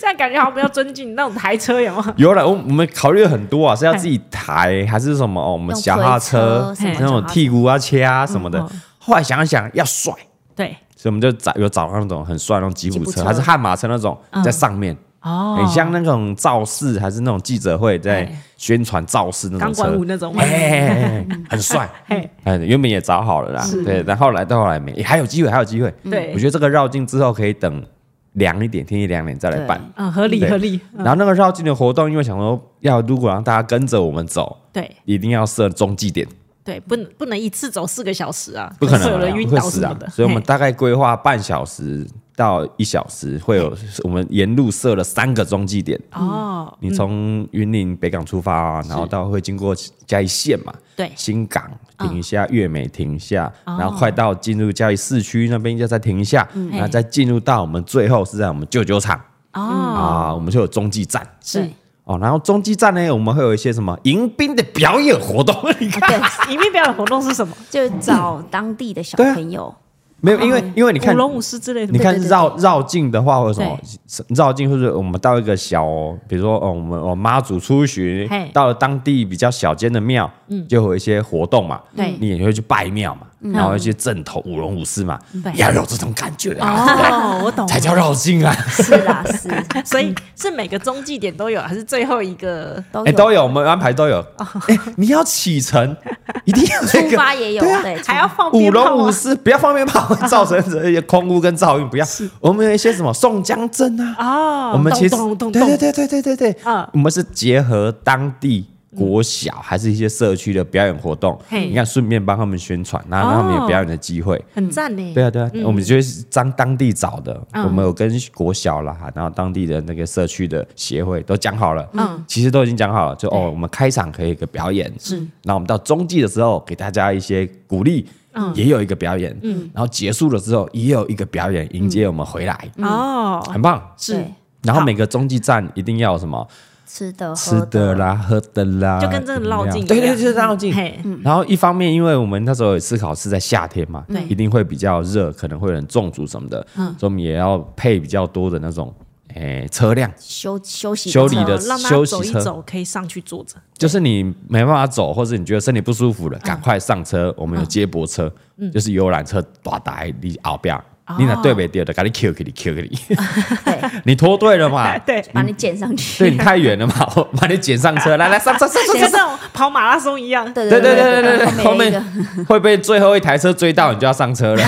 Speaker 3: 这样感觉好像比较尊敬那种台车有吗？
Speaker 1: 有了，我我们考虑了很多啊，是要自己抬还是什么？哦，我们
Speaker 2: 用
Speaker 1: 小踏车
Speaker 2: 推车
Speaker 1: 那
Speaker 2: 什么脚
Speaker 1: 种
Speaker 2: 踏车
Speaker 1: 屁股啊、切啊什么的
Speaker 3: 嗯。
Speaker 1: 后来想一想，要帅，
Speaker 3: 对，
Speaker 1: 所以我们就找有找那种很帅的那种吉普
Speaker 2: 吉普
Speaker 1: 车，
Speaker 2: 车
Speaker 1: 还是悍马车那种，在上面
Speaker 3: 嗯哦
Speaker 1: 很像那种造势，还是那种记者会在
Speaker 3: 哎
Speaker 1: 宣传造势那
Speaker 3: 钢
Speaker 1: 种
Speaker 3: 管舞
Speaker 1: 车。
Speaker 3: 那种吗
Speaker 1: 哎，哎，哎哎很帅，
Speaker 3: 嘿
Speaker 1: 哎，原本也找好了啦，对，但后来到后来没，哎还有机会，还有机会。
Speaker 3: 对
Speaker 1: 我觉得这个绕境之后可以等凉一点，天气凉一点再来办。
Speaker 3: 嗯，合理
Speaker 1: 对
Speaker 3: 合理，
Speaker 1: 然后那个绕境的活动，因为想说要如果让大家跟着我们走，
Speaker 3: 对
Speaker 1: 一定要设中继点，
Speaker 3: 对，不能不能一次走四个小时啊，
Speaker 1: 不可能
Speaker 3: 会有
Speaker 1: 啊
Speaker 3: 人晕
Speaker 1: 会
Speaker 3: 倒
Speaker 1: 死
Speaker 3: 什
Speaker 1: 啊
Speaker 3: 么的。
Speaker 1: 所以我们
Speaker 3: 嘿
Speaker 1: 大概规划半小时到一小时，会有我们沿路设了三个中继点。
Speaker 3: 哦，嗯
Speaker 1: 你从云林北港出发、啊，然后到会经过嘉义县嘛，
Speaker 3: 对
Speaker 1: 新港
Speaker 3: 哦
Speaker 1: 停一下，月美停一下，然后快到进入嘉义市区那边就再停一下，
Speaker 3: 嗯
Speaker 1: 然后再进入到我们最后是在我们舅舅厂
Speaker 3: 哦，
Speaker 1: 啊，我们就有中继站
Speaker 3: 是
Speaker 1: 哦，然后中继站呢，我们会有一些什么迎宾的表演活动，你
Speaker 3: 哦
Speaker 1: 看。
Speaker 2: 对，
Speaker 3: 迎宾表演活动是什么？
Speaker 2: 就找当地的小
Speaker 1: 对啊
Speaker 2: 朋友，
Speaker 1: 没有，因为因为你
Speaker 3: 哦舞
Speaker 1: 看，
Speaker 3: 龙舞狮之类的
Speaker 1: 你
Speaker 3: 吗。
Speaker 1: 看
Speaker 2: 对对对
Speaker 1: 绕绕境的话，或者什么
Speaker 3: 对
Speaker 1: 是绕境，或者我们到一个小，比如说哦，我们我妈祖出巡
Speaker 3: 嘿，
Speaker 1: 到了当地比较小间的庙，
Speaker 2: 嗯
Speaker 1: 就会有一些活动嘛，
Speaker 3: 对
Speaker 1: 你也会去拜庙嘛，然后一些正头舞龙舞狮嘛，
Speaker 2: 嗯
Speaker 3: 对
Speaker 1: 要有这种感觉啊，
Speaker 3: 哦，我懂了，
Speaker 1: 才叫绕境啊。
Speaker 2: 是啦，是
Speaker 3: 所以是每个中继点都有，还是最后一个？
Speaker 2: 都
Speaker 1: 哎，
Speaker 2: 有
Speaker 1: 都有，我们安排都有。哎，你要启 程，一定要那
Speaker 2: 哦出
Speaker 1: 个
Speaker 2: 发也有，
Speaker 1: 对啊
Speaker 2: 对，
Speaker 3: 还要放
Speaker 1: 舞
Speaker 3: 鞭炮啊
Speaker 1: 龙
Speaker 3: 吗
Speaker 1: 舞狮，不要放鞭 炮，会造成这些空污跟噪音。不要，我们有一些什么宋江镇啊，
Speaker 3: 哦，
Speaker 1: 我们其实
Speaker 3: 咚咚咚
Speaker 1: 对对
Speaker 3: 咚
Speaker 1: 对对对对对，
Speaker 3: 嗯
Speaker 1: 我们是结合当地国小还是一些社区的表演活动，
Speaker 3: 嗯嘿哦
Speaker 1: 你看顺便帮他们宣传，然后让他们有表演的机会。
Speaker 3: 很赞呢。
Speaker 1: 对啊，对啊，我们就是当当地找的，
Speaker 3: 嗯
Speaker 1: 我们有跟国小啦，然后当地的那个社区的协会都讲好了，
Speaker 3: 嗯
Speaker 1: 其实都已经讲好了，就哦，我们开场可以有一个表演，是，然后我们到中继的时候给大家一些鼓励，
Speaker 3: 嗯
Speaker 1: 也有一个表演，嗯，然后结束了之后也有一个表演迎接我们回来，
Speaker 3: 哦，
Speaker 1: 很棒，
Speaker 3: 嗯是
Speaker 2: 对
Speaker 1: 然后每个中继站一定要有什么
Speaker 2: 吃的
Speaker 1: 吃
Speaker 2: 喝
Speaker 1: 的，啦、喝的啦，
Speaker 3: 就跟真的绕境
Speaker 1: 对
Speaker 3: 一
Speaker 1: 对，
Speaker 3: 样
Speaker 1: 就是绕境。
Speaker 3: 嘿，嗯
Speaker 1: 然后一方面，因为我们那时候也思考是在夏天嘛，
Speaker 3: 对
Speaker 1: 一定会比较热，可能会有人中暑什么的，所以我们也要配比较多的那种诶车辆，
Speaker 2: 休休息
Speaker 1: 修理
Speaker 2: 车
Speaker 1: 的
Speaker 3: 让他
Speaker 1: 休
Speaker 3: 走
Speaker 1: 息
Speaker 3: 一
Speaker 1: 车
Speaker 3: 走，可以上去坐着。
Speaker 1: 就是你没办法走，或者你觉得身体不舒服了，赶快上车。我们有接驳车，就是游览车，打打你后边，你哪对没对的，赶紧 Q 给你 Q 给你，
Speaker 2: 对，
Speaker 1: 你脱队了 嘛？
Speaker 3: 哎对，
Speaker 2: 把你捡上去，
Speaker 1: 对你太远了嘛， 我把你捡上车，来来上车上车
Speaker 3: 就
Speaker 1: 上
Speaker 3: 跟
Speaker 1: 车。
Speaker 3: 那种跑马拉松一样。
Speaker 2: 对
Speaker 1: 对
Speaker 2: 对
Speaker 1: 对对对对，
Speaker 2: 对，
Speaker 1: 后
Speaker 2: 面有一
Speaker 1: 面
Speaker 2: 个
Speaker 1: 会被最后一台车追到，你就要上车了，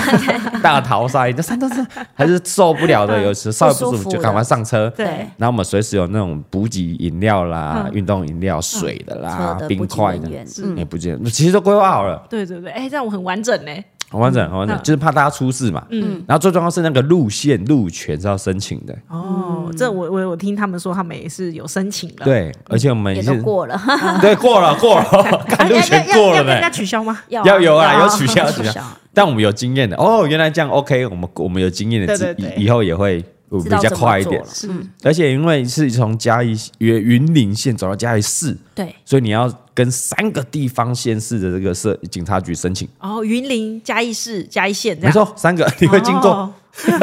Speaker 1: 大逃杀，你就上车上车，还是受不了的，有时稍微不舒
Speaker 2: 不舒
Speaker 1: 服
Speaker 2: 服
Speaker 1: 就赶快上车。
Speaker 3: 对，
Speaker 1: 然后我们随时有那种补给饮料啦、运动饮料、水的啦
Speaker 2: 所有、的
Speaker 1: 冰
Speaker 2: 补给
Speaker 1: 块的
Speaker 2: 人员，
Speaker 1: 也不见，其实都规划好了，
Speaker 3: 对对对，哎，这样我很完整呢。
Speaker 1: 很完整，很完整，就是怕大家出事嘛。嗯，然后最重要是那个路线路权是要申请的，
Speaker 3: 哦，这我我我听他们说，他们也是有申请的。
Speaker 1: 对，而且我们
Speaker 2: 也
Speaker 1: 是
Speaker 2: 都过了，
Speaker 1: 对过了过了，
Speaker 3: 啊，
Speaker 1: 看
Speaker 3: 要
Speaker 1: 路
Speaker 3: 要
Speaker 1: 权
Speaker 3: 要
Speaker 1: 过
Speaker 3: 要
Speaker 1: 了
Speaker 3: 跟人家
Speaker 1: 呢。
Speaker 3: 取消吗？
Speaker 2: 要
Speaker 1: 要有啊，
Speaker 2: 要啊
Speaker 1: 有取消取消，但我们有经验的哦，原来这样 OK，我们我们有经验的，
Speaker 3: 对对
Speaker 1: 自
Speaker 3: 对
Speaker 1: 以以后也会呃
Speaker 2: 知
Speaker 1: 比
Speaker 2: 道
Speaker 1: 较
Speaker 2: 怎么
Speaker 1: 快一
Speaker 2: 做
Speaker 1: 点嗯
Speaker 2: 了。嗯
Speaker 3: 是，
Speaker 1: 而且因为是从嘉义云云林县走到嘉义市，
Speaker 2: 对，
Speaker 1: 所以你要跟三个地方县市的这个社警察局申请，
Speaker 3: 哦，云林、嘉义市、嘉义县这
Speaker 1: 没
Speaker 3: 样。
Speaker 1: 错，三个 你会经过，
Speaker 3: 哦，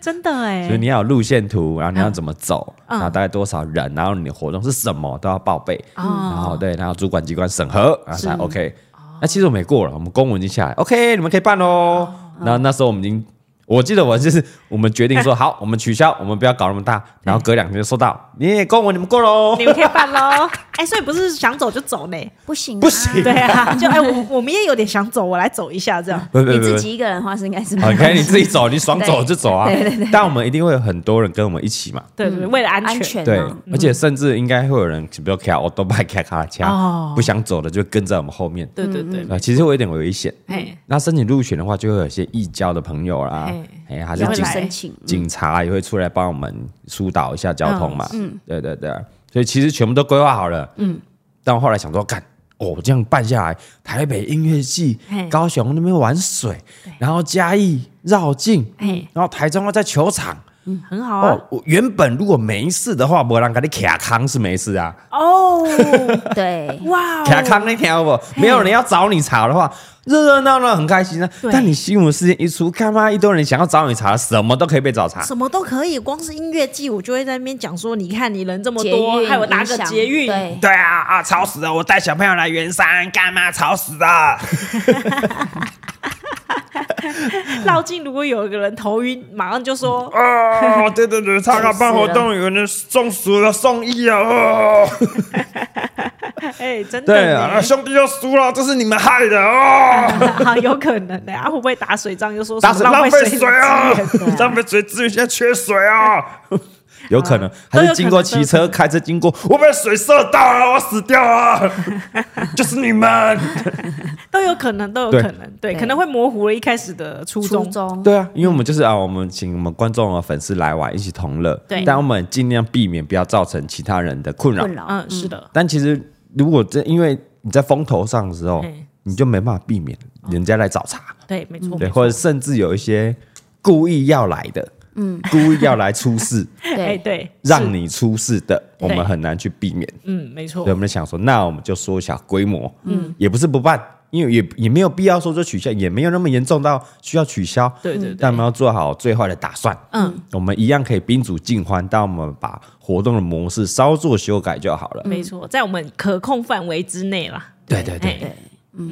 Speaker 3: 真的哎
Speaker 1: 所以。你要有路线图，然后你要怎么走，
Speaker 3: 嗯
Speaker 1: 然后大概多少人，然后你的活动是什么都要报备，然后
Speaker 3: 哦，
Speaker 1: 对，然后主管机关审核，然后才 OK。那
Speaker 2: 哦
Speaker 1: 其实我们也过了，我们公文已经下来，OK，你们可以办喽。
Speaker 2: 哦
Speaker 1: 然后那时候我们已经，我记得我就是我们决定说，好，我们取消，我们不要搞那么大。然后隔两天就收到，你公文你们过喽
Speaker 3: 你。们可以办喽。哎，所以不是想走就走呢？
Speaker 2: 不行啊
Speaker 1: 不行
Speaker 3: 对啊，嗯就哎，我我们也有点想走，我来走一下这样。
Speaker 1: 不不
Speaker 2: 你
Speaker 1: 不
Speaker 2: 自
Speaker 1: 不。
Speaker 2: 己一个人的话是应该是没
Speaker 1: 好，
Speaker 2: 有
Speaker 1: 你啊看你自己走，你爽走
Speaker 2: 对
Speaker 1: 就走啊。
Speaker 2: 对对
Speaker 1: 但我们一定会有很多人跟我们一起嘛。
Speaker 3: 对对，对为了安
Speaker 2: 安
Speaker 3: 全。
Speaker 2: 全
Speaker 1: 对
Speaker 2: 啊，
Speaker 1: 而且甚至应该会有人，比如开我都拜开卡
Speaker 3: 哦
Speaker 1: 车，不想走的就跟在我们后面。
Speaker 3: 对对对，
Speaker 1: 啊，其实会有点危险。
Speaker 3: 哎，
Speaker 1: 那申请入选的话，就会有一些义交的朋友啦
Speaker 3: 嘿，
Speaker 1: 哎，还是
Speaker 2: 也会
Speaker 1: 警
Speaker 2: 去
Speaker 3: 来
Speaker 2: 申请，
Speaker 1: 警察也会出来帮我们疏导一下交通嘛。嗯，对对对，所以其实全部都规划好了。嗯，但我后来想说，干。哦，这样办下来，台北音乐季
Speaker 3: 嘿、
Speaker 1: 高雄那边玩水，然后嘉义绕境，
Speaker 3: 嘿
Speaker 1: 哎然后台中要在球场，
Speaker 3: 很好啊。
Speaker 1: 哦，我原本如果没事的话，没人给你卡康是没事啊，
Speaker 3: 哦，
Speaker 2: 对，
Speaker 3: 哇哦，
Speaker 1: 卡康那条不，没有人要找你查的话，热热闹闹很开心啊。
Speaker 3: 对
Speaker 1: 但你新闻事件一出，干嘛一堆人想要找你查，什么都可以被找查。
Speaker 3: 什么都可以，光是音乐季，我就会在那边讲说，你看你人这么
Speaker 2: 捷
Speaker 3: 多，
Speaker 2: 运
Speaker 3: 害我搭个
Speaker 2: 影响
Speaker 3: 捷运，
Speaker 2: 对，
Speaker 1: 对啊啊，吵死了！我带小朋友来圆山，干嘛吵死啊 了？
Speaker 3: 绕境如果有一个人头晕，马上就说，
Speaker 1: 哦，对对对，他刚办活动，有人中暑了，送医啊！哦，
Speaker 3: 哎、真 的
Speaker 1: 对啊，
Speaker 3: 耶，
Speaker 1: 兄弟又输了，这是你们害的哦！
Speaker 3: 好有可能的、啊，会不会打水仗又说什
Speaker 1: 打
Speaker 3: 么
Speaker 1: 水浪
Speaker 3: 费
Speaker 1: 费
Speaker 3: 水
Speaker 1: 水啊
Speaker 3: 的资源
Speaker 2: 对啊，
Speaker 1: 浪费水资源，现在缺水啊！ 有可能，
Speaker 3: 啊都
Speaker 1: 还
Speaker 3: 有
Speaker 1: 是经过
Speaker 3: 可能
Speaker 1: 骑车、开车经过，我被水射到了，我死掉了， 就是你们。
Speaker 3: 都有可能，都有
Speaker 1: 对
Speaker 3: 可能，对，
Speaker 2: 对
Speaker 3: 可能会模糊了一开始的初
Speaker 2: 初
Speaker 3: 衷。
Speaker 2: 中
Speaker 1: 对啊，因为我们就是啊，我们请我们观众啊和粉丝来玩，一起同乐。
Speaker 3: 对
Speaker 1: 但我们尽量避免不要造成其他人的困扰
Speaker 2: 困。扰，
Speaker 3: 嗯，是的，
Speaker 1: 但其实如果这因为你在风头上的时候
Speaker 3: 嗯，
Speaker 1: 你就没办法避免人家来找茬，
Speaker 3: 对，没错，
Speaker 1: 对，
Speaker 3: 哦没错
Speaker 1: 或者甚至有一些故意要来的，嗯，故意要来出 事，
Speaker 3: 哎，
Speaker 2: 对，
Speaker 3: 对，是
Speaker 1: 让你出事的，我
Speaker 3: 对
Speaker 1: 们很难去避免。
Speaker 3: 嗯，没错
Speaker 1: 对，我，们就想说，那我们就缩小规模，嗯，也不是不办，因为也也没有必要说就取消，也没有那么严重到需要取消，
Speaker 3: 对对对，
Speaker 1: 但我们要做好最坏的打算。
Speaker 3: 嗯，
Speaker 1: 我们一样可以宾主尽欢，但我们把活动的模式稍作修改就好
Speaker 2: 嗯
Speaker 1: 了。
Speaker 3: 没错，在我们可控范围之内啦。
Speaker 1: 对对对，
Speaker 3: 哎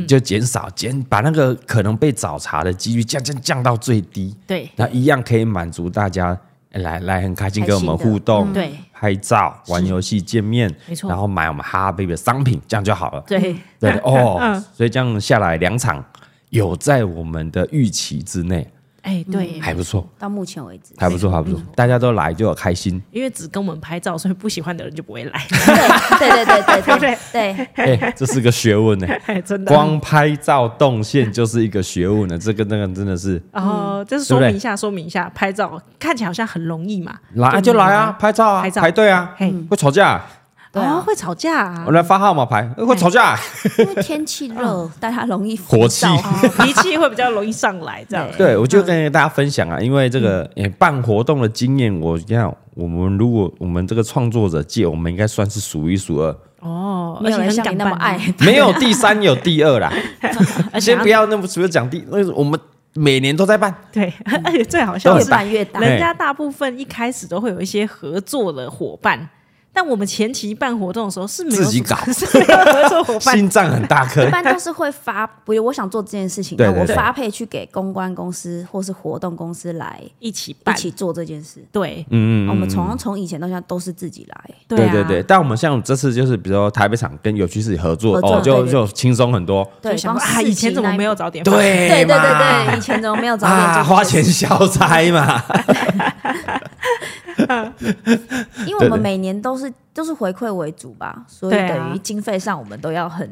Speaker 1: 就减少减把那个可能被找茬的几率降降降到最低，
Speaker 3: 对
Speaker 1: 那一样可以满足大家哎来来很开心
Speaker 2: 开心
Speaker 1: 跟我们
Speaker 2: 的
Speaker 1: 互动，
Speaker 3: 嗯对
Speaker 1: 拍照、玩游戏、见面，
Speaker 3: 没错嗯
Speaker 1: 然后买我们哈贝的商品，这样就好了。
Speaker 3: 对，
Speaker 2: 嗯
Speaker 1: 对
Speaker 3: 嗯
Speaker 1: 哦，所以这样下来两场有在我们的预期之内，
Speaker 3: 哎
Speaker 2: 嗯
Speaker 3: 对，
Speaker 1: 还不错，
Speaker 2: 到目前为止，
Speaker 1: 还不错，还
Speaker 3: 嗯
Speaker 1: 不错，大家都来就有开 心。
Speaker 3: 因为只跟我们拍照，所以不喜欢的人就不会来。
Speaker 2: 对对对对
Speaker 3: 对不
Speaker 2: 对
Speaker 3: 对
Speaker 2: 对对，
Speaker 1: 哎、这是个学 问呢、
Speaker 3: 哎，真的。
Speaker 1: 光拍照动线就是一个学问 呢，这个那个真的是
Speaker 3: 然
Speaker 2: 嗯
Speaker 3: 后就是
Speaker 1: 对
Speaker 3: 说
Speaker 1: 不对
Speaker 3: 明一下，说明一下，拍照看起来好像很容易嘛，
Speaker 1: 来啊就来啊，拍照啊，
Speaker 3: 拍照
Speaker 1: 排队啊
Speaker 3: 嘿，
Speaker 1: 会吵架，
Speaker 2: 对啊
Speaker 3: 哦，会吵架啊
Speaker 1: 我，来发号码牌，呃会吵架，
Speaker 2: 因为天气热，
Speaker 3: 嗯
Speaker 2: 大家容易
Speaker 1: 火气
Speaker 2: 浮躁
Speaker 3: 哦脾气会比较容易上来，这样
Speaker 2: 对
Speaker 1: 对我就跟大家分享啊，因为这个诶办活动的经验，我这样，我们如果我们这个创作者界，我们应该算是数一数二，
Speaker 3: 哦，
Speaker 2: 没有
Speaker 3: 而且
Speaker 2: 人
Speaker 3: 很
Speaker 2: 像
Speaker 3: 敢
Speaker 2: 你那么
Speaker 3: 办
Speaker 2: 爱，
Speaker 1: 没有第三有第二啦，
Speaker 3: 而且
Speaker 1: 先
Speaker 3: 要
Speaker 1: 不要那么随便讲第，那个我们每年都在办，
Speaker 3: 对，而且最好笑的
Speaker 2: 越
Speaker 3: 是，
Speaker 2: 办越大，
Speaker 1: 对
Speaker 3: 人家大部分一开始都会有一些合作的伙伴，但我们前期办活动的时候是没有
Speaker 1: 自己
Speaker 3: 什么
Speaker 1: 搞
Speaker 3: 是没有合作伙伴，
Speaker 1: 心脏很大颗
Speaker 2: 一，般都是会发，比如我想做这件事情，
Speaker 1: 对
Speaker 2: 那
Speaker 1: 对
Speaker 2: 我
Speaker 1: 对
Speaker 2: 发配去给公关公司或是活动公司来
Speaker 3: 一起
Speaker 2: 一
Speaker 3: 办，
Speaker 2: 起做这件事。啊
Speaker 3: 对
Speaker 1: 嗯嗯嗯
Speaker 2: 我们从从以前到现在都是自己来，
Speaker 1: 对
Speaker 3: 啊，
Speaker 1: 对对，但我们像这次就是，比如说台北场跟有趣市合作，
Speaker 2: 合作
Speaker 1: 哦，就
Speaker 2: 对对
Speaker 1: 就轻松很多，
Speaker 3: 就
Speaker 2: 对，
Speaker 3: 想
Speaker 2: 光
Speaker 3: 说啊，
Speaker 2: 四
Speaker 3: 以前
Speaker 2: 级
Speaker 3: 怎么
Speaker 2: 那一
Speaker 3: 没有早点？，
Speaker 1: 对
Speaker 2: 对对对
Speaker 1: 嘛
Speaker 2: 对，以前怎么没有早点做
Speaker 1: 哎 啊，
Speaker 2: 这件
Speaker 1: 花
Speaker 2: 事
Speaker 1: 钱消灾嘛，
Speaker 2: 因为我
Speaker 1: 对
Speaker 2: 们
Speaker 1: 对
Speaker 2: 每年都是都是回馈为主吧，所以
Speaker 3: 对啊
Speaker 2: 等于经费上我们都要很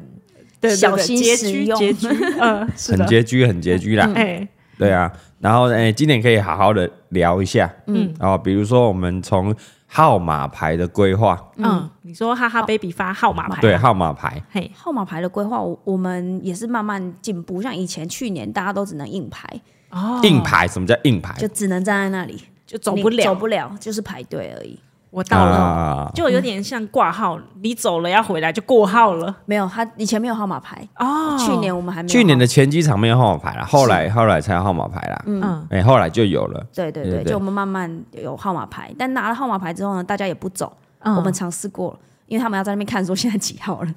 Speaker 3: 对对对
Speaker 2: 小心
Speaker 3: 拮
Speaker 2: 使
Speaker 3: 据
Speaker 2: 用
Speaker 3: 拮 据，嗯，是
Speaker 1: 很
Speaker 3: 的，
Speaker 1: 拮据，很拮据啦，
Speaker 3: 哎，
Speaker 1: 对啊。然后诶，今年可以好好的聊一下，嗯，哦，比如说我们从号码牌的规划，
Speaker 3: 嗯，你说哈哈 baby 发号码牌，啊
Speaker 1: 对，号码牌，
Speaker 3: 嘿，
Speaker 2: 号码牌的规划，我我们也是慢慢进步。像以前去年大家都只能硬排，
Speaker 3: 哦，
Speaker 1: 硬牌，什么叫硬牌？
Speaker 2: 就只能站在那里，
Speaker 3: 就走不
Speaker 2: 你走
Speaker 3: 了，
Speaker 2: 不了，就是排队而已。
Speaker 3: 我到了，
Speaker 1: 啊，
Speaker 3: 就有点像挂号，你走了要回来就过号了，
Speaker 2: 没有，他以前没有号码牌，
Speaker 3: 哦，
Speaker 2: 去年我们还没有号。
Speaker 1: 去年的前几场没有号码牌啦，后来后来才有号码牌啦，
Speaker 3: 嗯。
Speaker 1: 哎，后来就有了，
Speaker 2: 对对
Speaker 1: 对对
Speaker 2: 对，
Speaker 1: 对
Speaker 2: 就我们慢慢有号码牌，但拿了号码牌之后呢，大家也不走。
Speaker 3: 嗯
Speaker 2: 我们尝试过了，因为他们要在那边看说现在几号 了。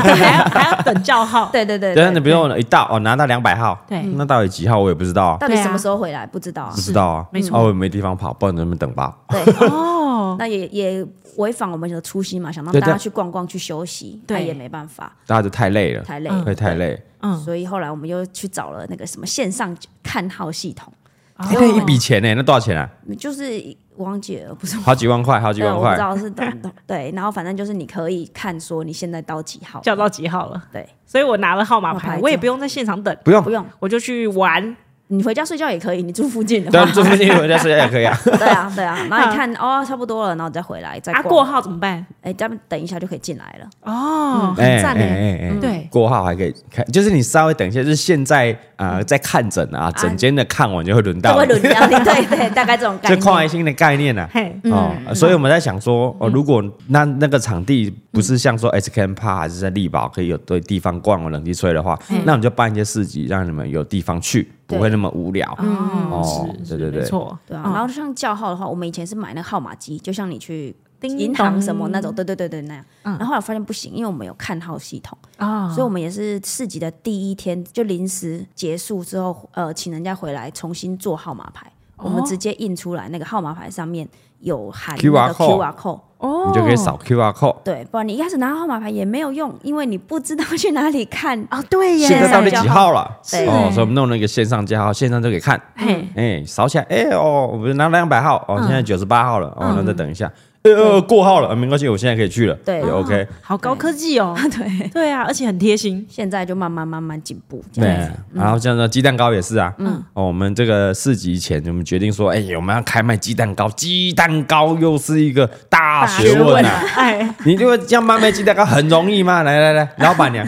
Speaker 3: 还要还要等叫号，
Speaker 2: 对对对
Speaker 1: 但是你
Speaker 3: 啊
Speaker 2: 对，
Speaker 1: 比如我一到哦，拿到两百号，
Speaker 3: 对
Speaker 1: 那到底几号我也不知道啊，
Speaker 2: 到底
Speaker 3: 对啊
Speaker 2: 什么时候回来不知道啊
Speaker 1: 不？知道啊，
Speaker 3: 没错
Speaker 1: 啊我也没地方跑，不然能不能等吧？
Speaker 2: 对，
Speaker 3: 哦，
Speaker 2: 那也也违反我们的初心嘛，想让
Speaker 1: 对
Speaker 2: 大
Speaker 1: 对
Speaker 2: 家去逛逛去休息，
Speaker 3: 对
Speaker 2: 那也没办法，
Speaker 1: 大家就太累了，
Speaker 2: 太累
Speaker 3: 嗯
Speaker 1: 会太累，
Speaker 3: 嗯，
Speaker 2: 所以后来我们又去找了那个什么线上看号系统，
Speaker 1: 哎那一笔钱呢？那多少钱啊？
Speaker 2: 就是我忘记了，不是。
Speaker 1: 好几万块，好几
Speaker 2: 对，
Speaker 1: 万
Speaker 2: 我不知
Speaker 1: 块。
Speaker 2: 道是等等 对，然后反正就是你可以看说你现在到几号，
Speaker 3: 叫到几号了？
Speaker 2: 对，
Speaker 3: 所以我拿了号码
Speaker 2: 号码
Speaker 3: 牌，
Speaker 2: 牌
Speaker 3: 我也
Speaker 2: 之后
Speaker 3: 不用在现场等，
Speaker 1: 不用
Speaker 2: 不，用
Speaker 3: 我就去玩，
Speaker 2: 你回家睡觉也可以，你住附近的
Speaker 1: 对
Speaker 2: 话
Speaker 1: 啊，，最附近有人在睡觉也可以啊。
Speaker 2: 对啊，对啊。然后你看，哦，差不多了，然后你再回来，再
Speaker 3: 啊，
Speaker 2: 过
Speaker 3: 嗯过，号怎么办？
Speaker 2: 哎，咱们等一下就可以进来了。
Speaker 3: 哦，很
Speaker 1: 哎哎
Speaker 3: 赞哎，
Speaker 1: 哎哎，
Speaker 3: 对
Speaker 1: 过号还可以看，就是你稍微等一下，就是现在啊、呃在看诊啊，整间的看完就会轮
Speaker 2: 就
Speaker 1: 到
Speaker 2: 会
Speaker 1: 你，
Speaker 2: 轮到你，对对，大概这种概
Speaker 1: 这
Speaker 2: 念。
Speaker 1: 跨新的概念啊。
Speaker 3: 嘿，
Speaker 1: 哦，所以我们在想说，哦，如果那那个场地不是像说 SKM Park 还是在力宝可以有对地方逛、有冷气吹的话，那我们就办一些市集，让你们有地方去，不会那么无聊。
Speaker 3: 嗯，
Speaker 1: 哦，对对
Speaker 3: 没
Speaker 1: 对，
Speaker 3: 错，
Speaker 2: 对啊，
Speaker 3: 嗯
Speaker 2: 然后像叫号的话，我们以前是买那个号码机，就像你去
Speaker 3: 叮
Speaker 2: 银行
Speaker 3: 咚嗯
Speaker 2: 什么那种，对对对对那样。然后后来发现不行，因为我们有看号系统，
Speaker 3: 啊，
Speaker 2: 所以我们也是市集的第一天就临时结束之后，呃，请人家回来重新做号码牌，
Speaker 3: 哦
Speaker 2: 我们直接印出来，那个号码牌上面有含那
Speaker 1: QR
Speaker 2: 个
Speaker 1: code
Speaker 2: QR code。
Speaker 1: 你就可以扫 QR code。
Speaker 2: 对，不然你一开始拿到号码牌也没有用，因为你不知道去哪里看。
Speaker 3: 哦，对耶，
Speaker 1: 现在到底几号了？
Speaker 2: 对
Speaker 1: 哦，所以我们弄了一个线上加号，线上就可以看。
Speaker 3: 嘿，
Speaker 1: 哎，扫起来，哎哦，我们拿两百号，哦，现在九十八号了，哦，那再等一下，哎呃，过号了，没关系，我现在可以去了，
Speaker 2: 对
Speaker 1: 也 OK，
Speaker 3: 好高科技哦，
Speaker 2: 对，
Speaker 3: 对啊，而且很贴心，
Speaker 2: 现在就慢慢慢慢进步这样
Speaker 1: 对啊
Speaker 2: 子。，
Speaker 1: 然后像那鸡蛋糕也是啊，嗯，哦，我们这个四级前，我们决定说，哎，我们要开卖鸡蛋糕，鸡蛋糕又是一个大学问啊，
Speaker 3: 哎，
Speaker 1: 你就这样卖卖鸡蛋糕很容易吗？来来来，老板娘，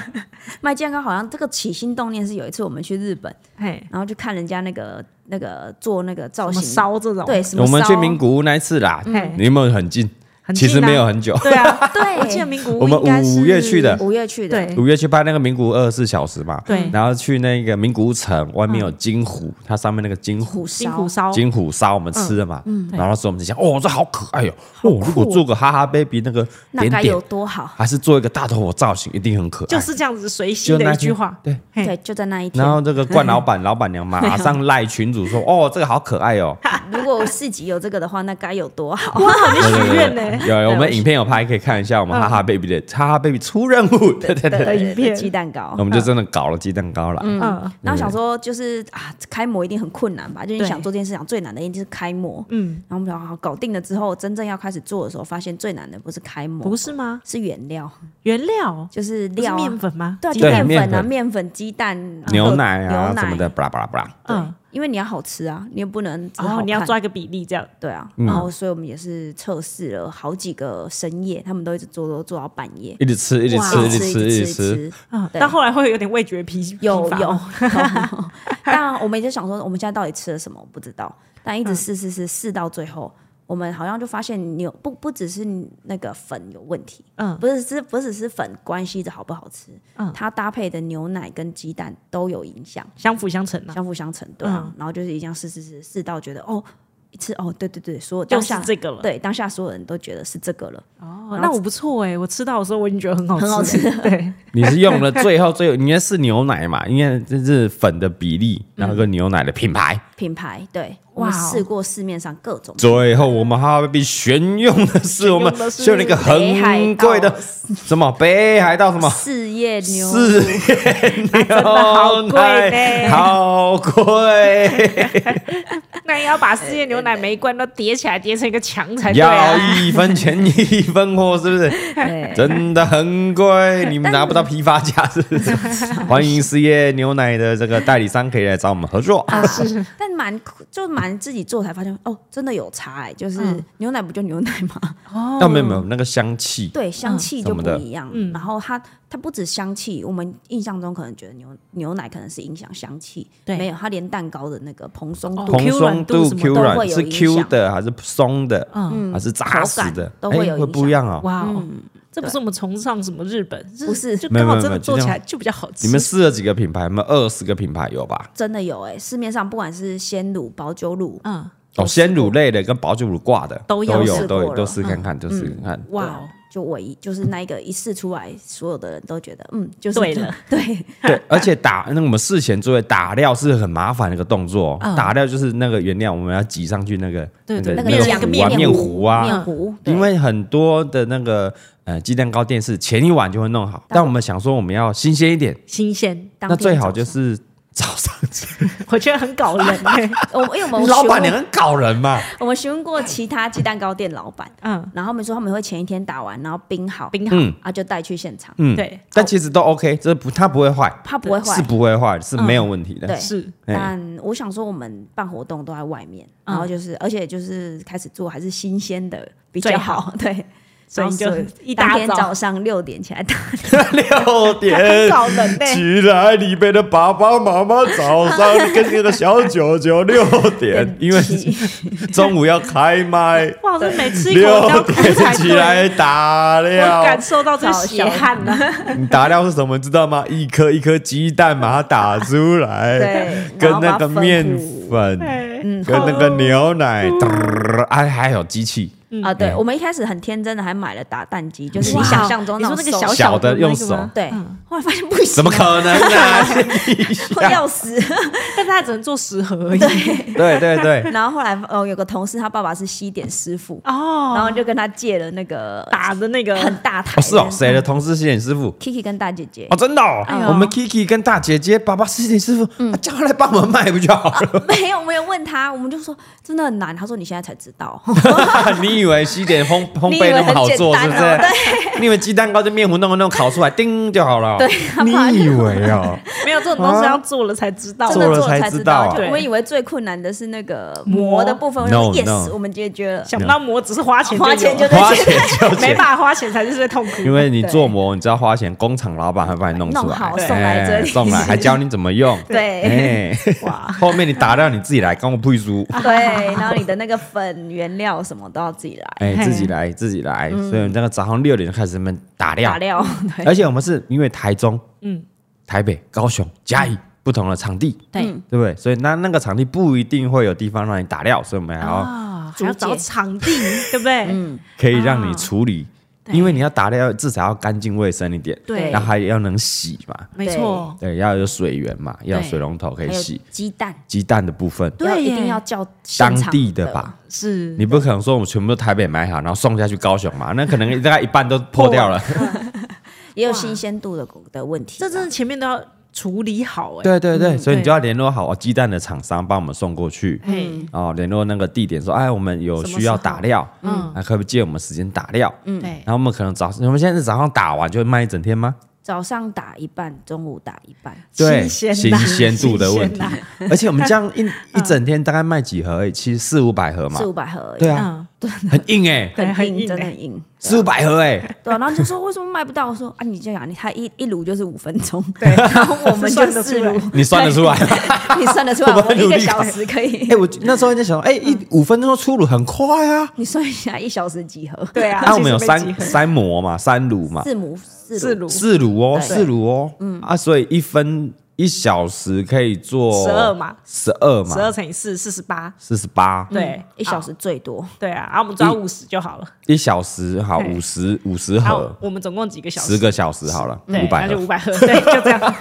Speaker 2: 卖健康好像这个起心动念是有一次我们去日本，
Speaker 3: 嘿，
Speaker 2: 然后就看人家那个那个做那个造
Speaker 3: 什么
Speaker 2: 型，
Speaker 3: 烧这种，
Speaker 2: 对，什么
Speaker 1: 我们去
Speaker 2: 烧啊
Speaker 1: 名古屋那一次啦
Speaker 3: 嗯，
Speaker 1: 你有没有很近？
Speaker 3: 很
Speaker 1: 其
Speaker 3: 近啊
Speaker 1: 实没有很久，
Speaker 3: 对啊，
Speaker 2: 对
Speaker 3: 我记得名古屋
Speaker 1: 我们
Speaker 3: 应该是
Speaker 1: 五月去的
Speaker 2: 嗯五月去的，
Speaker 3: 对
Speaker 1: 五月去拍那个名古屋二十四小时嘛，
Speaker 3: 对
Speaker 1: 然后去那个名古屋城外面有金虎，它上面那个金虎
Speaker 2: 虎
Speaker 3: 金
Speaker 2: 烧
Speaker 3: 虎，烧，
Speaker 1: 金虎烧我们吃了嘛，然后那时候我们就想，哦，这好可爱哟，哦，如果
Speaker 3: 酷哦
Speaker 1: 做个哈哈 baby 那个
Speaker 2: 那
Speaker 1: 点
Speaker 2: 该有
Speaker 1: 点，
Speaker 2: 多好？
Speaker 1: 还是做一个大头佛造型，一定很可爱。
Speaker 3: 就是这样子随心
Speaker 1: 就那
Speaker 3: 的一
Speaker 1: 天
Speaker 3: 句话，
Speaker 1: 对
Speaker 3: 嘿
Speaker 2: 对，就在那一天
Speaker 1: 然。后这个冠老板、老板娘马上赖群主说，哦，这个好可爱哦，
Speaker 2: 啊如果市集有这个的话，那该有多好！
Speaker 3: 哇，你许
Speaker 1: 对
Speaker 3: 愿
Speaker 1: 对
Speaker 3: 呢？
Speaker 1: 对有有我们影片有拍，可以看一下我们哈哈 baby 的哈哈 baby 出任务，对对对，
Speaker 3: 的影片
Speaker 2: 鸡蛋糕
Speaker 1: 我。们就真的搞了鸡蛋糕了。
Speaker 3: 嗯
Speaker 2: 然后想说，就是啊，开模一定很困难吧？就是
Speaker 3: 对
Speaker 2: 想做这件事情，最难的一定是开模。
Speaker 3: 嗯，
Speaker 2: 然后我们想，好，搞定了之后，真正要开始做的时候，发现最难的不是开模
Speaker 3: 不，是吗？
Speaker 2: 是原料，
Speaker 3: 原料
Speaker 2: 就是
Speaker 3: 不是
Speaker 2: 料啊
Speaker 3: 面粉吗？
Speaker 2: 对啊，
Speaker 3: 鸡
Speaker 2: 就
Speaker 1: 对
Speaker 3: 蛋
Speaker 2: 面
Speaker 1: 面
Speaker 2: 粉啊，
Speaker 1: 粉
Speaker 2: 面粉、鸡蛋、
Speaker 1: 牛奶啊
Speaker 2: 牛
Speaker 1: 什
Speaker 2: 奶
Speaker 1: 么的，巴拉巴拉巴拉。
Speaker 3: 嗯，
Speaker 2: 因为你要好吃啊，你也不能只
Speaker 3: 然
Speaker 2: 好
Speaker 3: 哦后你要
Speaker 2: 看
Speaker 3: 抓一个比例这样，
Speaker 2: 对啊，
Speaker 1: 嗯
Speaker 2: 然后所以我们也是测试了好几个深夜，他们都一直做做做到半夜，
Speaker 1: 一直吃，一直
Speaker 3: 哇
Speaker 1: 吃，
Speaker 2: 一
Speaker 1: 直
Speaker 2: 直
Speaker 1: 吃，
Speaker 2: 一
Speaker 1: 一直
Speaker 2: 直吃
Speaker 1: 吃。
Speaker 2: 一直吃
Speaker 3: 嗯，
Speaker 2: 对
Speaker 3: 但后来会有点味觉疲
Speaker 2: 有
Speaker 3: 疲乏
Speaker 2: 有
Speaker 3: 吗，
Speaker 2: 但我们就想说，我们现在到底吃了什么？我不知道，但一
Speaker 3: 嗯
Speaker 2: 直试试试试到最后，我们好像就发现牛不不只是那个粉有问题，
Speaker 3: 嗯
Speaker 2: 不是是不只是粉关系着好不好吃，它搭配的牛奶跟鸡蛋都有影响，
Speaker 3: 相辅相成啊，
Speaker 2: 相辅相成，对
Speaker 1: 嗯
Speaker 2: 啊，然后就是一样试试试试到觉得哦。一吃哦，对对对，所有
Speaker 3: 就
Speaker 2: 当
Speaker 3: 是
Speaker 2: 下
Speaker 3: 这个了。
Speaker 2: 对当下所有人都觉得是这个了，
Speaker 3: 哦，那我不错哎，我吃到的时候我已经觉得很好吃，
Speaker 2: 很好吃。
Speaker 3: 对，
Speaker 1: 你是用了最后最后，应该是牛奶嘛？应该这是粉的比例，然后跟牛奶的品牌。
Speaker 2: 品牌，对我
Speaker 3: 哇哦
Speaker 2: 们试过市面上各种。
Speaker 1: 最后我们哈必选用的是我们
Speaker 3: 选用的是
Speaker 1: 选了一个很贵的
Speaker 2: 北海道
Speaker 1: 什么北海道什么
Speaker 2: 事业牛
Speaker 1: 四
Speaker 3: 好
Speaker 1: 牛
Speaker 3: 贵
Speaker 1: 奶，
Speaker 3: 呢
Speaker 1: 好贵，
Speaker 3: 那也要把世界牛奶每一罐都叠起来，叠成一个墙才对
Speaker 1: 要
Speaker 3: 啊！
Speaker 1: 一分钱一分货，是不是？
Speaker 2: 对
Speaker 1: 真的很贵，你们拿不到批发价，是不是？欢迎事业牛奶的这个代理商可以来找我们合作。
Speaker 3: 是
Speaker 2: 但蛮就蛮自己做才发现哦，真的有差哎、就是
Speaker 3: 嗯
Speaker 2: 牛奶不就牛奶吗？
Speaker 3: 哦
Speaker 1: 那没有没有那个香气，
Speaker 2: 对，香气
Speaker 1: 嗯
Speaker 2: 就
Speaker 1: 什么
Speaker 2: 不
Speaker 1: 的嗯
Speaker 2: 一样。然后它它不止香气，我们印象中可能觉得牛牛奶可能是影响香气，
Speaker 3: 对
Speaker 2: 没有，它连蛋糕的那个蓬松度、
Speaker 1: 蓬松度、
Speaker 3: Q
Speaker 1: Q
Speaker 2: 软度
Speaker 1: 软
Speaker 2: 什
Speaker 1: 是
Speaker 2: 么都会有
Speaker 1: Q
Speaker 2: 影响嗯
Speaker 1: 的还是松的，还是扎实的
Speaker 2: 口感，都会有
Speaker 1: 哎
Speaker 2: 影
Speaker 1: 会
Speaker 2: 响
Speaker 1: 不一样哦。
Speaker 3: 哇哦，这不是我们崇尚什么日本，
Speaker 2: 不是
Speaker 3: 就
Speaker 1: 没有
Speaker 3: 刚
Speaker 1: 没有
Speaker 3: 好真
Speaker 1: 没有
Speaker 3: 的做
Speaker 1: 就这
Speaker 3: 起
Speaker 1: 样
Speaker 3: 来就比较好吃。
Speaker 1: 你们试了几个品牌？有没有二十个品牌有吧？
Speaker 2: 真的有哎、市面上不管是鲜乳、保酒乳，
Speaker 3: 嗯，
Speaker 1: 哦，鲜乳类的跟保酒乳挂的
Speaker 3: 都有
Speaker 1: 有
Speaker 2: 试
Speaker 1: 都
Speaker 2: 过
Speaker 1: 有
Speaker 2: 了嗯
Speaker 1: 都试看看，都试看看。
Speaker 3: 哇
Speaker 2: 对
Speaker 3: 哦
Speaker 2: 啊，就我一就是那一个一试出来，所有的人都觉得嗯，就是
Speaker 3: 对了，
Speaker 2: 对，
Speaker 1: 对，而且打那我们事前作业打料是很麻烦的一个动作哦，打料就是那个原料我们要挤上去那个
Speaker 3: 对
Speaker 1: 个
Speaker 3: 对
Speaker 2: 嗯那
Speaker 1: 那
Speaker 3: 两
Speaker 1: 个
Speaker 3: 个
Speaker 1: 糊啊
Speaker 3: 面
Speaker 1: 面糊
Speaker 2: 糊
Speaker 1: 啊
Speaker 2: 面，糊，对
Speaker 1: 因为很多的那个呃鸡蛋糕店是前一晚就会弄好，但我们想说我们要新鲜一点，
Speaker 3: 新鲜
Speaker 2: 当
Speaker 1: 那
Speaker 2: 天
Speaker 1: 最好
Speaker 2: 早
Speaker 1: 就
Speaker 2: 上
Speaker 1: 是早上吃，
Speaker 3: 我觉得很搞人哎、
Speaker 2: 啊我因为我们
Speaker 1: 老板
Speaker 2: 询问
Speaker 1: 娘很搞人嘛，
Speaker 2: 我们询问过其他鸡蛋糕店老板，
Speaker 3: 嗯，
Speaker 2: 然后他们说他们会前一天打完，然后冰好，
Speaker 3: 冰好，
Speaker 1: 嗯
Speaker 2: 啊就带去现场，
Speaker 1: 嗯，
Speaker 3: 对，
Speaker 1: 但其实都 OK，这不它不会坏，
Speaker 2: 怕不会坏嗯
Speaker 1: 是。不会坏，是没有问题的。
Speaker 2: 对
Speaker 3: 是
Speaker 1: 哎
Speaker 2: 但我想说，我们办活动都在外面，然
Speaker 3: 嗯
Speaker 2: 后就是，而且就是开始做还是新鲜的比较好，对。
Speaker 3: 所以你就
Speaker 2: 然后
Speaker 3: 一大
Speaker 2: 当天
Speaker 3: 早
Speaker 2: 早上六点起来打，
Speaker 1: 六
Speaker 3: 很
Speaker 1: 点
Speaker 3: 搞人哎、
Speaker 1: 起来，你们的爸爸妈妈早上跟那个小九九六点，呃因为
Speaker 2: 起
Speaker 1: 中午要开 麦，
Speaker 3: 哇，我真的每吃一口我都 要
Speaker 1: 六
Speaker 3: 哭
Speaker 1: 点
Speaker 3: 才
Speaker 1: 起
Speaker 3: 对。
Speaker 1: 来打
Speaker 3: 我
Speaker 1: 料
Speaker 3: 感。受到这血汗啊了，
Speaker 1: 你打料是什么？知道吗？一颗一颗鸡蛋把它打出来，
Speaker 2: 对，然
Speaker 1: 跟
Speaker 2: 后
Speaker 1: 那
Speaker 2: 把它
Speaker 1: 个
Speaker 2: 分哎糊
Speaker 1: 面粉，
Speaker 3: 嗯
Speaker 1: 跟那个牛奶，
Speaker 2: 嗯
Speaker 1: 嘚哎，还有机器，
Speaker 2: 啊，对
Speaker 1: 嗯，
Speaker 2: 我们一开始很天真的还买了打蛋机，就是
Speaker 1: 哇
Speaker 2: 你想象中
Speaker 3: 你
Speaker 2: 那
Speaker 3: 说
Speaker 2: 种
Speaker 3: 那个
Speaker 2: 手
Speaker 3: 小
Speaker 1: 小嗯的
Speaker 3: 的那
Speaker 1: 用
Speaker 3: 个
Speaker 1: 手
Speaker 3: 吗
Speaker 2: 对， 后来发现不 行，
Speaker 1: 怎么可能啊 呢？
Speaker 2: 我要死。
Speaker 3: 但是他只能做十盒而已。
Speaker 1: 对对对，
Speaker 2: 然后后来呃，有个同事他爸爸是西点师傅，
Speaker 3: 哦，
Speaker 2: 然后就跟他借了那个
Speaker 3: 打的那个
Speaker 2: 很大台
Speaker 1: 哦，
Speaker 2: 的，
Speaker 1: 是哦，谁的同事是你师傅？
Speaker 2: ？Kiki 跟大姐姐
Speaker 1: 哦，，真的哦
Speaker 3: 哎，呦
Speaker 1: 我们 Kiki 跟大姐姐、爸爸是你师傅，
Speaker 2: 嗯
Speaker 1: 啊叫他来帮我们卖不就好 了？
Speaker 2: 没有没有问他，我们就说真的很难，他说你现在才知 道，
Speaker 1: 你以为西点烘烘
Speaker 2: 你以
Speaker 1: 焙
Speaker 2: 为
Speaker 1: 那么好做是
Speaker 2: 很
Speaker 1: 不
Speaker 2: 简单哦
Speaker 1: 是？你以为鸡蛋糕就面糊弄个弄烤出来叮就好了？
Speaker 2: 对 他怕
Speaker 1: 你以为哦？
Speaker 3: 没有这种东西要做了才知道
Speaker 1: 啊。
Speaker 2: 真的
Speaker 1: 做了
Speaker 2: 了
Speaker 1: 才
Speaker 2: 才
Speaker 1: 知道
Speaker 2: 道。
Speaker 1: 啊
Speaker 2: 就我们
Speaker 3: 对
Speaker 2: 以为最困难的是那个
Speaker 3: 磨
Speaker 2: 磨的部分，我
Speaker 1: No，
Speaker 2: 说 yes，
Speaker 1: no
Speaker 2: 我们解决了，
Speaker 3: 想不到膜只是 花钱有了，
Speaker 2: 花钱就
Speaker 1: 花钱就
Speaker 3: 没
Speaker 1: 钱，
Speaker 3: 办法花钱才是最痛苦。
Speaker 1: 因为你做模，你知道花钱，工厂老板还把你弄出
Speaker 2: 弄
Speaker 1: 来，
Speaker 2: 好
Speaker 1: 哎
Speaker 2: 送来这里
Speaker 1: 送来还教你怎么用。
Speaker 2: 对
Speaker 1: 哎，
Speaker 3: 哇，
Speaker 1: 后面你打料你自己来，跟我不输。
Speaker 2: 对，然后你的那个粉原料什么都要自己来
Speaker 1: 哎，
Speaker 3: 嘿
Speaker 1: 自己来，自己来。所以我们那个早上六点就开始在那边打料
Speaker 2: 打，料， 对
Speaker 1: 而且我们是因为台中、
Speaker 3: 嗯，
Speaker 1: 台北、高雄、嘉义不同的场地，
Speaker 2: 对
Speaker 1: 对不对？所以那那个场地不一定会有地方让你打料，所以我们还要
Speaker 3: 啊，
Speaker 2: 竹
Speaker 3: 还要找
Speaker 2: 节
Speaker 3: 场地，对不对？嗯，
Speaker 1: 可以让你处理，因为你要打料至少要干净卫生一点，
Speaker 3: 对
Speaker 1: 然后还要能洗嘛，
Speaker 3: 没错，
Speaker 1: 对，要有水源嘛，要有
Speaker 3: 对
Speaker 1: 水龙头可以
Speaker 2: 还有
Speaker 1: 洗。
Speaker 2: 鸡蛋，
Speaker 1: 鸡蛋的部分，
Speaker 3: 对
Speaker 2: 要一
Speaker 3: 耶
Speaker 2: 定要叫
Speaker 1: 当
Speaker 2: 现场
Speaker 1: 地的吧，
Speaker 3: 是
Speaker 1: 你不可能说我们全部都台北买好，然后送下去高雄嘛，那可能大概一半都破掉了。
Speaker 2: 也有新鲜度的的问题啦。
Speaker 3: 这真的前面都要处理好哎。
Speaker 1: 对对对，所以你
Speaker 3: 对嗯
Speaker 1: 就要联络好哦鸡蛋的厂商帮我们送过去。
Speaker 3: 嘿，
Speaker 1: 哦，联络那个地点说，哎，我们有
Speaker 3: 什么
Speaker 1: 需要
Speaker 3: 时候
Speaker 1: 打料，嗯
Speaker 3: 嗯，
Speaker 1: 还可不可以借我们时间打料？嗯，
Speaker 3: 对
Speaker 1: 然，后我们可能早，我们现在是早上打完就卖一整天吗？
Speaker 2: 早上打一半，中午打一半，
Speaker 1: 对，
Speaker 3: 新
Speaker 1: 新
Speaker 3: 鲜呐
Speaker 1: 鲜度的问题
Speaker 3: 新鲜呐。
Speaker 1: 而且我们这样一一整天大概卖几盒而已？其实四五百盒嘛
Speaker 2: 四，五百盒而已，
Speaker 1: 对啊，
Speaker 3: 嗯，
Speaker 1: 很硬哎，
Speaker 3: 对很
Speaker 2: 很
Speaker 3: 硬
Speaker 2: 硬，真的
Speaker 3: 欸
Speaker 2: 很硬。
Speaker 1: 四五百盒哎，
Speaker 2: 对啊，然后就说为什么卖不到？我说啊，你这样，你他一一炉就是五分钟，对，然后我们就四炉，
Speaker 1: 你算得出来吗？
Speaker 2: 你算得出来，
Speaker 1: 我
Speaker 2: 我
Speaker 1: 们
Speaker 2: 们
Speaker 1: 努
Speaker 2: 一
Speaker 1: 力
Speaker 2: 个小时可 以
Speaker 1: 哎，，我那时候在想，哎，一五分钟出炉很快啊。
Speaker 2: 你算一下，一小时几盒？
Speaker 3: 对啊，
Speaker 1: 那我们有
Speaker 3: 其实没几
Speaker 1: 三
Speaker 3: 盒
Speaker 1: 三模嘛，三炉嘛，
Speaker 2: 四模四
Speaker 3: 四
Speaker 2: 炉，嗯
Speaker 3: 炉
Speaker 1: 四炉哦，
Speaker 2: 对
Speaker 1: 四炉哦，嗯啊，所以一分一小时可以做
Speaker 3: 12嘛嗯
Speaker 1: 十二嘛，
Speaker 3: 十二乘以四，四十八。
Speaker 1: 四十八，
Speaker 3: 对，
Speaker 2: 一小时最多，
Speaker 3: 对啊，然后我们抓
Speaker 1: 一
Speaker 3: 五十就好了。
Speaker 1: 一小时好
Speaker 3: 对
Speaker 1: 五十五十
Speaker 3: 然
Speaker 1: 盒
Speaker 3: 后，我们总共几个小时？
Speaker 1: 十个小时好了，
Speaker 3: 对
Speaker 1: 五百
Speaker 3: 那就
Speaker 1: 盒
Speaker 3: 五。百盒，对，就这 样。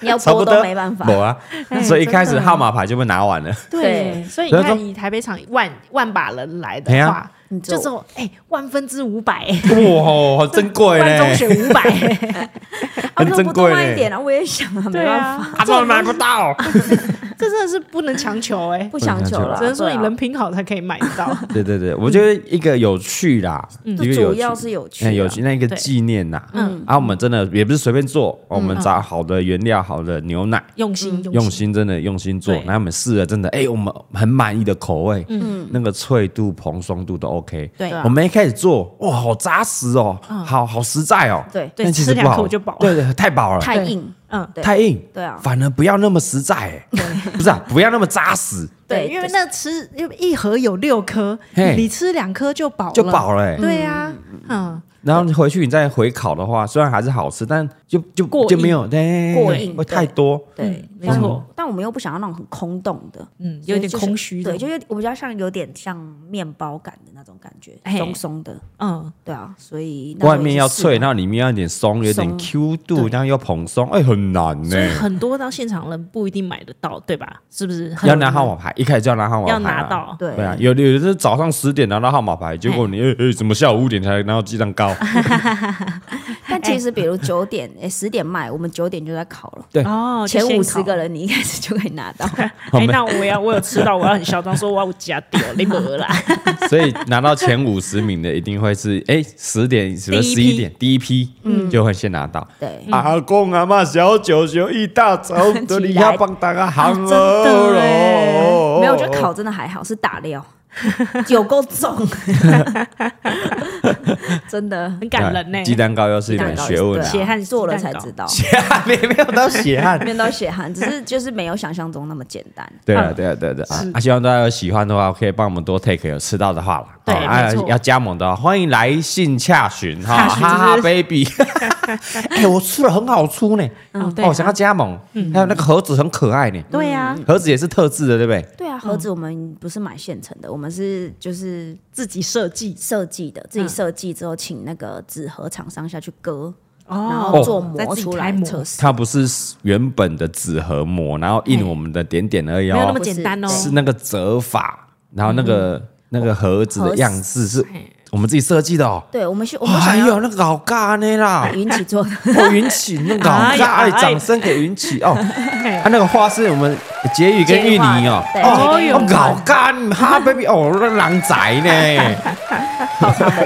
Speaker 2: 你要
Speaker 1: 差不
Speaker 2: 多
Speaker 1: 多
Speaker 2: 都没办法
Speaker 1: 没。啊，所以一开始
Speaker 3: 真的
Speaker 1: 号码牌就被拿完了，
Speaker 2: 对
Speaker 3: 所
Speaker 1: 所
Speaker 3: 以
Speaker 1: 以
Speaker 3: 你
Speaker 1: 说
Speaker 3: 看，以台北场万万把人来的
Speaker 1: 哎呀
Speaker 3: 话，
Speaker 2: 你
Speaker 3: 就
Speaker 2: 就
Speaker 3: 只有哎万分之五百，
Speaker 1: 哇，好珍贵
Speaker 3: 万中
Speaker 1: 嘞，
Speaker 3: 选 五百，
Speaker 2: 啊，
Speaker 1: 很
Speaker 2: 如
Speaker 1: 珍
Speaker 2: 果
Speaker 1: 贵
Speaker 2: 多卖
Speaker 1: 嘞
Speaker 2: 一点啊，我也想啊，没
Speaker 3: 对
Speaker 2: 办法，
Speaker 3: 啊，
Speaker 1: 他们买不到。
Speaker 3: 这真的是不能强求 哎，
Speaker 2: 不强求了，
Speaker 3: 只能说
Speaker 2: 对
Speaker 3: 你
Speaker 2: 啊
Speaker 3: 人品好才可以买得到。
Speaker 1: 对对对，我觉得一个有趣啦，一个
Speaker 2: 就
Speaker 1: 有
Speaker 2: 嗯主
Speaker 1: 趣
Speaker 2: 要是有趣
Speaker 1: 哎
Speaker 2: 啊，
Speaker 1: 有那一个纪念呐，嗯，啊，我们真的也不是随便做，我们找好的原料、好的牛奶，
Speaker 3: 用心，
Speaker 1: 用，心真的用心做，
Speaker 3: 对
Speaker 1: 然后我们试了，真的，哎、我们很满意的口味，嗯，那个脆度、蓬松度都 OK。
Speaker 2: 对啊
Speaker 1: 我们一开始做，哇，好扎实哦，好好实在哦，
Speaker 2: 对
Speaker 1: 但其实
Speaker 3: 吃
Speaker 1: 不
Speaker 3: 两
Speaker 1: 好
Speaker 3: 口就饱了
Speaker 1: 对对，太饱了，
Speaker 2: 太
Speaker 3: 对
Speaker 2: 硬，
Speaker 3: 嗯，
Speaker 2: 对
Speaker 1: 太硬，
Speaker 2: 对啊
Speaker 1: 反而不要那么实在、哎， 不是啊，不要那么扎实
Speaker 3: 对，
Speaker 2: 对
Speaker 3: 因为那吃因为一盒有六颗
Speaker 1: 嘿，
Speaker 3: 你吃两颗就饱了，
Speaker 1: 就饱了、哎
Speaker 3: 对呀，嗯，
Speaker 1: 然后你回去你再回烤的话，虽然还是好吃，但就就
Speaker 3: 过
Speaker 1: 就
Speaker 3: 硬
Speaker 1: 没有对
Speaker 2: 过硬
Speaker 1: 会
Speaker 2: 对
Speaker 1: 太多，
Speaker 2: 对，
Speaker 3: 没错，
Speaker 2: 但我们又不想要那种很空洞的，
Speaker 3: 嗯
Speaker 2: 所以
Speaker 3: 有点
Speaker 2: 就是
Speaker 3: 空虚的
Speaker 2: 对，就有我比较像有点像面包感的那种感觉
Speaker 3: 嘿，
Speaker 2: 松松的，
Speaker 3: 嗯，
Speaker 2: 对啊，所以那时候
Speaker 1: 外面要脆，
Speaker 2: 也是
Speaker 1: 然后里面要有点松，有点
Speaker 2: 松
Speaker 1: Q 度，然后又蓬松，哎、很难呢、
Speaker 3: 所以很多到现场人不一定买得到，对吧？是不是？
Speaker 1: 要拿号
Speaker 3: 好，
Speaker 1: 码牌，一开始就要拿号码牌、
Speaker 3: 要
Speaker 1: 啊，
Speaker 3: 拿。到，
Speaker 2: 对
Speaker 1: 对啊，有的有的是早哎
Speaker 3: 哎
Speaker 1: 上十点拿到号码牌，结果你诶诶、怎么下午五点才拿到鸡蛋糕？
Speaker 2: 但其实比如九点、诶十点卖，我们九点就在烤了，
Speaker 3: 哦，
Speaker 2: 前五十个
Speaker 3: 人。
Speaker 2: 人你一开始就可以拿 到。
Speaker 1: 我
Speaker 3: 哎，
Speaker 1: 们
Speaker 3: 那我要我有吃到，我要很嚣张说我要加掉你没啦。
Speaker 1: 所以拿到前五十名的一定会是，哎，十点什么
Speaker 3: 第一
Speaker 1: 十
Speaker 3: 批
Speaker 1: 一点第一批，就会先拿到。
Speaker 2: 对，
Speaker 1: 阿公阿妈小九九一大早
Speaker 2: 起来
Speaker 1: 这里要帮大家喊
Speaker 3: 真的欸
Speaker 1: 哦
Speaker 2: 哎没有，我觉得烤真的还好，是打料，有够重，真的。
Speaker 3: 很感人呢。
Speaker 1: 鸡蛋糕又是一门学问啊，
Speaker 2: 对啊
Speaker 3: 血汗
Speaker 2: 做了
Speaker 3: 鸡蛋
Speaker 2: 才
Speaker 3: 糕
Speaker 2: 知道，
Speaker 1: 血汗没没有到血汗。
Speaker 2: 面到血汗，只是就是没有想象中那么简单。
Speaker 1: 对啊，
Speaker 3: 啊
Speaker 1: 对啊，对啊对啊啊！啊希望大家有喜欢的话，可以帮我们多 take 有吃到的话啦。
Speaker 3: 对
Speaker 1: 哦啊
Speaker 3: 没错
Speaker 1: 要加盟的话，欢迎来信洽询哈，
Speaker 3: 洽询
Speaker 1: 哈哈
Speaker 3: 就是
Speaker 1: baby。哎， 我吃了很好吃呢，
Speaker 3: 哦对嗯
Speaker 1: 哦，想要加盟，还有那个盒子很可爱呢，
Speaker 3: 对呀，
Speaker 1: 盒子也是特制的，对不对？
Speaker 3: 嗯
Speaker 2: 对啊，盒子我们不是买现成的，我们是就是
Speaker 3: 自己设计
Speaker 2: 设计的，自己设计之后请那个纸盒厂商下去割，然
Speaker 3: 哦
Speaker 2: 后做
Speaker 3: 再
Speaker 2: 模
Speaker 3: 自己
Speaker 2: 出
Speaker 3: 开
Speaker 2: 来
Speaker 3: 模
Speaker 2: 测试。
Speaker 1: 它不是原本的纸盒膜，然后印
Speaker 2: 哎
Speaker 1: 我们的点点而已
Speaker 3: 没有那
Speaker 1: 哦
Speaker 3: 么，简单哦。嗯
Speaker 1: 是那个折法，然后那个、那个盒子的样式是
Speaker 3: 嘿
Speaker 1: 我们自己设计的哦。
Speaker 2: 对，我们是，我
Speaker 1: 哦
Speaker 2: 们
Speaker 1: 哎
Speaker 2: 想要
Speaker 1: 呦，那个好尬呢啦！
Speaker 2: 云起 做的，
Speaker 1: 哦，云起那个好
Speaker 3: 哎
Speaker 1: 尬，
Speaker 3: 呀
Speaker 1: 哎，
Speaker 3: 哎
Speaker 1: 掌声给云起哦。
Speaker 3: 嘿
Speaker 1: 他那个花是我们婕妤跟芋泥哦，
Speaker 2: 对
Speaker 1: 哦
Speaker 3: 婕妤
Speaker 1: 哦，好尬，哈 baby 哦，那狼宅呢？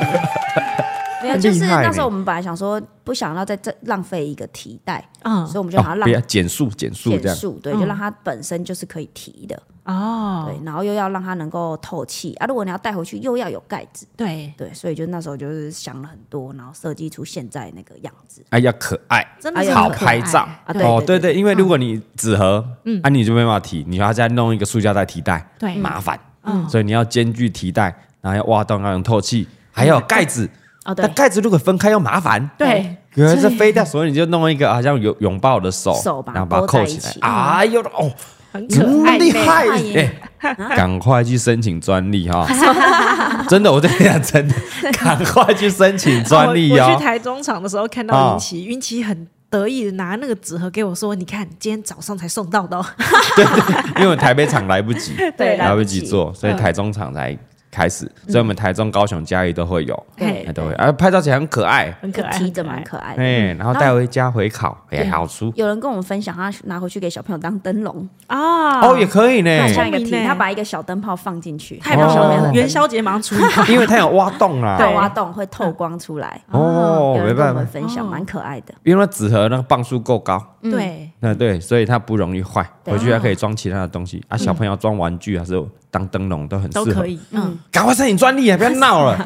Speaker 2: 没有，
Speaker 1: 很
Speaker 2: 就是
Speaker 1: 厉害
Speaker 2: 那
Speaker 1: 呢
Speaker 3: 欸
Speaker 2: 时候我们本来想说，不想要再再浪费一个提袋，
Speaker 3: 嗯
Speaker 2: 所以我们就把它
Speaker 1: 哦，
Speaker 2: 让
Speaker 1: 不要减速减速这
Speaker 2: 减
Speaker 1: 样，
Speaker 2: 速，对，就让它本身就是可以提的，
Speaker 3: 哦
Speaker 2: 对，然后又要让它能够透气啊。如果你要带回去，又要有盖子，
Speaker 3: 对，
Speaker 2: 对，所以就那时候就是想了很多，然后设计出现在那个样子。
Speaker 1: 哎，要可爱。
Speaker 3: 真
Speaker 2: 哎呀
Speaker 3: 的是
Speaker 1: 好
Speaker 3: 很可
Speaker 1: 拍
Speaker 3: 爱
Speaker 1: 照
Speaker 2: 啊对
Speaker 1: 哦，
Speaker 2: 对
Speaker 1: 对对，因为如果你纸盒，嗯，啊，你就没办法提，你要再弄一个塑胶袋提袋，
Speaker 3: 对嗯
Speaker 1: 麻烦，
Speaker 3: 哦
Speaker 1: 所以你要兼具提袋，然后要挖洞，要用透气，还有盖子，
Speaker 2: 哦，
Speaker 1: 那
Speaker 2: 对，
Speaker 1: 盖子如果分开又麻烦，
Speaker 3: 对，
Speaker 1: 可能是飞掉，所以你就弄一个好像拥拥抱的手，
Speaker 2: 手把它
Speaker 1: 然后把它
Speaker 2: 勾在
Speaker 1: 扣
Speaker 2: 一
Speaker 1: 起
Speaker 2: 起
Speaker 1: 来，哎呦哦，
Speaker 3: 很可
Speaker 1: 真
Speaker 3: 爱呢，
Speaker 1: 厉害
Speaker 2: 太厉，
Speaker 1: 哎，赶快去申请专利哈，真的，我跟你讲，真的，赶快去申请专利
Speaker 3: 我 我
Speaker 1: 哦
Speaker 3: 去。台中场的时候看
Speaker 1: 啊
Speaker 3: 到云奇，云奇很得意的拿那个纸盒给我说：“你看，今天早上才送 到的哦。
Speaker 1: 对对， 因为台北场来不及，
Speaker 2: 对
Speaker 1: 来
Speaker 2: 来
Speaker 1: 不
Speaker 2: 不
Speaker 1: 及
Speaker 2: 及
Speaker 1: 做，所以台中场才开始，所以我们台中、高雄、嘉义都会有，
Speaker 2: 对
Speaker 1: 哎都会，而拍照起来很可爱”，
Speaker 3: 很可
Speaker 2: 就
Speaker 3: 爱，
Speaker 2: 提着蛮
Speaker 3: 很可
Speaker 2: 可爱的。嗯
Speaker 1: 哎，然后带回家回烤，哎，好吃
Speaker 2: 有人跟我们分享，他拿回去给小朋友当灯笼，
Speaker 3: 爱啊！
Speaker 1: 哦，也可以呢，
Speaker 2: 他像一个
Speaker 3: 聪明
Speaker 2: 题，
Speaker 3: 呢
Speaker 2: 他把一个小灯泡放进去，
Speaker 3: 太
Speaker 2: 让
Speaker 3: 棒
Speaker 2: 小朋友
Speaker 1: 哦
Speaker 3: 了
Speaker 2: 的！
Speaker 3: 元宵节马上出一
Speaker 1: 因为它有挖洞
Speaker 2: 对
Speaker 1: 啦，
Speaker 2: 挖洞会透光出来。
Speaker 1: 哦
Speaker 2: 有，
Speaker 1: 没
Speaker 2: 人跟我
Speaker 1: 办法
Speaker 2: 们，分享，蛮可爱的。
Speaker 1: 因为它纸盒那个磅数够高，
Speaker 2: 嗯
Speaker 3: 对，
Speaker 1: 那对，所以它不容易坏，
Speaker 2: 对哦
Speaker 1: 回去还可以装其他的东西啊，小朋友装玩具还是当灯笼都很
Speaker 3: 都
Speaker 1: 适合
Speaker 3: 可。以。嗯，
Speaker 1: 赶快申请专利啊！不要闹 了，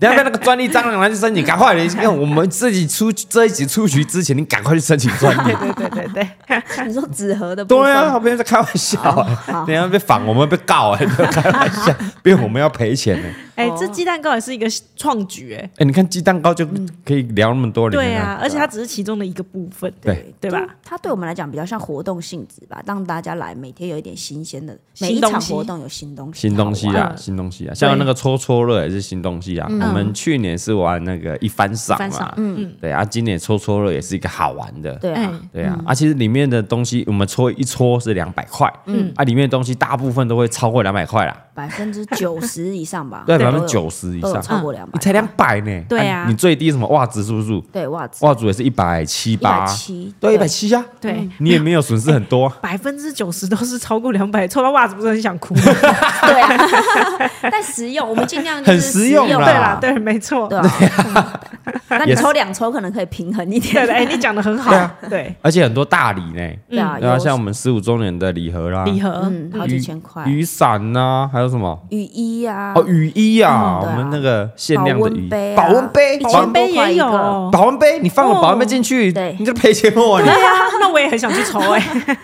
Speaker 1: 等一下被那个专利蟑螂来去申请，赶快！你看我们自己出这一集出局之前，你赶快去申请专利
Speaker 3: 对。对对对对，
Speaker 2: 你说纸盒的部分
Speaker 1: 对啊，，他不要在开玩笑、欸，
Speaker 2: 好
Speaker 1: 等一下被仿，我们被告哎、欸， 开玩 笑，因为我们要赔钱呢、欸。
Speaker 3: 哎，
Speaker 2: 哦
Speaker 3: 这鸡蛋糕也是一个创举哎。
Speaker 1: 哎、你看鸡蛋糕就
Speaker 2: 嗯
Speaker 1: 可以聊那么多，你
Speaker 3: 对
Speaker 1: 看看
Speaker 3: 啊，而且它只是其中的一个部分，
Speaker 1: 对
Speaker 3: 对
Speaker 2: 就
Speaker 3: 吧？
Speaker 2: 它对我们来讲比较像活动性质吧，让大家来每天有一点新鲜的，每一
Speaker 3: 新东西
Speaker 2: 场活动有新东西，
Speaker 1: 新东西
Speaker 2: 好玩嗯
Speaker 1: 啊，新东西啊，像那个搓搓乐也是新东西啊。我们去年是玩那个一番赏
Speaker 3: 一番
Speaker 1: 嘛
Speaker 3: 赏，
Speaker 1: 嗯，对啊，今年搓搓乐也是一个好玩的，
Speaker 2: 对啊，
Speaker 3: 哎
Speaker 1: 对啊，啊，其实里面的东西我们搓一搓是两百块，嗯，啊，里面的东西大部分都会超过两百块啦，
Speaker 2: 百分之九十以上吧，
Speaker 1: 对，
Speaker 2: 啊
Speaker 1: 啊
Speaker 2: 都
Speaker 1: 百
Speaker 2: 有
Speaker 1: 分之九十以
Speaker 2: 都有
Speaker 1: 上，
Speaker 2: 超过两百，
Speaker 1: 你才两百呢，
Speaker 3: 对啊
Speaker 1: 你最低什么袜子是不是？
Speaker 2: 对袜子
Speaker 1: 袜子也是一百七
Speaker 2: 一
Speaker 1: 八，
Speaker 2: 百七，
Speaker 1: 对，一百七呀，
Speaker 2: 嗯
Speaker 3: 对，
Speaker 1: 你也没有损失很多 啊，
Speaker 3: 百分之九十都是超过两百，抽到袜子不是很想哭吗？
Speaker 2: 对啊， 但实用，我们尽量就是
Speaker 1: 很实用啦
Speaker 3: 对啦，
Speaker 1: 啊
Speaker 3: 对，没 错，
Speaker 2: 对啊，那你抽两抽可能可以平衡一
Speaker 3: 对
Speaker 2: 点
Speaker 3: 的，，哎，你讲的很好
Speaker 1: 对啊，
Speaker 3: 对，
Speaker 1: 而且很多大礼呢，
Speaker 2: 对啊，
Speaker 1: 对啊，
Speaker 2: 有
Speaker 1: 像我们十五周年的礼盒啦，
Speaker 3: 礼盒，
Speaker 2: 嗯好几千块，
Speaker 1: 雨伞呐，还有什么？
Speaker 2: 雨衣啊，
Speaker 1: 哦，雨衣啊，
Speaker 2: 嗯对
Speaker 1: 我
Speaker 2: 啊
Speaker 1: 们那个限量
Speaker 2: 保
Speaker 1: 的雨
Speaker 2: 温
Speaker 1: 衣，
Speaker 2: 杯啊，
Speaker 1: 保温杯，
Speaker 2: 一
Speaker 1: 保
Speaker 2: 千
Speaker 1: 温
Speaker 3: 千杯
Speaker 2: 多块
Speaker 3: 也
Speaker 2: 一个
Speaker 3: 有
Speaker 1: 保温杯，你放个
Speaker 3: 哦
Speaker 1: 保温杯进去
Speaker 2: 对，
Speaker 1: 你就赔钱我，你
Speaker 3: 对啊，那我也很想去抽哎，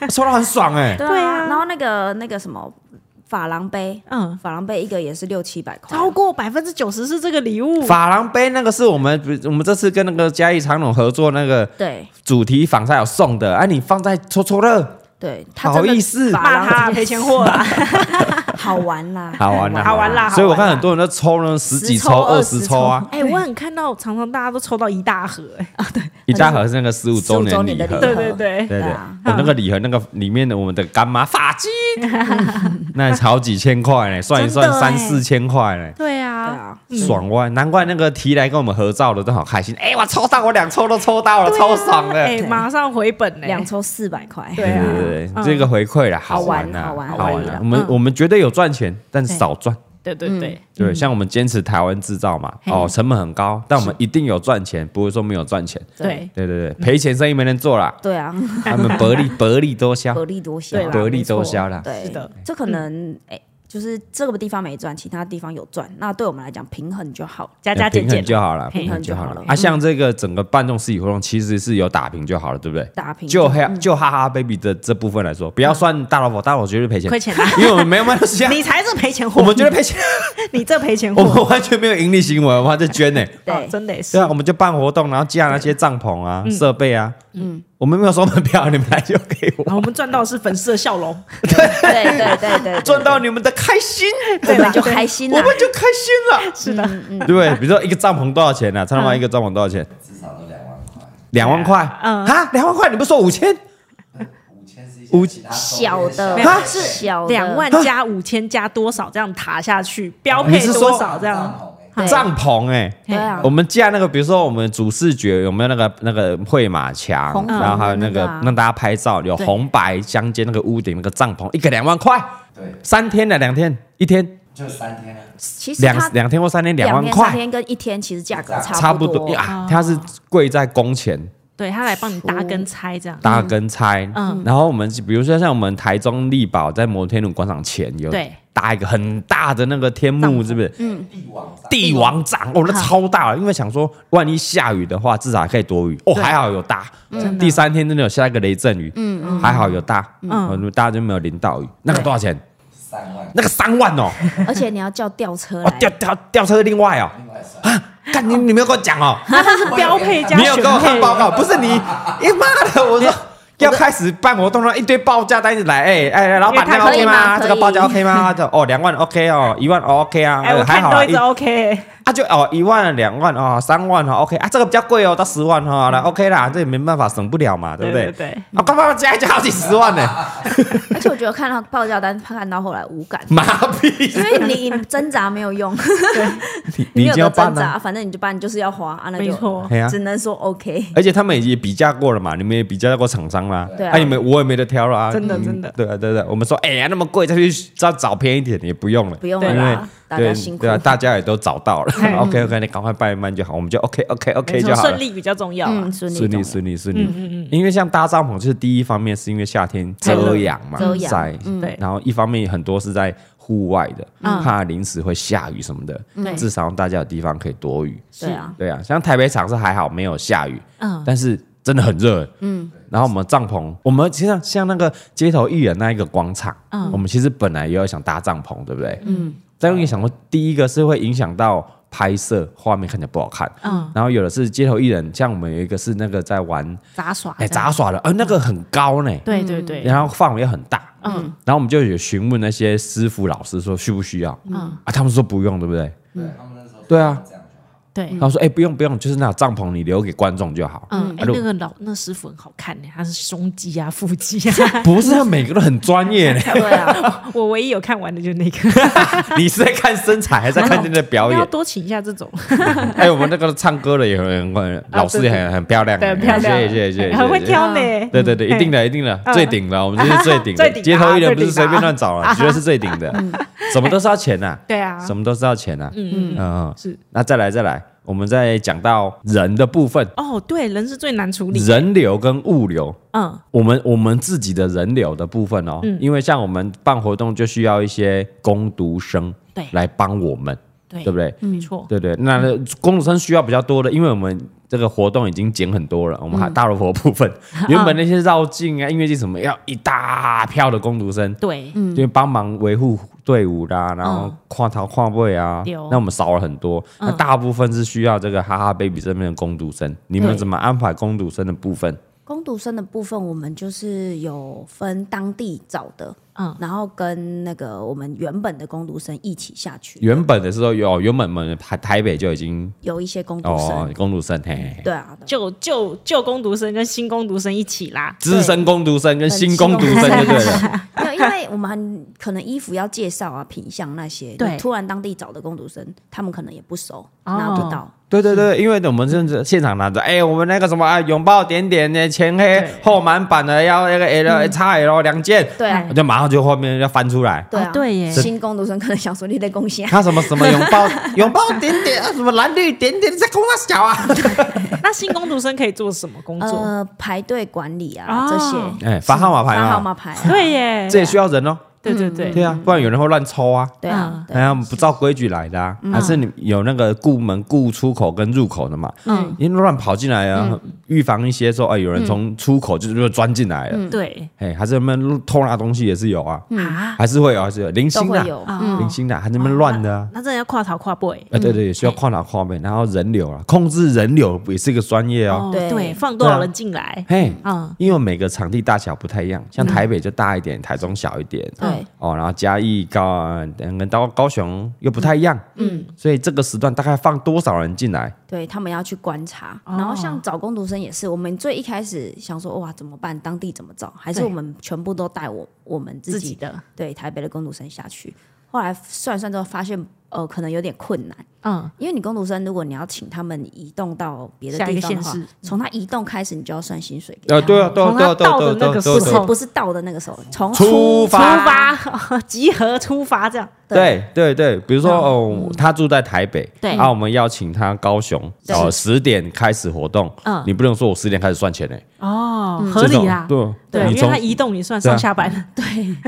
Speaker 1: 抽到很爽哎，
Speaker 2: 对
Speaker 3: 对
Speaker 2: 啊，
Speaker 3: 啊
Speaker 2: 然后那个那个什么珐琅杯，
Speaker 3: 嗯，
Speaker 2: 珐琅杯一个也是六七百块，
Speaker 3: 超过百分之九十是这个礼物，
Speaker 1: 珐琅杯那个是我们我们这次跟那个嘉义长隆合作那个
Speaker 2: 对
Speaker 1: 主题仿赛有送的，啊，你放在搓搓乐，
Speaker 2: 对，他
Speaker 1: 好
Speaker 2: 真的
Speaker 1: 意思，
Speaker 2: 把
Speaker 3: 骂他赔钱货啦，
Speaker 2: 好玩啦，啊
Speaker 1: 好玩 啊啦，
Speaker 3: 好玩啦
Speaker 1: 所以我看
Speaker 3: 好玩啦
Speaker 1: 很多人都抽呢，十几
Speaker 2: 10抽
Speaker 1: 抽、二
Speaker 2: 20
Speaker 1: 抽啊，
Speaker 2: 嗯
Speaker 3: 哎，我很看到常常大家都抽到一大盒，哎，
Speaker 1: 一大盒是那个十五周
Speaker 2: 15周
Speaker 1: 年礼
Speaker 2: 年的
Speaker 1: 盒，
Speaker 2: 礼
Speaker 3: 对
Speaker 2: 盒
Speaker 3: 对对，
Speaker 1: 呃对对，
Speaker 2: 对
Speaker 1: 我
Speaker 2: 啊
Speaker 1: 那个礼盒那个里面的我们的干妈 发髻，那好几千块呢，算一算
Speaker 3: 真的
Speaker 1: 三
Speaker 3: 欸
Speaker 1: 四千块呢。
Speaker 3: 对
Speaker 2: 对
Speaker 3: 啊，
Speaker 2: 啊，
Speaker 1: 爽歪！难怪那个提来跟我们合照的都好开心。哎、我抽到，我两抽都抽到了，
Speaker 2: 啊
Speaker 1: 超爽的。
Speaker 3: 哎，马上回本呢，
Speaker 2: 两抽四百块，
Speaker 3: 对啊
Speaker 1: 对对，
Speaker 3: 嗯
Speaker 1: 这个回馈了，
Speaker 2: 好
Speaker 1: 玩
Speaker 2: 玩
Speaker 1: 呐，
Speaker 2: 好玩
Speaker 1: 好
Speaker 2: 好
Speaker 1: 玩
Speaker 2: 玩
Speaker 1: 啊
Speaker 2: 啦
Speaker 1: 我们
Speaker 2: 嗯
Speaker 1: 我们绝对有赚钱，但
Speaker 2: 对
Speaker 1: 少赚。
Speaker 3: 对
Speaker 2: 嗯
Speaker 3: 对对，
Speaker 1: 对，像我们坚持台湾制造嘛，哦，成本很高，但我们一定有赚钱，不会说没有赚钱。
Speaker 3: 对
Speaker 1: 对对
Speaker 2: 嗯
Speaker 1: 对，赔钱生意没人做啦，
Speaker 2: 对啊，
Speaker 1: 他们薄 利薄利多销，
Speaker 2: 薄利多销
Speaker 3: 对
Speaker 2: 啊，
Speaker 3: 啦
Speaker 1: 薄利
Speaker 3: 没错
Speaker 1: 多销啦。
Speaker 2: 对
Speaker 3: 是的
Speaker 2: 这可能哎、就是这个地方没赚，其他地方有赚，那对我们来讲平衡就好了。
Speaker 3: 加加减
Speaker 1: 哎平衡
Speaker 3: 减，
Speaker 1: 就好了，
Speaker 2: 平衡
Speaker 1: 就
Speaker 2: 就
Speaker 1: 好
Speaker 2: 好
Speaker 1: 了
Speaker 2: 了
Speaker 1: 啊！像这个整个办这种实体活动，其实是有打平就好了，对不对？
Speaker 2: 打平
Speaker 1: 就
Speaker 2: 就
Speaker 1: 哈就哈哈 baby 的这部分来说，不要算大老婆，大老婆绝对赔钱，
Speaker 3: 亏钱啊
Speaker 1: 因为我们没有卖东西啊，
Speaker 3: 你才是赔钱货，
Speaker 1: 我们绝对赔钱，
Speaker 3: 你这赔钱
Speaker 1: 我们
Speaker 3: 货，
Speaker 1: 完全没有盈利行为，我们还在捐呢。
Speaker 3: 哦
Speaker 2: 对
Speaker 3: 真的是
Speaker 1: 对啊，我们就办活动，然后架那些帐篷啊、设备啊，嗯，我们没有收门票，你们来就给我
Speaker 3: 然后我们赚到的是粉丝的笑 容，
Speaker 2: 对对对对，对
Speaker 1: 赚到你们的开心，
Speaker 2: 我
Speaker 3: 啦
Speaker 2: 们就开心啊嗯
Speaker 1: 我
Speaker 2: 了
Speaker 1: 们。就开心了。
Speaker 3: 是的，
Speaker 1: 对不对，比如说一个帐篷多少钱呢？蔡老板一个帐篷多少钱？
Speaker 4: 至少都两万块，
Speaker 1: 两万块
Speaker 3: 嗯
Speaker 1: 啊，两万块，你不是说五千？
Speaker 4: 五千是一
Speaker 1: 五
Speaker 4: 些其他收费
Speaker 2: 小的
Speaker 1: 啊
Speaker 2: 是小的
Speaker 3: 两万加五千加多少这样塔下去，标配
Speaker 1: 你是说哦
Speaker 3: 多少这样？
Speaker 4: 帐篷欸
Speaker 2: 对
Speaker 1: 帐篷哎，
Speaker 2: 对啊
Speaker 1: 我，们架那个，比如说我们主视觉有没有那个那个绘马墙
Speaker 2: 红，红
Speaker 1: 然后还有那
Speaker 2: 的
Speaker 1: 个
Speaker 2: 那个啊
Speaker 1: 让大家拍照，有
Speaker 2: 对
Speaker 1: 红白相间那个屋顶那个帐篷，一个两万块，
Speaker 4: 对，
Speaker 1: 三天的两天，一天
Speaker 4: 就三天啊，
Speaker 2: 其实
Speaker 1: 两
Speaker 2: 它
Speaker 1: 两天或三天两万
Speaker 2: 天
Speaker 1: 块啊
Speaker 2: 三，天跟一天其实价格
Speaker 1: 差
Speaker 2: 不
Speaker 1: 不多呀，它是贵在工钱
Speaker 3: 对他来帮你搭跟拆这样，
Speaker 1: 搭跟拆，
Speaker 3: 嗯
Speaker 1: 然后我们比如说像我们台中力宝在摩天轮广场前有
Speaker 3: 对
Speaker 1: 搭一个很大的那个天幕，是不是？
Speaker 4: 帝王帐
Speaker 1: 帝王帐哦，那超大了，因为想说万一下雨的话，至少还可以躲雨。哦，还好有搭，第三天真的有下一个雷阵雨，嗯，还好有搭，嗯，大家就没有淋到雨。那个多少钱？
Speaker 4: 三万，
Speaker 1: 那个三万哦，
Speaker 3: 嗯
Speaker 2: 而且你要叫吊车
Speaker 1: 哦
Speaker 2: 来
Speaker 1: 吊，吊吊车另外哦，
Speaker 4: 另外三，
Speaker 1: 干你你没有跟我讲哦，
Speaker 3: 是 标配加
Speaker 1: 你有
Speaker 3: 选
Speaker 1: 给我看
Speaker 3: 配，
Speaker 1: 报告，不是你，哎妈的，我说。要开始办活动了，一堆报价单一直来，哎哎，哎老板
Speaker 3: 因为
Speaker 1: 那
Speaker 3: 他
Speaker 1: 个
Speaker 2: 可以
Speaker 1: OK 吗？
Speaker 2: 嘛
Speaker 1: 这
Speaker 2: 可以
Speaker 1: 个报价 OK 吗？就哦，两万 OK 哦，一万哦 OK 啊，
Speaker 3: 哎，
Speaker 1: 呃
Speaker 3: 我
Speaker 1: 还
Speaker 3: 看
Speaker 1: 好
Speaker 3: 都
Speaker 1: 啊，
Speaker 3: 一
Speaker 1: 一
Speaker 3: 直 OK，
Speaker 1: 啊就哦一万两万哦三万哦 OK 啊，这个比较贵哦，到十万哦，来 OK 啦，这也没办法省不了嘛，对不对？
Speaker 3: 对对
Speaker 1: 啊，刚刚加一加好几十万呢，，
Speaker 2: 而且我觉得看到报价单看到后来无感
Speaker 1: 麻痹！
Speaker 2: 因为你挣扎没 有用，
Speaker 1: 你
Speaker 2: 你
Speaker 1: 已
Speaker 2: 有
Speaker 1: 经
Speaker 2: 个
Speaker 1: 要办
Speaker 2: 挣
Speaker 1: 了，
Speaker 2: 扎，反正你就办，你就是要花啊，那
Speaker 3: 没
Speaker 2: 就
Speaker 3: 错
Speaker 1: 哎呀
Speaker 2: 只能说 OK。
Speaker 1: 而且他们也比价过了嘛，你们也比价过厂商啦，
Speaker 2: 对啊
Speaker 1: 啊你们我也没得挑了啊，
Speaker 3: 真的
Speaker 1: 嗯
Speaker 3: 真的
Speaker 1: 对啊对啊对啊，我们说哎呀那么贵，再去找找便宜一点也不用了，
Speaker 2: 不用
Speaker 1: 因
Speaker 2: 了
Speaker 1: 为
Speaker 2: 啦，大家
Speaker 1: 对
Speaker 2: 辛苦
Speaker 1: 对。啊，大家也都找到 了，OK
Speaker 3: 嗯
Speaker 1: OK，你赶快办一办就好，我们就 OK OK
Speaker 3: 没
Speaker 1: OK 就
Speaker 3: 错，
Speaker 1: 好了
Speaker 3: 顺。利比较重要啊，
Speaker 2: 嗯，顺利
Speaker 1: 顺利
Speaker 2: 懂
Speaker 1: 顺利顺
Speaker 3: 嗯
Speaker 1: 利，因为像搭帐篷，就是第一方面是因为夏天
Speaker 3: 太热
Speaker 1: 遮阳嘛，
Speaker 2: 遮阳嗯
Speaker 1: 晒，
Speaker 3: 对
Speaker 1: 然后一方面很多是在户外的，
Speaker 3: 嗯
Speaker 1: 怕临时会下雨什么的，
Speaker 2: 嗯
Speaker 3: 对
Speaker 1: 至少让大家有地方可以躲雨。
Speaker 2: 对啊，
Speaker 1: 对啊，像台北场是还好没有下雨，
Speaker 3: 嗯
Speaker 1: 但是真的很热，嗯。然后我们帐篷，我们其实像那个街头艺人那一个广场，
Speaker 3: 嗯
Speaker 1: 我们其实本来也有想搭帐篷，对不对？嗯。但也想过，第一个是会影响到拍摄画面看起来不好看，
Speaker 3: 嗯
Speaker 1: 然后有的是街头艺人，像我们有一个是那个在玩
Speaker 3: 杂耍，
Speaker 1: 哎嗯杂，耍的，呃，那个很高呢，
Speaker 3: 对对对，
Speaker 1: 然后范围又很大，嗯
Speaker 3: 嗯，
Speaker 1: 然后我们就有询问那些师傅老师说需不需要，嗯啊，他们说不用，对不对？
Speaker 4: 对他们那时候
Speaker 1: 对啊
Speaker 4: 这样就好，
Speaker 3: 对
Speaker 1: 然，后说哎不用不用，就是那帐篷你留给观众就好，
Speaker 3: 嗯，哎，
Speaker 1: 如
Speaker 3: 那个老那师傅很好看呢，他是胸肌啊、腹肌啊，
Speaker 1: 不是他每个都很专业呢，
Speaker 2: 对啊，
Speaker 3: 我唯一有看完的就是那个，
Speaker 1: 你是在看身材还是在看人家的表
Speaker 3: 要
Speaker 1: 演？
Speaker 3: 多请一下这种，
Speaker 1: 哎，我们那个唱歌的也很很，老师也
Speaker 3: 嗯啊对
Speaker 1: 很很漂亮，
Speaker 3: 对，漂亮，
Speaker 1: 谢谢谢谢谢谢，
Speaker 3: 很会挑呢，嗯
Speaker 1: 对对对，一定的，一定的，最顶的，我们就是最顶
Speaker 3: 最
Speaker 1: 的。
Speaker 3: 顶的啊
Speaker 1: 街头艺人不
Speaker 3: 最顶的嗯
Speaker 1: 是随便乱找啊了，绝对是最顶的，什么都是要钱呐，
Speaker 3: 对啊，
Speaker 1: 什么都是要钱呐。嗯嗯嗯，
Speaker 3: 是。
Speaker 1: 那再来再来，我们再讲到人的部分，
Speaker 3: 哦，对，人是最难处理。
Speaker 1: 人流跟物流。
Speaker 3: 嗯，
Speaker 1: 我们我们自己的人流的部分哦，因为像我们办活动就需要一些工读生
Speaker 3: 对
Speaker 1: 来帮我们，
Speaker 3: 对，嗯
Speaker 1: 对不对？
Speaker 3: 没错，
Speaker 1: 对对，那工读生需要比较多的，因为我们这个活动已经减很多了。我们
Speaker 3: 嗯
Speaker 1: 还大萝卜部 分，原本那些绕境啊、音乐季什么，要一大票的工读生，
Speaker 3: 对，
Speaker 1: 就帮忙维护队伍啦，然后
Speaker 3: 嗯
Speaker 1: 跨头跨位啊
Speaker 3: 对哦。嗯
Speaker 1: 那我们少了很多，那大部分是需要这个哈哈 baby 这边的工读生。你们
Speaker 2: 对
Speaker 1: 怎么安排工读生的部分？
Speaker 2: 工读生的部分，我们就是有分当地找的，
Speaker 3: 嗯
Speaker 2: 嗯，然后跟那个我们原本的工读生一起下去，
Speaker 1: 原本的时候有，原本我们台台北就已经
Speaker 2: 有一些工读生，
Speaker 1: 哦，工读生嘿嘿。嘿
Speaker 2: 对啊，对
Speaker 3: 就就旧工读生跟新工读生一起啦。
Speaker 2: 啊
Speaker 1: 资深工读生跟新工读生就对了，
Speaker 2: 没有一因为我们很可能衣服要介绍啊、品相那些，
Speaker 3: 对
Speaker 2: 你突然当地找的工读生，他们可能也不熟，
Speaker 3: 哦
Speaker 2: 拿不到。
Speaker 1: 对对对，因为我们甚至现场拿着，哎、我们那个什么啊，拥抱点点的前黑
Speaker 3: 对
Speaker 1: 后满版的，要那个 L X L 两件，
Speaker 2: 对啊，
Speaker 1: 就马上就后面要翻出来。
Speaker 2: 对啊，
Speaker 3: 哦对耶
Speaker 2: 新工读啊生可能想说你在贡献，
Speaker 1: 他什么什么拥抱拥抱点点啊，什么蓝绿点点，在空那小啊。
Speaker 3: 那新工读生可以做什么工作？
Speaker 2: 呃，排队管理啊
Speaker 3: 哦
Speaker 2: 这些，
Speaker 1: 哎，发号码牌
Speaker 2: 发号
Speaker 1: 嘛，
Speaker 2: 码牌啊，
Speaker 3: 对耶，
Speaker 1: 这也需要人哦。
Speaker 3: 对对对
Speaker 1: 对啊，不然有人会乱抽啊。
Speaker 2: 对啊，对
Speaker 1: 哎呀，不照规矩来的啊，还是你有那个顾门、顾出口跟入口的嘛？
Speaker 3: 嗯，
Speaker 1: 因为乱跑进来啊，预防一些说，哎，有人从出口就就钻进来了。
Speaker 3: 嗯对
Speaker 1: 哎，还是他们偷拿东西也是有啊，
Speaker 3: 啊，
Speaker 1: 还是会有，还是有零
Speaker 2: 都
Speaker 1: 星
Speaker 2: 会
Speaker 1: 的，
Speaker 2: 有。
Speaker 3: 嗯
Speaker 1: 零星的，还是那边乱的啊。
Speaker 3: 那真的要跨头跨背。
Speaker 1: 哎，对对，也需要跨哪跨面，然后人流啊，控制人流也是一个专业哦。
Speaker 2: 对
Speaker 3: 对，放多少人进来？
Speaker 1: 嘿，
Speaker 3: 嗯，
Speaker 1: 因为每个场地大小不太一样，像台北就大一点，台中小一点，
Speaker 2: 对
Speaker 1: 哦，然后嘉义高，呃跟到高雄又不太一样，嗯，所以这个时段大概放多少人进来？
Speaker 2: 对，他们要去观察。
Speaker 3: 哦
Speaker 2: 然后像找工读生也是，我们最一开始想说哇怎么办，当地怎么找？还是
Speaker 3: 对
Speaker 2: 我们全部都带我我们自
Speaker 3: 自
Speaker 2: 己
Speaker 3: 己的，
Speaker 2: 对台北的工读生下去。后来算一算之后发现，呃，可能有点困难，
Speaker 3: 嗯，
Speaker 2: 因为你工读生如果你要请他们移动到别的
Speaker 3: 下
Speaker 2: 地
Speaker 3: 一个
Speaker 2: 方的
Speaker 3: 县
Speaker 2: 话
Speaker 3: 市，
Speaker 2: 从他移动开始你就要算薪水给他。
Speaker 1: 呃，对啊，对啊，
Speaker 3: 从
Speaker 1: 对啊，
Speaker 3: 他
Speaker 1: 对啊，
Speaker 3: 到
Speaker 1: 对啊
Speaker 3: 的
Speaker 1: 对啊
Speaker 3: 那个
Speaker 1: 对啊对
Speaker 3: 时
Speaker 2: 不
Speaker 1: 啊
Speaker 2: 是
Speaker 3: 候
Speaker 2: 不是到的那个时候，从
Speaker 1: 出
Speaker 3: 出
Speaker 1: 发
Speaker 3: 发 集合出发这样，
Speaker 1: 对啊对对，比如说哦，他住在台北，
Speaker 3: 嗯对
Speaker 1: 啊，我们邀请他高雄，
Speaker 2: 对
Speaker 1: 哦，十点开始活动，
Speaker 3: 嗯
Speaker 1: 你不能说我十点开始算钱呢，
Speaker 3: 哦，合
Speaker 1: 这
Speaker 3: 理
Speaker 1: 种
Speaker 3: 啦，
Speaker 1: 对啊
Speaker 3: 对，
Speaker 1: 你
Speaker 3: 因为
Speaker 1: 从
Speaker 3: 它移动，你算
Speaker 1: 对啊
Speaker 3: 上下班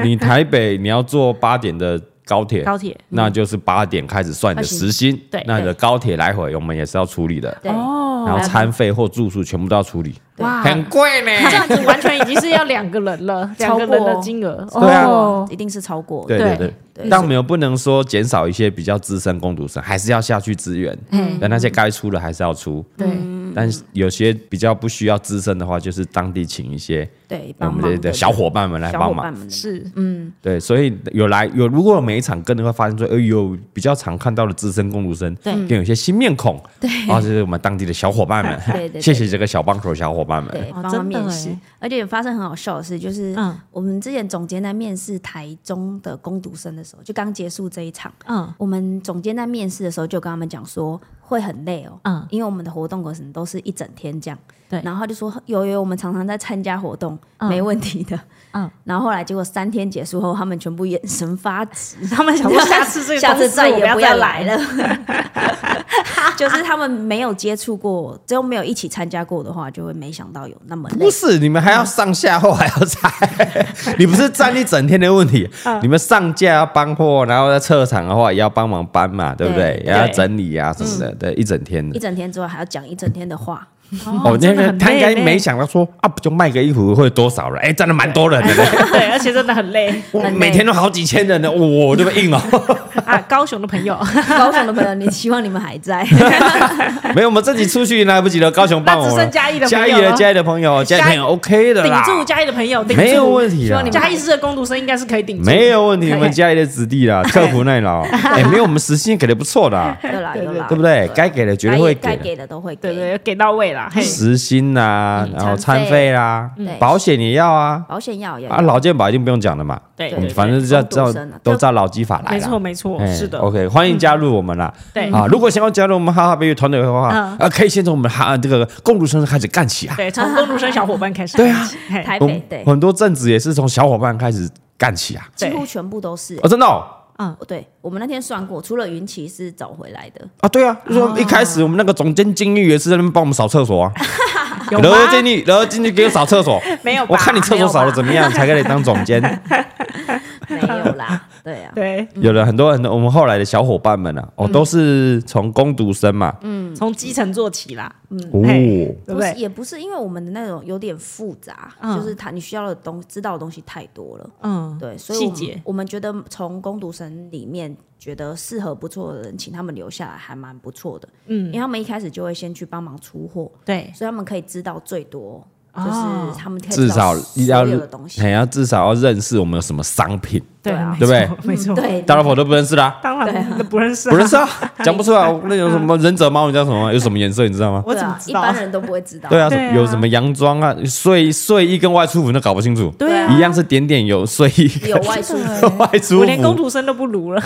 Speaker 1: 你台北你要坐八点的高 铁，
Speaker 3: 高铁
Speaker 1: 那就是八点开始算你的时薪，
Speaker 3: 对
Speaker 1: 那你的高铁来回我们也是要处理的，
Speaker 2: 对
Speaker 1: 然后
Speaker 3: 哦，
Speaker 1: 餐费或住宿全部都要处理，
Speaker 3: 哇，
Speaker 1: 很啊贵呢。
Speaker 3: 这样子完全已经是要两个人 了，两
Speaker 2: 超
Speaker 3: 个
Speaker 2: 过
Speaker 3: 人的金额，
Speaker 1: 对啊
Speaker 3: 哦
Speaker 2: 一定是超过。
Speaker 1: 对对
Speaker 3: 对
Speaker 1: 对，
Speaker 2: 对
Speaker 1: 但我们又不能说减少一些比较资深工读生，还是要下去支援。
Speaker 3: 嗯
Speaker 1: 但那些该出的还是要出，
Speaker 3: 对，
Speaker 2: 嗯
Speaker 1: 但有些比较不需要资深的话，就是当地请一些
Speaker 2: 对，
Speaker 1: 我
Speaker 2: 帮忙
Speaker 1: 们的小伙伴们来
Speaker 2: 小
Speaker 1: 帮
Speaker 2: 伙
Speaker 1: 忙
Speaker 2: 伴。们的
Speaker 3: 是，嗯
Speaker 1: 对，所以有来有，如果每一场跟的会发现说，哎有比较常看到的资深工读生，
Speaker 3: 对
Speaker 1: 更有一些新面孔，对，啊，这是我们当地的小伙伴
Speaker 2: 对对
Speaker 1: 们，
Speaker 2: 对
Speaker 1: 谢谢这个小帮手小伙伴们。
Speaker 2: 对，
Speaker 3: 哦
Speaker 2: 帮他
Speaker 3: 真的
Speaker 2: 面试
Speaker 3: 欸。
Speaker 2: 而且发生很好笑的事，就是
Speaker 3: 嗯
Speaker 2: 我们之前总监在面试台中的攻读生的时候，就刚结束这一场，
Speaker 3: 嗯
Speaker 2: 我们总监在面试的时候就跟他们讲说会很累哦，
Speaker 3: 嗯，
Speaker 2: 因为我们的活动过程都是一整天这样。
Speaker 3: 对
Speaker 2: 然后他就说有有，我们常常在参加活动，
Speaker 3: 嗯
Speaker 2: 没问题的。
Speaker 3: 嗯，
Speaker 2: 然后后来结果三天结束后，他们全部眼神发直，
Speaker 3: 他们想说下次这个
Speaker 2: 下
Speaker 3: 公
Speaker 2: 次
Speaker 3: 司
Speaker 2: 再
Speaker 3: 我
Speaker 2: 也
Speaker 3: 不
Speaker 2: 不要
Speaker 3: 要再来
Speaker 2: 来，了。 就是他们没有接触过，只有没有一起参加过的话，就会没想到有那么累
Speaker 1: 不。是，你们还要上架货，还要拆， 你不是占一整天的问题。你们上架要搬货，然后在撤场的话也要帮忙搬嘛，对不对？
Speaker 2: 对
Speaker 1: 也要整理啊什么的，对，一整天
Speaker 2: 一
Speaker 1: 的。
Speaker 2: 整天之后还要讲一整天的话，
Speaker 1: 哦，那
Speaker 3: 真的
Speaker 1: 个
Speaker 3: 很
Speaker 1: 他应该
Speaker 3: 累
Speaker 1: 没想到说啊，不就卖个衣服会多少了？哎，占了蛮多人的嘞，
Speaker 3: 对，而且真的很累
Speaker 1: 我
Speaker 2: 很累
Speaker 1: 每天都好几千人呢，我这么硬哦。
Speaker 3: 啊。高雄的 朋友，
Speaker 2: 高雄的朋友，你希望你们还 在，
Speaker 1: 没有，我们自己出去来不及了，高雄帮我
Speaker 3: 那只
Speaker 1: 们。
Speaker 3: 剩嘉义的朋
Speaker 1: 嘉
Speaker 3: 友
Speaker 1: 义的
Speaker 3: 了
Speaker 1: 嘉义的朋友，嘉义朋友 OK 的
Speaker 3: 顶
Speaker 1: 啦，
Speaker 3: 住嘉义的朋友，顶住
Speaker 1: 没有问题啦。
Speaker 3: 嘉义市的工读生应该是可以顶住，
Speaker 1: 没有问题，
Speaker 3: 可以
Speaker 1: 我们嘉义的子弟 啦，刻苦耐劳。哎，没有，我们时薪给的不错的啊，
Speaker 2: 有啦有啦，
Speaker 1: 对不对？该给的绝对会
Speaker 2: 该
Speaker 1: 给
Speaker 2: 该
Speaker 1: 的，
Speaker 2: 给的都会给，
Speaker 3: 对对，给到位啦。嘿，嗯
Speaker 1: 时薪呐，然后餐
Speaker 2: 餐
Speaker 1: 费啦
Speaker 2: 对，
Speaker 1: 保险也要啊，
Speaker 2: 保险要有
Speaker 1: 啊，劳健保一定不用讲了嘛，
Speaker 3: 对
Speaker 1: 嗯
Speaker 3: 对
Speaker 1: 反正就要
Speaker 2: 工读
Speaker 1: 照
Speaker 2: 生啊
Speaker 1: 都
Speaker 2: 对
Speaker 1: 照劳基法来
Speaker 3: 没错
Speaker 1: 啦。
Speaker 3: 没错，
Speaker 1: 哎
Speaker 3: 是的，嗯
Speaker 1: ，OK，欢迎加入我们啦。
Speaker 3: 对
Speaker 1: 啊，如果想要加入我们哈哈 baby 团队的话，
Speaker 3: 嗯
Speaker 1: 啊，可以先从我们哈这个共读生开始干起啊。
Speaker 3: 对，从工读生小伙伴开始。
Speaker 1: 对啊
Speaker 3: 嘿，
Speaker 2: 台
Speaker 1: 我
Speaker 2: 北对，
Speaker 1: 很多正职也是从小伙伴开始干起啊。
Speaker 2: 几乎全部都是
Speaker 1: 哦，。真的哦
Speaker 2: 对我们那天算过，除了云奇是找回来的，
Speaker 1: 啊，对啊，就
Speaker 2: 哦
Speaker 1: 说一开始我们那个总监金玉也是在那边帮我们扫厕所啊，
Speaker 3: 有
Speaker 1: 然后
Speaker 3: 吗？
Speaker 1: 进去，然后进去给我扫厕 所，
Speaker 3: 没有吧？
Speaker 1: 我看你厕所扫的怎么样，才可以当总监。
Speaker 2: 没有啦，对啊，
Speaker 3: 对，
Speaker 1: 有了很多很多我们后来的小伙伴们啊，
Speaker 2: 嗯
Speaker 1: 哦，都是从攻读生嘛，
Speaker 3: 从基层做起啦，
Speaker 1: 哦，
Speaker 3: 嘿对不
Speaker 2: 不是
Speaker 3: 对？
Speaker 2: 也不是，因为我们的那种有点复杂，
Speaker 3: 嗯
Speaker 2: 就是他你需要的东知道的东西太多了，
Speaker 3: 嗯，
Speaker 2: 对，所以我
Speaker 3: 细
Speaker 2: 们
Speaker 3: 节
Speaker 2: 我们觉得从攻读生里面觉得适合不错的人，请他们留下来还蛮不错的，嗯，因为他们一开始就会先去帮忙出货，
Speaker 3: 对
Speaker 2: 所以他们可以知道最多
Speaker 3: 哦
Speaker 2: 就是他们可以
Speaker 1: 至
Speaker 2: 知
Speaker 1: 少
Speaker 2: 道
Speaker 1: 要
Speaker 2: 所有的东西
Speaker 1: 还。要至少要认识我们有什么商品，
Speaker 3: 对啊，
Speaker 1: 对不对
Speaker 3: 没错，没
Speaker 2: 嗯
Speaker 3: 错，
Speaker 2: 对，
Speaker 1: 大老婆都不认识啦、
Speaker 3: 当然不认识，
Speaker 1: 不认识， 啊，讲不出来。那有什么忍者猫？你知道什么吗？有什么颜色？你知道吗？
Speaker 3: 我
Speaker 2: 对
Speaker 3: 怎么
Speaker 2: 啊，
Speaker 3: 知
Speaker 2: 一
Speaker 3: 道？
Speaker 2: 般人都不会知 道。
Speaker 1: 对啊，
Speaker 3: 对啊
Speaker 1: 有什么洋装啊、睡睡衣跟外出服都搞不清楚，
Speaker 3: 对啊，
Speaker 1: 一样是点点有睡衣跟
Speaker 2: 有外出，
Speaker 1: 外出
Speaker 3: 我连
Speaker 1: 服。
Speaker 3: 工
Speaker 1: 哦
Speaker 3: 读生都不如了。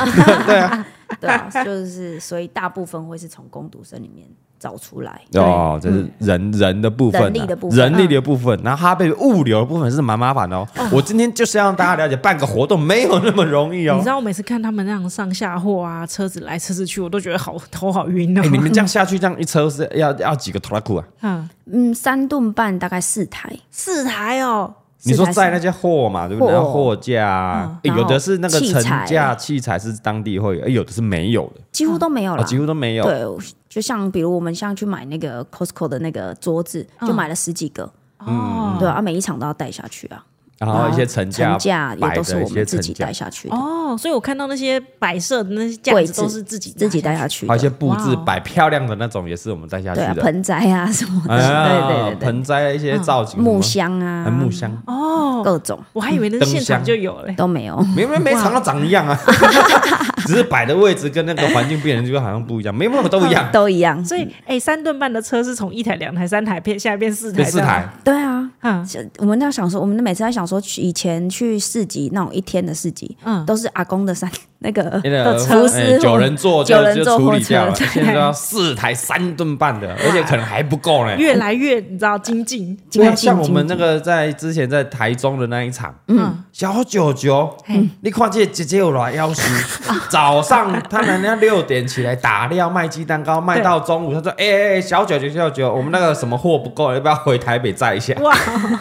Speaker 2: 对啊，就是所以大部分会是从攻读生里面找出来。
Speaker 1: 哦，这是人人的部分啊，
Speaker 2: 嗯人力的部分嗯
Speaker 1: 人力的部分，然后它被物流的部分是蛮麻烦的哦。我今天就是要让大家了解，办个活动没有那么容易
Speaker 3: 你
Speaker 1: 哦
Speaker 3: 知。道我每次看他们那样上下货啊，车子来车子去，我都觉得好头好晕哦
Speaker 1: 哎，。你们这样下去，这样一车是要要几个拖拉库啊？
Speaker 3: 嗯，
Speaker 2: 嗯，三顿半大概四台，
Speaker 3: 四台哦，
Speaker 1: 你说
Speaker 2: 四台
Speaker 1: 载那些货嘛，对不对？
Speaker 2: 货
Speaker 1: 然后货架啊，
Speaker 2: 嗯
Speaker 1: 诶有的是那个
Speaker 2: 然后
Speaker 1: 成
Speaker 2: 器材
Speaker 1: 架器材是当地会有，诶有的是没有的，
Speaker 2: 几乎都没有
Speaker 1: 啊，
Speaker 2: 了。
Speaker 1: 几乎都没有。
Speaker 2: 对，就像比如我们像去买那个 Costco 的那个桌子，就买了十几个，
Speaker 3: 嗯哦，
Speaker 2: 对啊，每一场都要带下去啊。
Speaker 1: 然后一些成架
Speaker 2: 成架也
Speaker 1: 摆
Speaker 2: 都
Speaker 1: 的
Speaker 2: 是
Speaker 1: 一
Speaker 2: 我
Speaker 1: 些
Speaker 2: 们
Speaker 1: 成
Speaker 2: 自己
Speaker 1: 架
Speaker 2: 带，下去的，
Speaker 3: 哦，所以我看到那些摆设的那些架
Speaker 2: 柜
Speaker 3: 子
Speaker 2: 子
Speaker 3: 都是自己
Speaker 2: 自己
Speaker 3: 拿
Speaker 2: 带
Speaker 3: 下去。
Speaker 1: 还
Speaker 2: 下去
Speaker 1: 有
Speaker 2: 的
Speaker 1: 一些布置
Speaker 3: 哇哦
Speaker 1: 摆漂亮的那种，也是我们带下去
Speaker 2: 对啊，
Speaker 1: 的。
Speaker 2: 盆栽啊什么
Speaker 1: 哎呀
Speaker 2: 的，对对对
Speaker 1: 盆栽一些造型
Speaker 2: 对，
Speaker 1: 什么，
Speaker 2: 木箱啊
Speaker 1: 哎，木箱，
Speaker 3: 哦，
Speaker 2: 各种
Speaker 3: 我还以为
Speaker 1: 嗯
Speaker 3: 那是现场就有嘞。
Speaker 2: 都没有。
Speaker 1: 没没没长得长一样啊， 只是摆的位置跟那个环境变成就好像不一样，没有都一样，
Speaker 2: 都一样，
Speaker 3: 所以，哎，三顿半的车是从一台、两台、三台变，现在变四台。
Speaker 1: 这四台。
Speaker 2: 对啊，
Speaker 3: 这样。嗯
Speaker 2: 就我们那想说，我们每次在想说，去以前去市集那种一天的市集，
Speaker 3: 嗯，
Speaker 2: 都是阿公的三 那个
Speaker 1: 那个
Speaker 2: 的厨
Speaker 1: 哎
Speaker 2: 师
Speaker 1: 九 人座就
Speaker 2: 九人
Speaker 1: 就
Speaker 2: 座
Speaker 1: 处
Speaker 2: 货
Speaker 1: 理掉了，
Speaker 2: 车
Speaker 1: 现在都要四台三吨半的，而且可能还不够呢。
Speaker 3: 越来越你知道精进。
Speaker 1: 对啊，
Speaker 2: 精进
Speaker 1: 像我们那
Speaker 2: 精
Speaker 1: 个在之前在台中的那一场，
Speaker 3: 嗯，
Speaker 1: 小九九，你看这姐姐有来要 求，
Speaker 2: 啊
Speaker 1: 早上他人家六点起来打料卖鸡蛋糕，卖到中午，他说：“哎哎哎，小九九小九，我们那个什么货不够，要不要回台北载一下
Speaker 3: 哇？”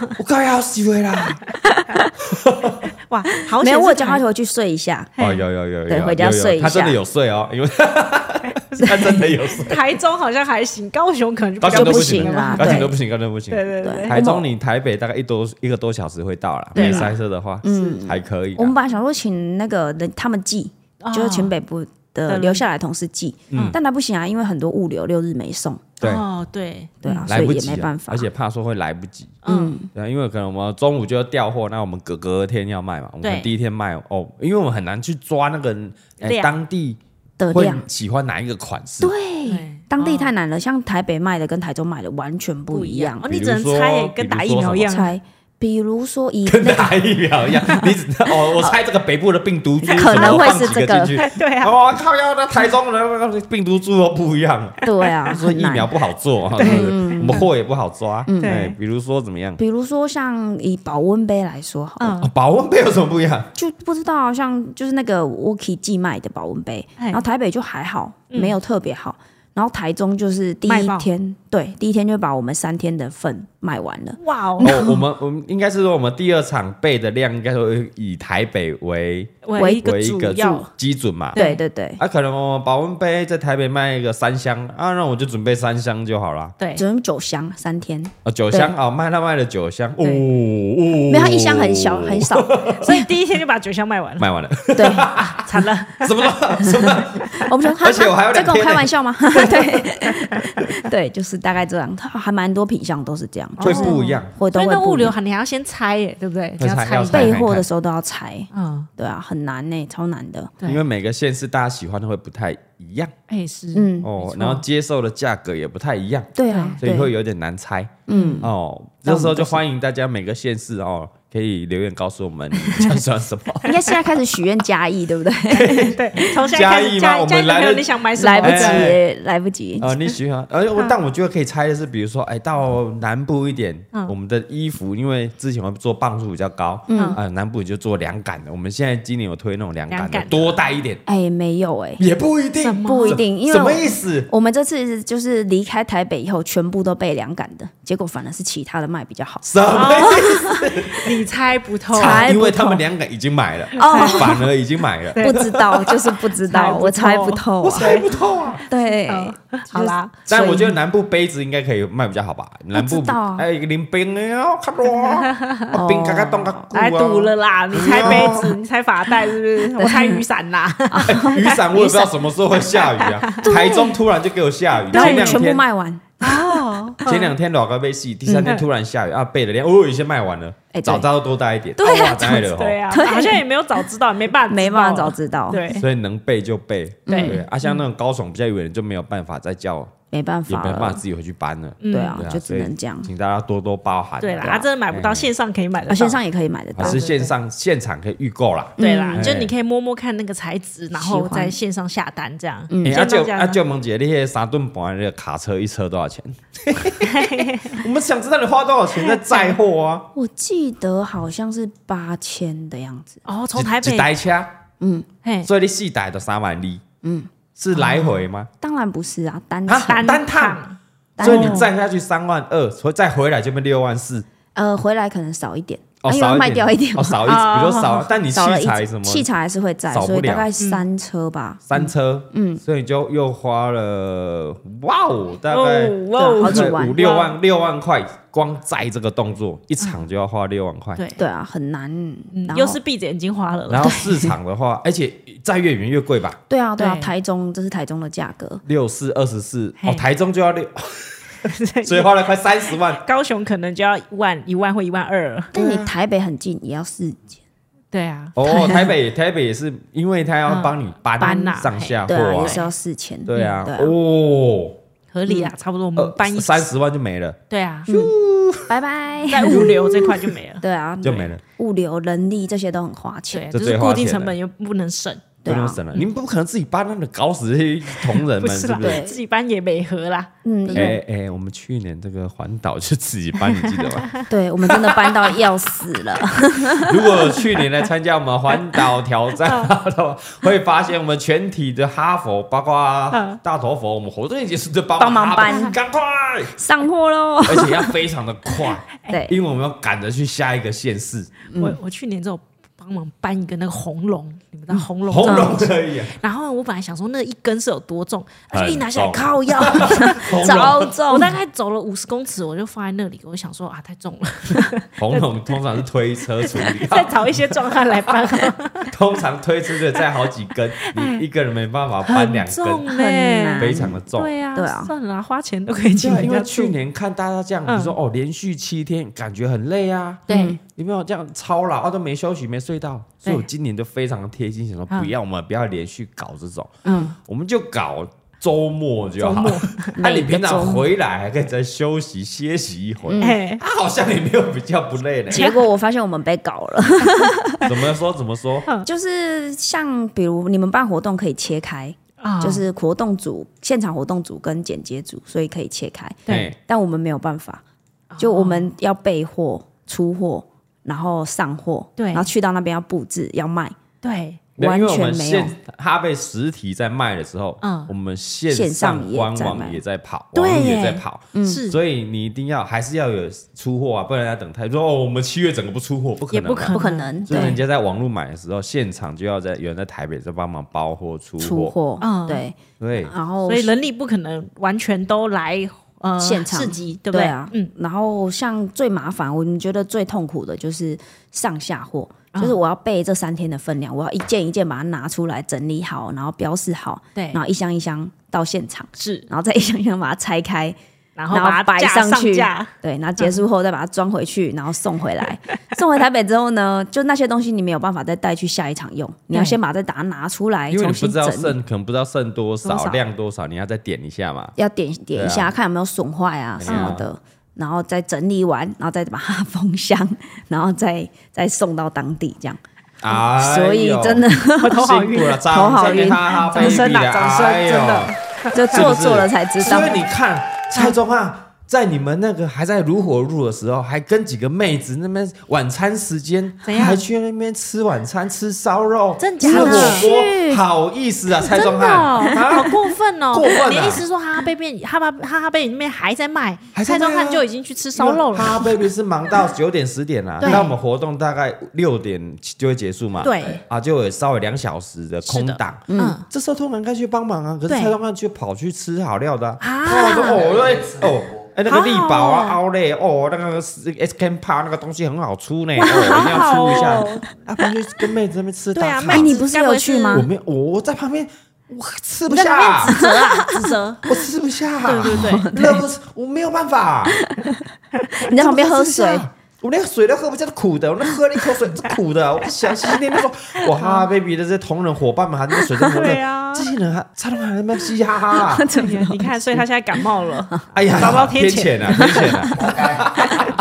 Speaker 1: 我快要死了 啦！
Speaker 3: 哇，好
Speaker 2: 没
Speaker 3: 险
Speaker 2: 有，
Speaker 3: 是
Speaker 2: 我有叫
Speaker 3: 台
Speaker 2: 他回去睡一下，
Speaker 1: 哦，有有有有，
Speaker 2: 对
Speaker 1: 有
Speaker 2: 回家
Speaker 1: 有有
Speaker 2: 睡一
Speaker 1: 他真的
Speaker 2: 下
Speaker 1: 有睡哦， 因为他真的有睡，
Speaker 3: 台中好像还行，高雄可能就
Speaker 1: 高雄
Speaker 2: 就
Speaker 1: 都
Speaker 2: 不
Speaker 1: 行
Speaker 2: 行
Speaker 1: 了
Speaker 2: 啦
Speaker 1: 高雄
Speaker 2: 对
Speaker 1: 都不行，高雄不行
Speaker 3: 对。对对，
Speaker 1: 台中你台北大概一多一个多小时会到了，
Speaker 3: 对
Speaker 1: 没
Speaker 3: 啦
Speaker 1: 塞车的话，
Speaker 2: 嗯
Speaker 1: 还可以啦。
Speaker 2: 我们本来想说请那个人他们寄，就是请北部的
Speaker 3: 对
Speaker 2: 留下来的同事寄
Speaker 1: 嗯，
Speaker 2: 但他不行啊，因为很多物流六日没送，
Speaker 1: 对
Speaker 3: 哦对，
Speaker 2: 对啊，所
Speaker 1: 来
Speaker 2: 以
Speaker 1: 不
Speaker 2: 也
Speaker 1: 及啊，
Speaker 2: 没办法
Speaker 1: 而。且怕说会来不及。
Speaker 3: 嗯
Speaker 1: 对啊，因为可能我们中午就要调货，那我们隔隔天要卖嘛，我们
Speaker 3: 对
Speaker 1: 第一天卖哦，因为我们很难去抓那个、呃
Speaker 3: 量
Speaker 1: 当地
Speaker 2: 的
Speaker 1: 会
Speaker 2: 量，
Speaker 1: 喜欢哪一个款式。
Speaker 2: 对，当地太难了，像台北卖的跟台中卖的完全不一样
Speaker 3: 哦，。
Speaker 1: 比如
Speaker 3: 你只能
Speaker 1: 说
Speaker 3: 猜耶
Speaker 1: 比，
Speaker 3: 跟
Speaker 1: 如
Speaker 3: 打疫
Speaker 1: 说
Speaker 3: 苗
Speaker 1: 什
Speaker 3: 一样，
Speaker 2: 才比如说 以
Speaker 1: 跟
Speaker 2: 那个
Speaker 1: 打疫苗一 样，你只哦，我猜这个北部的病毒株
Speaker 2: 可能会是
Speaker 1: 这
Speaker 2: 这个
Speaker 3: 对啊，
Speaker 1: 哦，靠腰的台中的那个病毒株都不一样，
Speaker 2: 对啊，
Speaker 1: 所以
Speaker 2: 很
Speaker 1: 疫苗
Speaker 2: 难。
Speaker 1: 不好做，啊是不是我们货也不好抓。
Speaker 2: 嗯
Speaker 3: 对
Speaker 1: 哎，比如说怎么样？
Speaker 2: 比如说像以保温杯来说好了，
Speaker 1: 哦保温杯有什么不一样？
Speaker 2: 就不知道像就是那个 Woki 寄卖的保温杯，
Speaker 3: 嘿
Speaker 2: 然后台北就还好，
Speaker 3: 嗯
Speaker 2: 没有特别好。然后台中就是第一天，对，第一天就把我们三天的份卖完了。
Speaker 3: 哇哦，
Speaker 1: 哦，我们我们应该是说，我们第二场备的量应该说以台北为
Speaker 3: 为一个
Speaker 1: 为一
Speaker 3: 主
Speaker 1: 个
Speaker 3: 要，
Speaker 1: 基准嘛。
Speaker 2: 对对对，
Speaker 1: 啊，可能我保温杯在台北卖一个三箱啊，那我就准备三箱就好啦。
Speaker 3: 对，
Speaker 2: 只能九箱三天，
Speaker 1: 啊，九箱啊，卖他卖了九箱，哦，
Speaker 3: 对
Speaker 1: 没
Speaker 2: 没有它一箱很小很少，
Speaker 3: 所以第一天就把九箱卖完 了，
Speaker 1: 卖 完了，
Speaker 2: 对，
Speaker 3: 惨了，
Speaker 1: 什么
Speaker 2: 哦
Speaker 1: 都什么都
Speaker 2: 我们说，哈
Speaker 1: 而且我还有
Speaker 2: 哈在
Speaker 1: 两
Speaker 2: 跟我
Speaker 1: 天
Speaker 2: 开
Speaker 1: 呢
Speaker 2: 玩 笑吗？对对，就是大概这样，它还蛮多品相都是这样，
Speaker 1: 会不一样。
Speaker 2: 会都
Speaker 3: 所以
Speaker 2: 会
Speaker 3: 那
Speaker 2: 不
Speaker 3: 物
Speaker 2: 一
Speaker 3: 流
Speaker 2: 样
Speaker 3: 还你还要先猜耶，对不对？你
Speaker 1: 要猜
Speaker 3: 猜
Speaker 1: 要
Speaker 3: 一
Speaker 1: 猜
Speaker 3: 下，
Speaker 2: 备货的时候都要裁，
Speaker 3: 嗯，
Speaker 2: 对啊，很难呢，超难的。
Speaker 3: 对
Speaker 1: 因为每个县市大家喜欢的会不太一样
Speaker 3: 哎是，
Speaker 2: 嗯，
Speaker 1: 哦
Speaker 3: 没错，
Speaker 1: 然后接受的价格也不太一样，
Speaker 2: 对啊，
Speaker 1: 所以
Speaker 2: 对
Speaker 1: 会有点难猜
Speaker 2: 嗯，
Speaker 1: 哦。这时候就欢迎大家每个县市哦，可以留言告诉我们你想算什么。
Speaker 2: 应该现在开始许愿加一，对不对？
Speaker 3: 对，从现在
Speaker 1: 嘉
Speaker 3: 开
Speaker 1: 义吗
Speaker 3: 始加
Speaker 1: 我们
Speaker 3: 加一
Speaker 1: 来
Speaker 3: 没有
Speaker 1: 得
Speaker 3: 你想买什么？
Speaker 2: 来不
Speaker 1: 哎
Speaker 2: 及，来不及。
Speaker 1: 啊，你喜欢，而我但我觉得可以猜的是，比如说，哎，到南部一点，
Speaker 2: 嗯
Speaker 1: 我们的衣服，因为之前我们做磅数比较高，嗯，啊，南部你就做凉感的，我们现在今年有推那种凉感
Speaker 3: 凉
Speaker 1: 的
Speaker 3: 感，的
Speaker 1: 多带一点，
Speaker 2: 哎，没有哎，
Speaker 1: 也不一定，
Speaker 2: 不一定，因
Speaker 1: 什么
Speaker 2: 为
Speaker 1: 意思？
Speaker 2: 我们这次就是离开台北以后，全部都被凉感的，结果反而是其他的卖比较好。
Speaker 1: 什么意
Speaker 2: 哦
Speaker 3: 你猜不透，
Speaker 2: 猜
Speaker 1: 思？因为
Speaker 2: 不
Speaker 1: 他们
Speaker 2: 透
Speaker 1: 凉感已经买了，
Speaker 2: 哦
Speaker 1: 反而已经买了，
Speaker 2: 不知道，就是不知
Speaker 3: 猜
Speaker 2: 道，
Speaker 3: 不
Speaker 2: 我猜
Speaker 3: 透
Speaker 2: 不透
Speaker 1: 我
Speaker 2: 啊。
Speaker 1: 哎 猜不透啊。
Speaker 2: 对，
Speaker 3: 好啦，
Speaker 1: 但我觉
Speaker 2: 得
Speaker 1: 得南部杯子应该可以卖比较好吧？南部
Speaker 2: 知道啊
Speaker 1: 哎，林冰的哦，卡多 啊，冰嘎嘎咚嘎
Speaker 2: 哦
Speaker 1: 咕啊，
Speaker 3: 来赌了啦！你猜杯子，你猜发带是不 是？我猜雨伞啦，
Speaker 1: 雨伞我也不知道什么时候会下雨啊，台中突然就给我下雨，
Speaker 2: 然后我
Speaker 1: 前
Speaker 2: 们
Speaker 1: 两
Speaker 2: 全部
Speaker 1: 天
Speaker 2: 卖完，
Speaker 3: 哦，
Speaker 2: 哦，
Speaker 1: 前两天老高被戏，第三天突然下雨啊，背的量哦，有些卖完了
Speaker 2: 哎对，
Speaker 1: 早知道多带一点，
Speaker 2: 对啊
Speaker 1: 啊，带了
Speaker 3: 对
Speaker 1: 吼，
Speaker 3: 啊，
Speaker 2: 对
Speaker 3: 好像也没有早知道，没办法，
Speaker 2: 没办法早知道，
Speaker 3: 对，
Speaker 1: 所以能背就背，
Speaker 3: 对
Speaker 1: 对啊，像那种高耸比较远的就没有办法再叫，
Speaker 2: 没办
Speaker 1: 也
Speaker 2: 法
Speaker 1: 没办法
Speaker 2: 了，
Speaker 1: 自己回去搬了，
Speaker 2: 对啊
Speaker 1: 对，啊
Speaker 2: 就只能这样。
Speaker 1: 请大家多多包涵。
Speaker 3: 对啦，
Speaker 1: 啊
Speaker 3: 啊真的买不到，线上可以买得
Speaker 2: 啊，
Speaker 3: 到，
Speaker 2: 线上也可以买得到
Speaker 1: 还，是线上现场可以预购啦。
Speaker 3: 对啦，
Speaker 1: 嗯
Speaker 3: 就你可以摸摸看那个材质，然
Speaker 2: 喜
Speaker 3: 后
Speaker 2: 欢嗯
Speaker 3: 在线上下单这样。
Speaker 1: 哎，
Speaker 3: 嗯线
Speaker 1: 阿
Speaker 3: 上
Speaker 1: 舅
Speaker 3: 下
Speaker 1: 阿
Speaker 3: 单
Speaker 1: 舅萌姐，那些三吨半的那个卡车一车多少钱？我们想知道你花多少钱在载货啊？
Speaker 2: 我记得好像是八千的样子，
Speaker 3: 哦，从台
Speaker 1: 一
Speaker 3: 北
Speaker 1: 一台车，
Speaker 2: 哎
Speaker 3: 嘿
Speaker 1: 所以你四台都三万二。嗯，是来回吗？
Speaker 2: 当然不是啊，单
Speaker 1: 啊
Speaker 2: 程
Speaker 1: 单
Speaker 3: 单
Speaker 1: 趟
Speaker 3: 趟，
Speaker 2: 单
Speaker 1: 所以你再下去三万二，所以再回来就变六万四，
Speaker 2: 呃，回来可能少一点，
Speaker 1: 哦，
Speaker 2: 啊因为
Speaker 1: 少
Speaker 2: 要
Speaker 1: 一
Speaker 2: 卖掉一点嘛
Speaker 1: 哦，，少一，比如说
Speaker 3: 哦
Speaker 1: 少，但你器
Speaker 2: 少了一
Speaker 1: 材什么
Speaker 2: 器材还是会在
Speaker 1: 少，不
Speaker 2: 所以大
Speaker 1: 了
Speaker 3: 嗯
Speaker 2: 概三车吧，
Speaker 1: 三车，嗯，所以你就又花了，哇哦，大概
Speaker 3: 哦哇哦
Speaker 2: 好几万
Speaker 1: 五六万六万块，光载这个动作一场就要花六万块，
Speaker 3: 对嗯
Speaker 2: 对啊，很难，然后
Speaker 3: 又是闭着眼睛花了啦。
Speaker 1: 然后市场的话，而且再越远越贵吧，
Speaker 2: 对啊，对啊，
Speaker 3: 对
Speaker 2: 台中这是台中的价格，
Speaker 1: 六四二十四，
Speaker 3: 嘿
Speaker 1: 哦，台中就要 六，所以花了快三十万，
Speaker 3: 高雄可能就要一万、一万或一万二了。
Speaker 2: 但你台北很近，也要四千，
Speaker 3: 对啊，
Speaker 1: 哦，台北台北也是，因为他
Speaker 2: 嗯
Speaker 1: 要帮你搬
Speaker 3: 搬呐
Speaker 1: 上下货
Speaker 2: 对啊，也
Speaker 1: 啊
Speaker 2: 是，要四千，
Speaker 1: 对啊
Speaker 2: 嗯对，啊，嗯
Speaker 1: 哦。
Speaker 3: 合理啊，差不多我
Speaker 1: 呃
Speaker 3: 们，搬一
Speaker 1: 三十万就没了，
Speaker 3: 对啊，
Speaker 2: 拜拜，
Speaker 3: 在物流这块就没了。
Speaker 2: 对啊，
Speaker 1: 就没了，
Speaker 2: 物流、人力这些都很花钱，
Speaker 3: 对，啊
Speaker 1: 这
Speaker 3: 就
Speaker 1: 最
Speaker 3: 是
Speaker 1: 花
Speaker 3: 固定
Speaker 1: 钱
Speaker 3: 成
Speaker 1: 了
Speaker 3: 本又不能省，
Speaker 1: 就
Speaker 2: 对
Speaker 1: 那么
Speaker 2: 啊，
Speaker 1: 省了。你们不可能自己搬，那么搞死这些同仁
Speaker 3: 不
Speaker 1: 们，
Speaker 3: 是
Speaker 1: 是
Speaker 3: 啦
Speaker 1: 不是？，
Speaker 2: 对
Speaker 3: 自己搬也没合啦。
Speaker 2: 嗯，因为
Speaker 1: 哎哎，我们去年这个环岛就自己搬，你记得吗？
Speaker 2: 对我们真的搬到要死 了，
Speaker 1: 如果去年来参加我们环岛挑战的
Speaker 2: 嗯
Speaker 1: 话， 会发现我们全体的哈佛，包括大头佛，我们活动也就是在帮
Speaker 2: 嗯帮忙
Speaker 1: 哈佛
Speaker 2: 搬
Speaker 1: 赶 快，
Speaker 2: 上货喽，
Speaker 1: 而且要非常的快，
Speaker 3: 哎
Speaker 2: 对，
Speaker 1: 因为我们要赶着去下一个县市。
Speaker 3: 我我去年之后帮忙搬一个那个红龙，你们知道红龙
Speaker 1: 红
Speaker 3: 吗
Speaker 1: 龙可以啊，
Speaker 3: 然后我本来想说那一根是有多重，
Speaker 1: 哎
Speaker 3: 而且一拿起来
Speaker 1: 很重
Speaker 3: 靠腰，
Speaker 1: 红龙
Speaker 2: 超
Speaker 3: 我
Speaker 2: 重，嗯
Speaker 3: 大概走了五十公尺，我就放在那里，我想说啊太重 了，
Speaker 1: 红龙通常是推车处理，啊
Speaker 3: 再找一些壮汉来搬，
Speaker 1: 通常推出的再好几根，你一个人没办法搬两
Speaker 3: 重
Speaker 1: 根，
Speaker 3: 呢、
Speaker 2: 很难
Speaker 1: 非常的重。
Speaker 3: 对啊，
Speaker 2: 对啊
Speaker 3: 算了啊，花钱都可以请
Speaker 1: 对啊，
Speaker 3: 人
Speaker 1: 因
Speaker 3: 家
Speaker 1: 为
Speaker 3: 住
Speaker 1: 去年看大家这样，
Speaker 3: 嗯
Speaker 1: 你说哦，连续七天感觉很累啊，
Speaker 3: 对，
Speaker 1: 有没有这样操劳啊？都没休息，没睡到，所以我今年就非常的贴心，想说
Speaker 3: 嗯
Speaker 1: 不要嘛，不要连续搞这种，
Speaker 3: 嗯，
Speaker 1: 我们就搞周末就
Speaker 3: 周
Speaker 1: 好
Speaker 3: 末。
Speaker 1: 那你
Speaker 2: 每个
Speaker 1: 平常
Speaker 2: 周
Speaker 1: 回来还可以再休息歇息一会儿，
Speaker 3: 哎、
Speaker 1: 啊，好像也没有比较不累呢。
Speaker 2: 结果我发现我们被搞了。
Speaker 1: 怎么说怎么说？
Speaker 2: 嗯就是像比如你们办活动可以切开，
Speaker 3: 啊，
Speaker 2: 就是活动组、现场活动组跟剪接组，所以可以切开。
Speaker 1: 对
Speaker 3: 对，
Speaker 2: 但我们没有办法，
Speaker 3: 哦
Speaker 2: 就我们要备货、出货，然后上货，
Speaker 3: 对
Speaker 2: 然后去到那边要布置、要卖，
Speaker 3: 对
Speaker 1: 对
Speaker 2: 完
Speaker 1: 因为我
Speaker 2: 全
Speaker 1: 们
Speaker 2: 没有
Speaker 1: 现。哈贝实体在卖的时候，
Speaker 3: 嗯
Speaker 1: 我们线
Speaker 2: 线上也
Speaker 1: 官
Speaker 2: 在卖
Speaker 1: 网也在跑，
Speaker 2: 对
Speaker 1: 网络也
Speaker 2: 耶
Speaker 1: 在跑，
Speaker 3: 是
Speaker 1: 所以你一定要还是要有出货啊，不然要等太你说哦，我们七月整个不出货，不可
Speaker 3: 也
Speaker 1: 能
Speaker 3: 不
Speaker 1: 嘛。
Speaker 3: 可
Speaker 2: 不可能，
Speaker 1: 所以人
Speaker 2: 对，
Speaker 1: 家在网络买的时候，现场就要在有人在台北在帮忙包货出
Speaker 2: 出
Speaker 1: 货，
Speaker 2: 货啊
Speaker 3: 嗯，
Speaker 2: 对，
Speaker 1: 对，
Speaker 2: 然后
Speaker 3: 所以人力不可能完全都来呃
Speaker 2: 现场
Speaker 3: 市集，对不
Speaker 2: 对啊，
Speaker 3: 嗯，
Speaker 2: 然后像最麻烦，我们觉得最痛苦的就是上下货，就是
Speaker 3: 啊
Speaker 2: 我要备这三天的分量，我要一件一件把它拿出来整理好，然后标示好，
Speaker 3: 对
Speaker 2: 然后一箱一箱到现场，
Speaker 3: 哎是，
Speaker 2: 然后再一箱一箱把它拆开，
Speaker 3: 然后
Speaker 2: 然后
Speaker 3: 把它
Speaker 2: 摆
Speaker 3: 架
Speaker 2: 上去
Speaker 3: 架，
Speaker 2: 对，然后结束后再把它装回去，然后送回来。 送回台北之后呢，就那些东西你没有办法再带去下一场用，你要
Speaker 3: 对
Speaker 2: 先把它打拿出来，
Speaker 1: 因为你
Speaker 2: 重
Speaker 1: 不
Speaker 2: 新
Speaker 1: 知道
Speaker 2: 整理，
Speaker 1: 剩，可能不知道剩多
Speaker 2: 多
Speaker 1: 少
Speaker 2: 少
Speaker 1: 量多少，你要再点一下嘛。
Speaker 2: 要点点一
Speaker 1: 对嗯
Speaker 2: 下，看有没有损坏啊什么的。然后再整理完，然后再把它封箱，然后再 再送到当地这样。
Speaker 1: 啊，
Speaker 2: 所以真的
Speaker 3: 头好
Speaker 1: 辛
Speaker 3: 晕
Speaker 1: 苦了，掌
Speaker 2: 头好
Speaker 1: 声给
Speaker 2: 晕
Speaker 1: 哈哈
Speaker 3: 掌声
Speaker 1: baby
Speaker 3: 啊
Speaker 1: 了
Speaker 3: 掌声
Speaker 1: 哎呦
Speaker 3: 真的
Speaker 2: 就做做了才知道
Speaker 1: 所以。你看蔡宗翰在你们那个还在如火入的时候，还跟几个妹子那边晚餐时间，
Speaker 3: 怎样
Speaker 1: 还去那边吃晚餐、吃烧肉、
Speaker 3: 真假
Speaker 1: 吃
Speaker 3: 的
Speaker 1: 火锅，
Speaker 2: 去
Speaker 1: 好意思啊，蔡
Speaker 3: 真
Speaker 1: 宗
Speaker 3: 的
Speaker 1: 翰
Speaker 3: 哦、
Speaker 1: 啊
Speaker 3: 好！过分哦！
Speaker 1: 过分啊
Speaker 3: 你的意思是说哈哈贝贝哈巴哈哈贝里面还在卖，
Speaker 1: 还在
Speaker 3: 蔡
Speaker 1: 卖啊
Speaker 3: 宗汉就已经去吃烧肉了？
Speaker 1: 他 baby 是忙到九点十点啦，
Speaker 3: 对
Speaker 1: 那我们活动大概六点就会结束嘛，，
Speaker 3: 对，
Speaker 1: 啊，就有稍微两小时的空
Speaker 3: 是的
Speaker 1: 档，
Speaker 3: 嗯，
Speaker 1: 这时候通常该去帮忙啊，可是
Speaker 3: 对
Speaker 1: 蔡宗翰却跑去吃好料的啊，
Speaker 3: 啊
Speaker 1: 哦说哦，对哦，哎、那个
Speaker 3: 好好
Speaker 1: 力宝啊、
Speaker 3: 哦
Speaker 1: 奥莱哦，那个 S Can p a 那个东西很好出 呢，哦，一定要出一下
Speaker 3: 好好哦。
Speaker 1: 啊，不然就跟妹子在那边吃
Speaker 3: 对
Speaker 1: 打卡
Speaker 3: 啊，麦。
Speaker 2: 哎你
Speaker 3: 子
Speaker 2: 不是
Speaker 3: 该会
Speaker 2: 有去吗
Speaker 1: 我没有，我在旁边我吃不
Speaker 2: 你在
Speaker 1: 下
Speaker 2: 那，边指责啊，指 责，
Speaker 1: 我吃不下，
Speaker 3: 对对对，
Speaker 1: 那不是我没有办法。
Speaker 2: 你在旁边喝水，
Speaker 1: 我连水都喝不下，是苦的。我那喝了一口水是苦的，我不想心里面 就说，哇哈哈 baby 的这些同仁伙伴们，还在那水中活着
Speaker 3: 对，啊
Speaker 1: 这些人还差点还在那边嘻嘻哈 哈。
Speaker 3: 哎呀你看，所以他现在感冒 了，
Speaker 1: 哎呀，
Speaker 3: 搞不好
Speaker 1: 天谴
Speaker 3: 天谴
Speaker 1: 啊，天谴啊，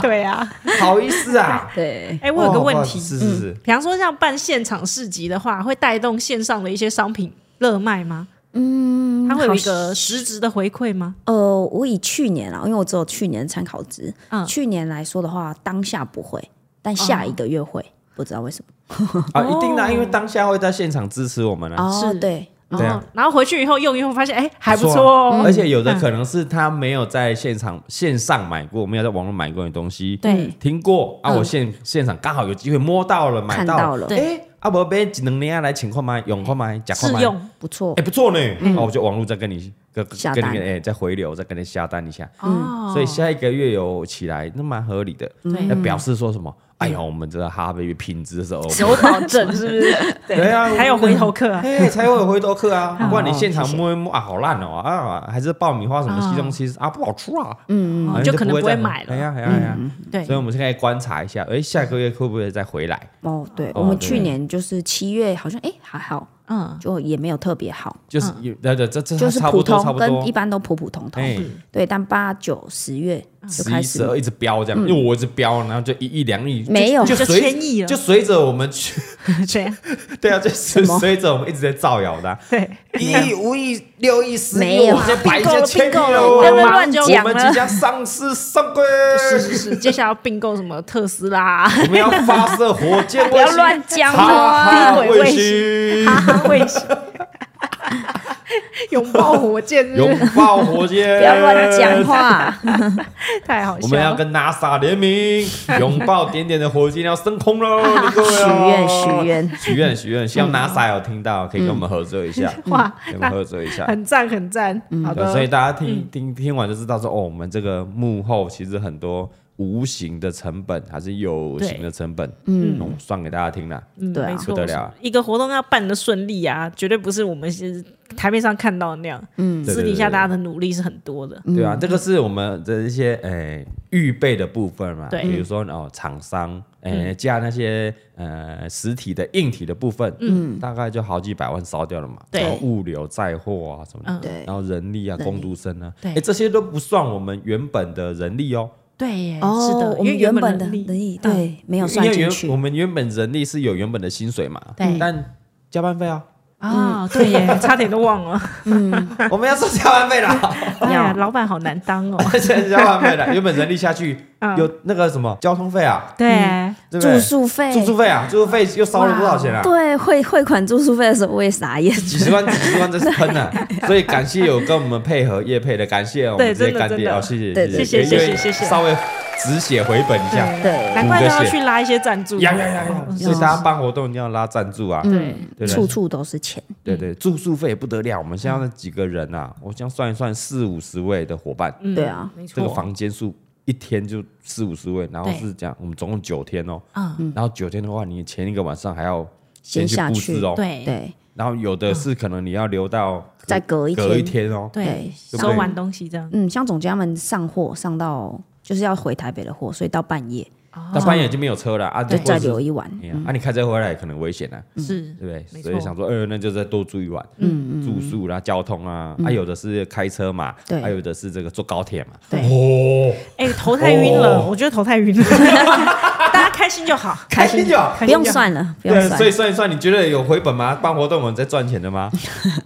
Speaker 3: 对啊。
Speaker 1: 好意思啊。
Speaker 2: 对，
Speaker 3: 哎，我有个
Speaker 1: 哦不
Speaker 3: 问
Speaker 1: 好意
Speaker 3: 题，
Speaker 1: 思是是是，
Speaker 3: 比方说像办现场市集的话，会带动线上的一些商品热卖吗？嗯，它会有一个实质的回馈吗？
Speaker 2: 呃，我以去年啊，因为我只有去年参考值，
Speaker 3: 嗯
Speaker 2: 去年来说的话，当下不会，但下一个月会，不知道为什么。
Speaker 1: 啊，一定
Speaker 3: 哦
Speaker 1: 的，因为当下会在现场支持我们啊。
Speaker 2: 哦，
Speaker 3: 是
Speaker 2: 对，
Speaker 1: 对啊
Speaker 3: 然后，然后回去以后用一用，发现哎还不
Speaker 1: 啊
Speaker 3: 错哦。
Speaker 1: 而且有的可能是他没有在现场线上买过，没有在网络买过的东西，
Speaker 3: 对，
Speaker 1: 听过啊，
Speaker 2: 嗯
Speaker 1: 我现现场刚好有机会摸到了，买
Speaker 2: 看
Speaker 1: 到
Speaker 2: 到了对
Speaker 1: 哎，阿伯买一两年来请看麦，用看麦，假看
Speaker 3: 嗯试
Speaker 1: 麦，
Speaker 3: 用嗯
Speaker 2: 不错
Speaker 1: 哎，，不错呢，那我就网络再跟你跟
Speaker 2: 下
Speaker 1: 跟
Speaker 2: 单
Speaker 1: 你哎再回流，再跟你下单一下，
Speaker 3: 哦，
Speaker 1: 所以下一个月有起来，那蛮合理的，
Speaker 3: 对
Speaker 1: 那
Speaker 2: 嗯
Speaker 1: 表示说什么？哎呦，我们这个哈贝品质是 O，
Speaker 3: 有保证是不是？
Speaker 1: 对啊
Speaker 3: 还有回头客啊。
Speaker 1: 嘿，才会有回头客 啊！不然你现场
Speaker 2: 哦谢谢
Speaker 1: 摸一摸啊，好烂哦啊，还是爆米花什么西东西啊，不好吃啊，
Speaker 2: 嗯，
Speaker 1: 好像
Speaker 3: 就可能
Speaker 1: 不
Speaker 3: 不会
Speaker 1: 再
Speaker 3: 买了
Speaker 1: 哎呀哎呀哎呀！
Speaker 3: 对
Speaker 1: 所以我们现在观察一下，哎，下个月会不会再回来？
Speaker 2: 哦，对，
Speaker 1: 哦
Speaker 2: 我们
Speaker 1: 对
Speaker 2: 去年就是七月，好像哎还好，
Speaker 3: 嗯，
Speaker 2: 就也没有特别好，
Speaker 1: 就是有对对，这这
Speaker 2: 嗯就是
Speaker 1: 嗯差
Speaker 2: 普
Speaker 1: 不多差
Speaker 2: 通，
Speaker 1: 不
Speaker 2: 跟
Speaker 1: 多
Speaker 2: 一。般都普普通
Speaker 1: 哎
Speaker 2: 通。，对，但八九十月就
Speaker 1: 十
Speaker 2: 开
Speaker 1: 一十
Speaker 2: 始嗯
Speaker 1: 二一直飙这样，因为我一直飙，然后就一亿两亿，
Speaker 2: 没有
Speaker 1: 就
Speaker 3: 就
Speaker 1: 随
Speaker 3: 千亿了
Speaker 1: 就随着我们去，
Speaker 3: 嗯 这样
Speaker 1: 对啊，就是
Speaker 2: 么
Speaker 1: 随着我们一直在造谣的啊，
Speaker 3: 对，
Speaker 1: 一亿五亿六亿十
Speaker 2: 没
Speaker 1: 亿，
Speaker 2: 有
Speaker 1: 我们先百亿
Speaker 2: 并
Speaker 1: 先
Speaker 2: 购 了
Speaker 1: 千亿
Speaker 2: 并购了
Speaker 1: 哦
Speaker 2: 不要
Speaker 3: 我们
Speaker 2: 乱
Speaker 3: 就
Speaker 1: 我
Speaker 2: 讲啊
Speaker 1: 们
Speaker 2: 了
Speaker 1: 即。将上市上柜，
Speaker 3: 是是是，接下来要并购什么特斯拉 啊、
Speaker 1: 我们要发射火箭卫星，
Speaker 2: 不要乱讲
Speaker 1: 哈哈
Speaker 2: 话，
Speaker 1: 卫星，
Speaker 3: 卫星、拥抱火箭是不
Speaker 1: 拥
Speaker 3: 是，
Speaker 1: 抱火箭，
Speaker 2: 不要乱讲。
Speaker 1: 哎
Speaker 2: 话。
Speaker 3: 太好
Speaker 1: 我
Speaker 3: 笑
Speaker 1: 们要
Speaker 3: 了。
Speaker 1: 跟 NASA 联 名，拥抱点点的火箭要升空喽！各位
Speaker 2: 啊许愿，
Speaker 1: 哦
Speaker 2: 许，愿，嗯
Speaker 1: 许愿，许愿，希望 NASA 有听到，可以跟我们合作一下，
Speaker 3: 哇，
Speaker 1: 跟我们
Speaker 3: 那
Speaker 1: 合作一下。
Speaker 3: 很赞很赞，好
Speaker 1: 对，所以
Speaker 3: 的，
Speaker 1: 大家
Speaker 2: 嗯
Speaker 1: 听听听完就知道说，哦，我们这个幕后其实很多无形的成本，还是有形的成本，嗯，我算给大家听啦。
Speaker 3: 嗯
Speaker 2: 对啊
Speaker 3: 没
Speaker 1: 不
Speaker 3: 错，
Speaker 1: 得了啊
Speaker 3: 一个活动要办的顺利啊，绝对不是我们是台面上看到的那样，嗯，私底下大家的努力是很多
Speaker 2: 嗯
Speaker 3: 的，
Speaker 1: 对啊，这个是我们的一些诶预备的部分嘛，
Speaker 3: 对
Speaker 1: 比如说哦厂商诶
Speaker 2: 嗯
Speaker 1: 加那些呃实体的硬体的部分，嗯，大概就好几百万烧掉了嘛，
Speaker 3: 对
Speaker 1: 然后物流载货啊什么的，
Speaker 3: 嗯
Speaker 2: 对
Speaker 1: 然后人力啊
Speaker 2: 人力
Speaker 1: 工读生啊，
Speaker 3: 对
Speaker 1: 诶这些都不算我们原本的人力哦，
Speaker 3: 对耶，
Speaker 2: 哦，
Speaker 3: 是的，
Speaker 2: 我
Speaker 3: 因为
Speaker 2: 们原本的
Speaker 3: 能
Speaker 2: 能
Speaker 3: 力
Speaker 2: 力
Speaker 3: 嗯
Speaker 2: 对没有
Speaker 1: 因
Speaker 2: 算
Speaker 1: 为
Speaker 2: 进
Speaker 1: 原
Speaker 2: 去
Speaker 1: 我。们原本人力是有原本的薪水嘛，
Speaker 3: 对
Speaker 1: 但加班费啊，
Speaker 3: 啊，对耶，嗯 差点都忘了，
Speaker 1: 我们要说加班费啦。
Speaker 3: 哎呀，老板好难当哦，
Speaker 1: 现在加班费了，原本人力下 去有那个什么交通费啊，
Speaker 3: 对，
Speaker 1: 对不对
Speaker 2: 嗯住宿
Speaker 3: 哎
Speaker 2: 费，
Speaker 1: 住宿费啊，住宿费又烧了多少钱啊？
Speaker 2: 对汇汇款住宿费的时候，我也傻眼。
Speaker 1: 几十万、几十万在喷呢、 所以感谢有跟我们配合叶配的，感谢我们
Speaker 3: 对
Speaker 1: 这些
Speaker 3: 真的
Speaker 1: 干
Speaker 3: 真
Speaker 1: 爹
Speaker 3: 的
Speaker 1: 哦，谢谢
Speaker 2: 对
Speaker 1: 谢
Speaker 3: 谢谢
Speaker 1: 因为
Speaker 3: 谢谢谢谢
Speaker 1: 稍微止血回本一下，
Speaker 2: 对
Speaker 3: 难怪他
Speaker 1: 五
Speaker 3: 要
Speaker 1: 个血
Speaker 3: 去拉一些赞助，
Speaker 1: 呀呀呀呀！
Speaker 3: 嗯
Speaker 1: 所以大家办活动一定要拉赞助啊，
Speaker 3: 对
Speaker 1: 对
Speaker 2: 嗯处
Speaker 1: 对
Speaker 2: 处都是钱。
Speaker 1: 对对，住宿费也不得了，我们现在那几个人啊，我这样算一算，四五十位的伙伴，
Speaker 3: 嗯
Speaker 2: 对啊，
Speaker 3: 没
Speaker 1: 这个
Speaker 3: 错，
Speaker 1: 房间数一天就四五十位，然后
Speaker 3: 对
Speaker 1: 是这样，我们总共九天哦，
Speaker 3: 嗯，
Speaker 1: 然后九天的话，你前一个晚上还要
Speaker 2: 先
Speaker 1: 去
Speaker 2: 下
Speaker 1: 布
Speaker 2: 去
Speaker 1: 置哦，
Speaker 3: 对
Speaker 2: 对
Speaker 1: 然后有的是可能你要留到
Speaker 2: 再隔一
Speaker 1: 隔一
Speaker 2: 天
Speaker 1: 天哦，
Speaker 3: 对，
Speaker 1: 对
Speaker 3: 收完东西这样，
Speaker 2: 嗯，像总监他们上货上到就是要回台北的货，所以到半夜
Speaker 1: 到半夜就没有车了啊，
Speaker 2: 就
Speaker 1: 或
Speaker 2: 再
Speaker 1: 者是
Speaker 2: 留一晚。
Speaker 1: 哎呀，啊，你开车回来可能危险啊，
Speaker 3: 是
Speaker 1: 对不对？
Speaker 3: 没
Speaker 1: 所以
Speaker 3: 错
Speaker 1: 想说，呃，那就再多住一晚，嗯住宿啦、交通啊，啊，有的是开车嘛，啊
Speaker 2: 对
Speaker 1: 还有的是这个坐高铁嘛，
Speaker 2: 对
Speaker 1: 哦，
Speaker 3: 哎、头太晕了，
Speaker 1: 哦
Speaker 3: 我觉得头太晕了，大家开心就好。
Speaker 1: 开心就好。
Speaker 2: 不用算了，不用
Speaker 1: 对，
Speaker 2: 算
Speaker 1: 所以算一算，你觉得有回本吗？办活动我们在赚钱的吗？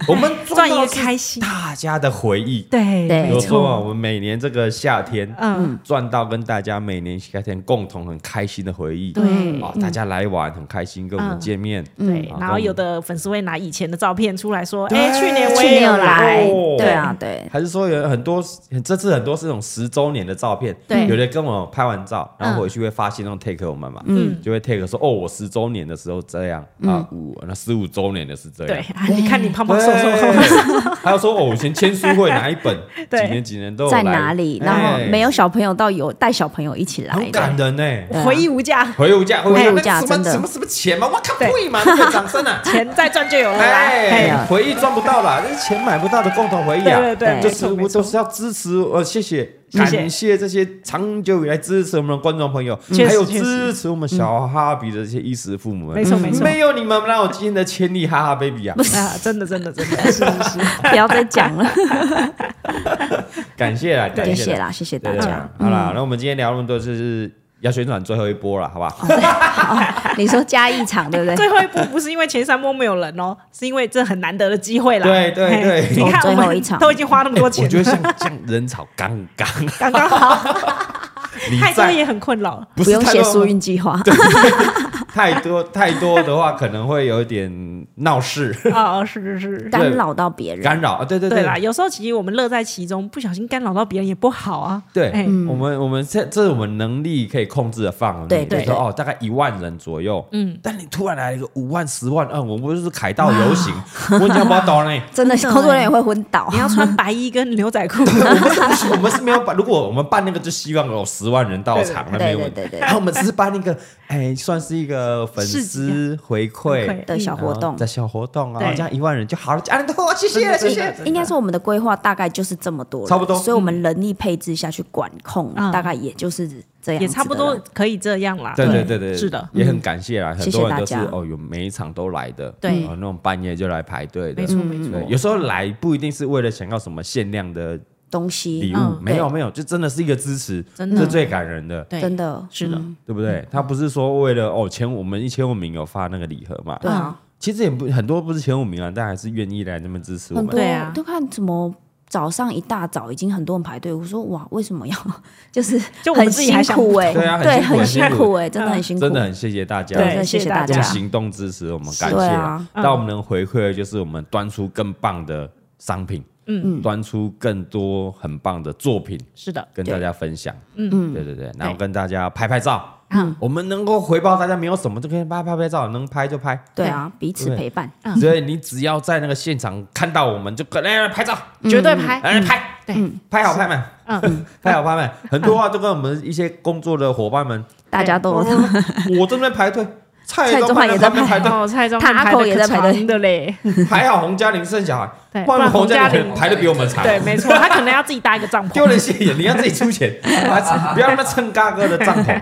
Speaker 1: 我们
Speaker 3: 赚一
Speaker 1: 到
Speaker 3: 个
Speaker 1: 的是
Speaker 3: 开心
Speaker 1: 大家的回忆。
Speaker 3: 对
Speaker 2: 对
Speaker 1: 有说
Speaker 3: 没
Speaker 1: 嘛，
Speaker 3: 错，
Speaker 1: 我们每年这个夏天
Speaker 3: 嗯，
Speaker 1: 赚到跟大家每年夏天共同很开心的回忆，
Speaker 3: 对
Speaker 1: 啊，大家来玩很开心，跟我们
Speaker 3: 嗯
Speaker 1: 见面，啊
Speaker 3: 对
Speaker 1: 好。
Speaker 3: 然后有的粉丝会拿以前的照片出来说，
Speaker 1: 对
Speaker 3: 哎、去年我
Speaker 2: 去
Speaker 3: 也
Speaker 2: 年有来
Speaker 1: 哦，
Speaker 2: 对啊，对，
Speaker 1: 还是说有很多，这次很多是那种十周年的照片，
Speaker 3: 对
Speaker 1: 有的跟我拍完照，然后
Speaker 3: 嗯
Speaker 1: 回去会发现那种 take 我们们嘛，
Speaker 3: 嗯
Speaker 1: 就会 take 说哦，我十周年的时候这样啊，五那十五周年的是这
Speaker 3: 对
Speaker 1: 样。
Speaker 3: 啊，你看你胖胖瘦瘦，
Speaker 1: 对，还有说哦，我以前签书会哪一本，几
Speaker 3: 对
Speaker 1: 年几年都有
Speaker 2: 在
Speaker 1: 哦来
Speaker 2: 哪里，然后没有小朋友到有带小朋友一起
Speaker 1: 哎很
Speaker 2: 来
Speaker 1: 感
Speaker 2: 的，
Speaker 1: 人呢。
Speaker 2: 对啊
Speaker 3: 回忆无价，
Speaker 1: 回物价，回
Speaker 2: 回
Speaker 1: 物
Speaker 2: 物
Speaker 1: 价，
Speaker 2: 价
Speaker 1: 那什么
Speaker 2: 真的
Speaker 1: 什么什么钱嘛，我靠，
Speaker 3: 对
Speaker 1: 贵嘛，那个掌声啊！
Speaker 3: 钱再赚就有了啦。
Speaker 2: 哎
Speaker 1: 哎
Speaker 2: 呀，
Speaker 1: 回忆赚不到啦，这是钱买不到的共同回忆啊！
Speaker 3: 对对对
Speaker 1: 就
Speaker 3: 没
Speaker 1: 是
Speaker 3: 错没
Speaker 1: 我
Speaker 3: 错
Speaker 1: 都是要支持，呃，谢谢，
Speaker 3: 谢谢
Speaker 1: 感谢这些长久以来支持我们的观众朋友，
Speaker 3: 确实
Speaker 1: 还有
Speaker 3: 确实
Speaker 1: 支持我们小哈比的这些衣食父母们。
Speaker 3: 没错没错
Speaker 1: 没有你们，哪有今天的千里哈哈 baby 啊！
Speaker 3: 啊，真的真的 真的，是是是，
Speaker 2: 不要再讲了，
Speaker 1: 感谢啦，感
Speaker 2: 谢
Speaker 1: 谢
Speaker 2: 谢
Speaker 1: 啦，
Speaker 2: 啦，谢谢
Speaker 1: 对
Speaker 2: 大
Speaker 1: 对对
Speaker 2: 家。
Speaker 1: 好
Speaker 3: 嗯
Speaker 1: 啦，那我们今天聊那么多，就是要旋转最后一波了，好不好？
Speaker 2: 你说加一场对不对？
Speaker 3: 最后一步不是因为前三波没有人哦，是因为这很难得的机会啦。
Speaker 1: 对对
Speaker 3: 嘿
Speaker 1: 对
Speaker 3: 你看
Speaker 2: 哦
Speaker 3: 我
Speaker 2: 最后一
Speaker 3: 们
Speaker 2: 场
Speaker 3: 都已经花那么多钱
Speaker 1: 我觉得
Speaker 3: 了，
Speaker 1: 像像人潮刚刚，
Speaker 3: 刚刚好，
Speaker 1: 你
Speaker 3: 太多
Speaker 1: 在
Speaker 3: 也很困扰。
Speaker 1: 不
Speaker 2: 不
Speaker 1: 是
Speaker 2: 用
Speaker 1: 太
Speaker 2: 写
Speaker 1: 多
Speaker 2: 疏运计划，
Speaker 1: 太多太多的话，可能会有一点闹事
Speaker 3: 啊，是是是。
Speaker 2: 干扰到别人。
Speaker 1: 干扰啊！对对
Speaker 3: 对
Speaker 1: 对
Speaker 3: 啦，有时候其实我们乐在其中，不小心干扰到别人也不好啊。
Speaker 1: 对
Speaker 3: 哎
Speaker 1: 我们我们这这是我们能力可以控制的范围，
Speaker 2: 对
Speaker 1: 比如
Speaker 2: 对
Speaker 1: 说哦，大概一万人左右，
Speaker 3: 嗯，
Speaker 1: 但你突然来了一个五万、十万，嗯，我们就是凯道游行，我讲不懂呢。
Speaker 2: 真的
Speaker 3: 真的欸
Speaker 2: 工作人员会昏 倒
Speaker 3: 你。要穿白衣跟牛仔裤，
Speaker 1: 我们是不是我们是没有办，如果我们办那个，就希望有十万人到场，那
Speaker 2: 对对
Speaker 1: 没有问题
Speaker 2: 对对。对对
Speaker 1: 然后我们只是办那个，哎，算是一个粉
Speaker 3: 市集
Speaker 1: 丝回馈
Speaker 3: 馈
Speaker 2: 的小活动
Speaker 1: 在小活动啊，
Speaker 3: 对
Speaker 1: 这样一万人就好了，啊，多谢谢谢
Speaker 3: 真的
Speaker 1: 谢
Speaker 3: 真。的
Speaker 2: 应该说我们的规划大概就是这么多了，
Speaker 1: 差不多
Speaker 2: 所以我们人力配置下去管控，
Speaker 3: 嗯
Speaker 2: 大概也就是这样，
Speaker 3: 也差不多。可以这样啦。
Speaker 1: 对对对对，
Speaker 3: 是的，
Speaker 1: 也很感谢啦，很
Speaker 2: 谢嗯谢
Speaker 1: 多人
Speaker 2: 大
Speaker 1: 都是
Speaker 2: 家
Speaker 1: 哦，有每一场都来的，
Speaker 3: 对
Speaker 1: 哦那种半夜就来排队的，
Speaker 3: 没错
Speaker 1: 嗯
Speaker 3: 没错
Speaker 1: 对，有时候来不一定是为了想要什么限量的
Speaker 2: 东
Speaker 1: 礼
Speaker 2: 西
Speaker 1: 物，
Speaker 3: 嗯
Speaker 1: 没有
Speaker 2: 对
Speaker 1: 没有，就真的是一个支持，
Speaker 3: 真的
Speaker 1: 这最感人的，
Speaker 3: 对
Speaker 2: 真的
Speaker 3: 是的，
Speaker 2: 嗯
Speaker 1: 对不对？他不是说为了哦前我们一千五名有发那个礼盒嘛，
Speaker 2: 对啊，
Speaker 1: 其实也不很多不是前五名啊，但还是愿意来那边支持我
Speaker 2: 很
Speaker 1: 们
Speaker 2: 多
Speaker 3: 对啊
Speaker 2: 都看怎么。早上一大早已经很多人排队，我说哇，为什么要 就是
Speaker 3: 就我们
Speaker 2: 很
Speaker 3: 自己还
Speaker 2: 辛
Speaker 3: 想
Speaker 2: 苦哎、
Speaker 1: 对啊很
Speaker 2: 对，
Speaker 1: 辛苦
Speaker 2: 很
Speaker 1: 很辛
Speaker 2: 辛
Speaker 1: 苦欸
Speaker 2: 苦哎、真的很辛苦，
Speaker 1: 真的很谢谢大家，
Speaker 2: 对，真的谢
Speaker 3: 谢谢
Speaker 2: 谢
Speaker 3: 大
Speaker 2: 大
Speaker 3: 家
Speaker 1: 用
Speaker 2: 家，
Speaker 1: 行动支持我们，感
Speaker 2: 对
Speaker 1: 谢啦
Speaker 2: 啊。
Speaker 3: 嗯
Speaker 1: 但我们能回馈的就是我们端出更棒的商品，嗯，端出更多很棒的作品
Speaker 3: 是的，
Speaker 1: 跟大家分享，
Speaker 2: 嗯，
Speaker 1: 对对对，然后跟大家拍拍照。嗯，我们能够回报大家没有什么，就跟拍拍拍照，能拍就拍。
Speaker 2: 对啊，彼此
Speaker 1: 对
Speaker 2: 陪伴，
Speaker 3: 嗯
Speaker 1: 所以你只要在那个现场看到我们，就来来来拍照，
Speaker 2: 嗯
Speaker 3: 绝对拍。
Speaker 1: 来来拍，
Speaker 3: 对，
Speaker 1: 拍好拍满，
Speaker 3: 嗯，
Speaker 1: 拍好拍满。很多啊，就跟我们一些工作的伙伴们，
Speaker 2: 大家都
Speaker 1: 我
Speaker 2: 有
Speaker 1: 我正在排队，蔡
Speaker 2: 蔡
Speaker 1: 宗
Speaker 2: 宗
Speaker 1: 汉
Speaker 2: 翰
Speaker 1: 也
Speaker 2: 也
Speaker 1: 在
Speaker 2: 在
Speaker 1: 排队，
Speaker 3: 哦，蔡宗
Speaker 2: 他阿
Speaker 3: 排
Speaker 2: 公
Speaker 3: 得
Speaker 2: 也
Speaker 3: 可
Speaker 2: 在排队
Speaker 3: 长的嘞，
Speaker 1: 还好洪嘉玲生小孩，
Speaker 3: 对
Speaker 1: 不
Speaker 3: 不
Speaker 1: 然
Speaker 3: 然
Speaker 1: 洪
Speaker 3: 洪
Speaker 1: 嘉
Speaker 3: 嘉
Speaker 1: 玲
Speaker 3: 玲
Speaker 1: 排的比我们长。
Speaker 3: 对，没错，他可能要自己搭一个帐
Speaker 1: 丢
Speaker 3: 篷，
Speaker 1: 人现眼，你要自己出钱， 不要那么蹭嘎哥的帐篷。